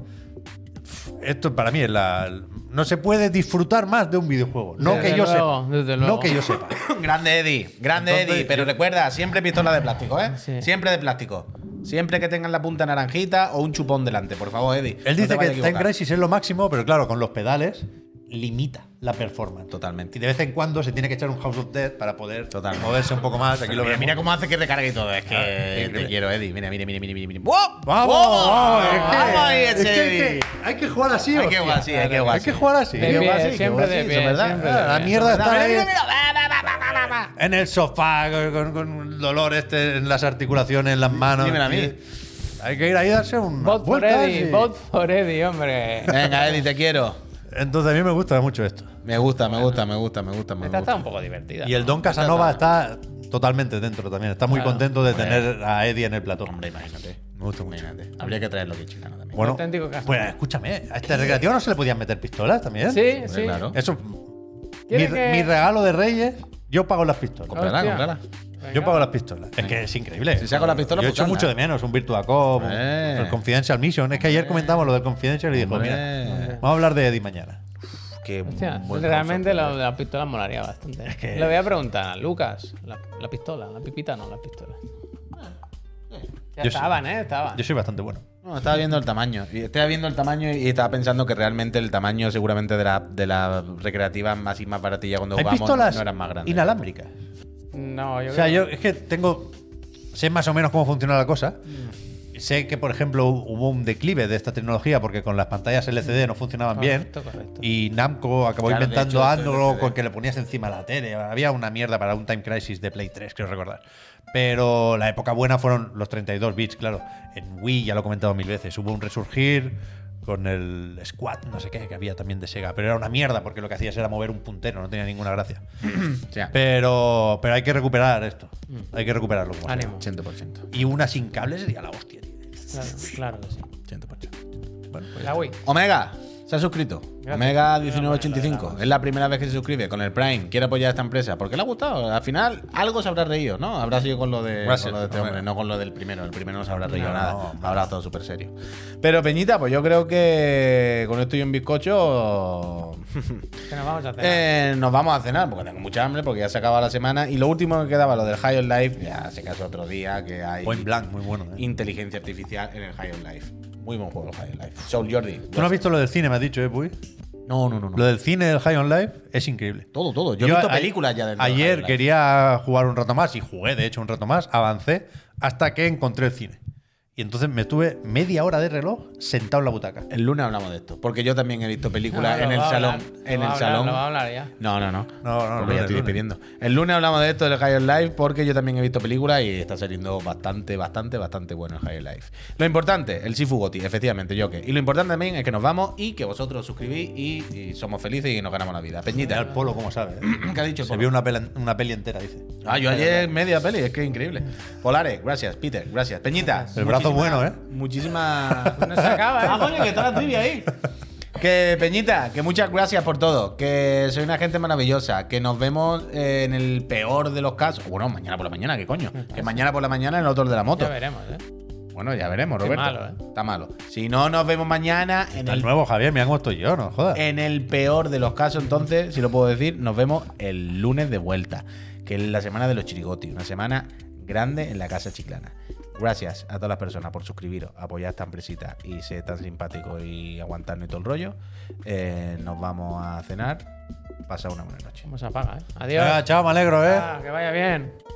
Speaker 3: esto para mí es la no se puede disfrutar más de un videojuego, no
Speaker 2: Desde
Speaker 3: que yo
Speaker 2: luego,
Speaker 3: sepa,
Speaker 2: desde luego.
Speaker 3: no que yo sepa.
Speaker 1: Grande Eddie, grande
Speaker 3: Entonces,
Speaker 1: Eddie. Pero recuerda, siempre pistola de plástico, ¿eh?
Speaker 2: Sí.
Speaker 1: Siempre de plástico. Siempre que tengan la punta naranjita o un chupón delante, por favor, Eddie.
Speaker 3: Él dice que Time
Speaker 1: en
Speaker 3: Crisis es lo máximo, pero claro, con los pedales limita la performance.
Speaker 1: Totalmente.
Speaker 3: Y de vez en cuando se tiene que echar un House of Death para poder
Speaker 1: Totalmente.
Speaker 3: moverse un poco más. Aquí lo
Speaker 1: Mira,
Speaker 3: vemos.
Speaker 1: mira cómo hace que recargue y todo. Es que te
Speaker 3: increíble.
Speaker 1: quiero, Eddie. Mira, mira, mira, mira, mira. mira. Ah, ¡Wow!
Speaker 3: ¡Vamos!
Speaker 1: ¡Wow!
Speaker 3: vamos, es que-
Speaker 1: ¡Vamos ahí,
Speaker 3: es
Speaker 1: ese
Speaker 3: que hay,
Speaker 1: Eddie!
Speaker 3: que, hay que jugar así,
Speaker 1: Hay que
Speaker 3: hostia.
Speaker 1: jugar así, hay que jugar
Speaker 3: Hay que
Speaker 1: así.
Speaker 3: jugar así.
Speaker 2: De
Speaker 3: hay que
Speaker 2: pie,
Speaker 3: jugar así, hay que
Speaker 2: siempre
Speaker 3: jugar
Speaker 2: de
Speaker 3: así,
Speaker 2: pie,
Speaker 3: eso es verdad.
Speaker 2: siempre de
Speaker 3: Ah, La
Speaker 2: pie.
Speaker 3: mierda
Speaker 1: Mira,
Speaker 3: está
Speaker 1: mira,
Speaker 3: ahí
Speaker 1: mira, va, va, va, va, va, va, va.
Speaker 3: en el sofá, con, con un dolor este en las articulaciones, en las manos.
Speaker 1: Dímela a mí.
Speaker 3: Y Hay que ir ahí a darse un
Speaker 2: Vote for
Speaker 3: vueltas
Speaker 2: Eddie,
Speaker 3: y-
Speaker 2: vote for Eddie, hombre.
Speaker 1: Venga, Eddie, te quiero.
Speaker 3: Entonces a mí me gusta mucho esto.
Speaker 1: Me gusta, me gusta, me gusta, me gusta. Me
Speaker 2: Esta
Speaker 1: gusta.
Speaker 2: está un poco divertida.
Speaker 3: Y el Don Casanova está totalmente dentro también. Está muy
Speaker 2: Claro,
Speaker 3: contento de tener a Eddie en el plató.
Speaker 1: Hombre, imagínate.
Speaker 3: Me gusta mucho.
Speaker 1: Imagínate. Habría que traerlo aquí, chicano, también.
Speaker 3: Bueno,
Speaker 2: auténtico Casanova.
Speaker 3: pues escúchame, a este recreativo no se le podían meter pistolas también.
Speaker 2: Sí,
Speaker 1: Hombre,
Speaker 2: sí.
Speaker 1: claro.
Speaker 3: Eso. Mi,
Speaker 2: ¿Quiere que-
Speaker 3: mi regalo de Reyes, yo pago las pistolas.
Speaker 1: Cómprala,
Speaker 2: Hostia.
Speaker 1: cómprala.
Speaker 2: Venga.
Speaker 3: Yo pago las pistolas. Es que es increíble.
Speaker 1: Si saco la pistola,
Speaker 3: yo
Speaker 1: pues
Speaker 3: echo
Speaker 1: anda.
Speaker 3: mucho de menos un Virtua Cop, un-
Speaker 1: Hombre.
Speaker 3: el Confidential Mission. Es que ayer comentamos lo del Confidential y dijo,
Speaker 1: Hombre.
Speaker 3: mira, vamos a hablar de Eddie mañana.
Speaker 1: Qué
Speaker 2: Hostia,
Speaker 1: buen
Speaker 2: realmente
Speaker 1: concepto.
Speaker 2: lo de las pistolas molaría bastante.
Speaker 3: que-
Speaker 2: Le voy a preguntar a Lucas, la, la pistola, la pipita no, la pistola. Ya
Speaker 3: Yo
Speaker 2: estaban, ¿eh? Estaban.
Speaker 3: Yo soy bastante bueno.
Speaker 1: No, estaba viendo el tamaño. Y estaba viendo el tamaño y estaba pensando que realmente el tamaño seguramente de la, de la recreativa más y más baratilla cuando
Speaker 3: Hay
Speaker 1: jugamos
Speaker 3: pistolas
Speaker 1: no eran más grandes.
Speaker 3: inalámbricas.
Speaker 2: No, yo
Speaker 3: O sea,
Speaker 2: creo-
Speaker 3: yo es que tengo. Sé más o menos cómo funciona la cosa.
Speaker 2: Mm.
Speaker 3: Sé que, por ejemplo, hubo un declive de esta tecnología porque con las pantallas LCD no funcionaban
Speaker 2: Correcto,
Speaker 3: bien.
Speaker 2: correcto.
Speaker 3: Y Namco acabó
Speaker 1: Claro, de
Speaker 3: inventando
Speaker 1: hecho, esto es
Speaker 3: algo
Speaker 1: LCD.
Speaker 3: con que le ponías encima la tele. Había una mierda para un Time Crisis de Play 3, creo recordar. Pero la época buena fueron los 32 bits, claro. En Wii, ya lo he comentado mil veces, hubo un resurgir con el Squad, no sé qué, que había también de Sega. Pero era una mierda porque lo que hacías era mover un puntero, no tenía ninguna gracia.
Speaker 1: O sea,
Speaker 3: Pero, pero hay que recuperar esto. Hay que recuperarlo. como sea.
Speaker 2: Ánimo.
Speaker 1: 100%.
Speaker 3: Y una sin cable sería la hostia, tío.
Speaker 2: Claro, claro que sí.
Speaker 1: 100%.
Speaker 3: Bueno, pues-
Speaker 2: La Wii.
Speaker 1: Omega, se ha suscrito. Omega1985. Es la primera vez que se suscribe con el Prime. Quiere apoyar a esta empresa. Porque le ha gustado. Al final, algo se habrá reído, ¿no? Habrá sido con lo de,
Speaker 3: Gracias,
Speaker 1: con lo de este
Speaker 3: Omega.
Speaker 1: hombre, no con lo del primero. El primero no se habrá reído
Speaker 3: No,
Speaker 1: nada.
Speaker 3: no, hombre.
Speaker 1: habrá todo súper serio. Pero Peñita, pues yo creo que con esto y un bizcocho.
Speaker 2: Que nos vamos a hacer.
Speaker 1: Eh, nos vamos a cenar porque tengo mucha hambre, porque ya se acaba la semana. Y lo último que quedaba, lo del High on Life, ya se casó otro día, que hay
Speaker 3: Point Blank, muy bueno. ¿eh?
Speaker 1: inteligencia artificial en el High on Life. Muy buen juego el High on Life. Soul Jordi.
Speaker 3: Tú no has visto lo del cine, me has dicho, ¿eh, Puy?
Speaker 1: No, no, no. no.
Speaker 3: Lo del cine del High on Life es increíble.
Speaker 1: Todo, todo. Yo, he visto
Speaker 3: a-
Speaker 1: películas ya del High on
Speaker 3: Ayer
Speaker 1: Life.
Speaker 3: quería jugar un rato más y jugué, de hecho, un rato más. Avancé hasta que encontré el cine. Y entonces me tuve media hora de reloj sentado en la butaca.
Speaker 1: El lunes hablamos de esto, porque yo también he visto películas
Speaker 2: No, lo
Speaker 1: en el
Speaker 2: va a
Speaker 1: salón.
Speaker 2: hablar, lo
Speaker 1: en
Speaker 2: va
Speaker 1: el
Speaker 2: a hablar,
Speaker 1: salón.
Speaker 2: lo va a hablar ya.
Speaker 1: No, no, no.
Speaker 3: No, no,
Speaker 1: Porque ya
Speaker 3: el lunes,
Speaker 1: estoy
Speaker 3: el
Speaker 1: despidiendo. El lunes hablamos de esto del Higher Life porque yo también he visto películas y está saliendo bastante, bastante, bastante bueno el Higher Life. Lo importante, el Sifu Goti, efectivamente, yo que. Y lo importante también es que nos vamos y que vosotros os suscribís y, y somos felices y nos ganamos la vida.
Speaker 3: Mira el
Speaker 1: Peñita,
Speaker 3: polo, como sabes. ¿eh?
Speaker 1: ¿qué ha dicho? el
Speaker 3: Se
Speaker 1: polo?
Speaker 3: vio una peli, una peli entera, dice.
Speaker 1: Ah, yo ayer media peli, es que es increíble. Polares, gracias, Peter, gracias. Peñita.
Speaker 3: El brazo bueno, ¿eh?
Speaker 1: Muchísimas.
Speaker 2: No se acaba, ¿eh?
Speaker 1: Ah, coño, que está la trivia ahí. Que Peñita, que muchas gracias por todo. Que soy una gente maravillosa. Que nos vemos eh, en el peor de los casos. Bueno, mañana por la mañana, ¿qué coño? Que mañana por la mañana en el otro de la moto.
Speaker 2: Ya veremos, ¿eh?
Speaker 1: Bueno, ya veremos,
Speaker 2: Qué
Speaker 1: Roberto.
Speaker 2: malo, ¿eh?
Speaker 1: Está malo. Si no nos vemos mañana en
Speaker 3: El
Speaker 1: el, Eh,
Speaker 3: nuevo Javier, mira cómo estoy yo, no jodas.
Speaker 1: en el peor de los casos, entonces, si lo puedo decir, nos vemos el lunes de vuelta. Que es la semana de los chirigotis. Una semana grande en la casa chiclana. Gracias a todas las personas por suscribiros, apoyar esta empresita y ser tan simpático y aguantarnos y todo el rollo. Eh, nos vamos a cenar. Pasa una buena noche.
Speaker 2: ¿Cómo se apaga, eh? Adiós.
Speaker 3: Venga, chao, me alegro, ¿eh?
Speaker 2: Ah, que vaya bien.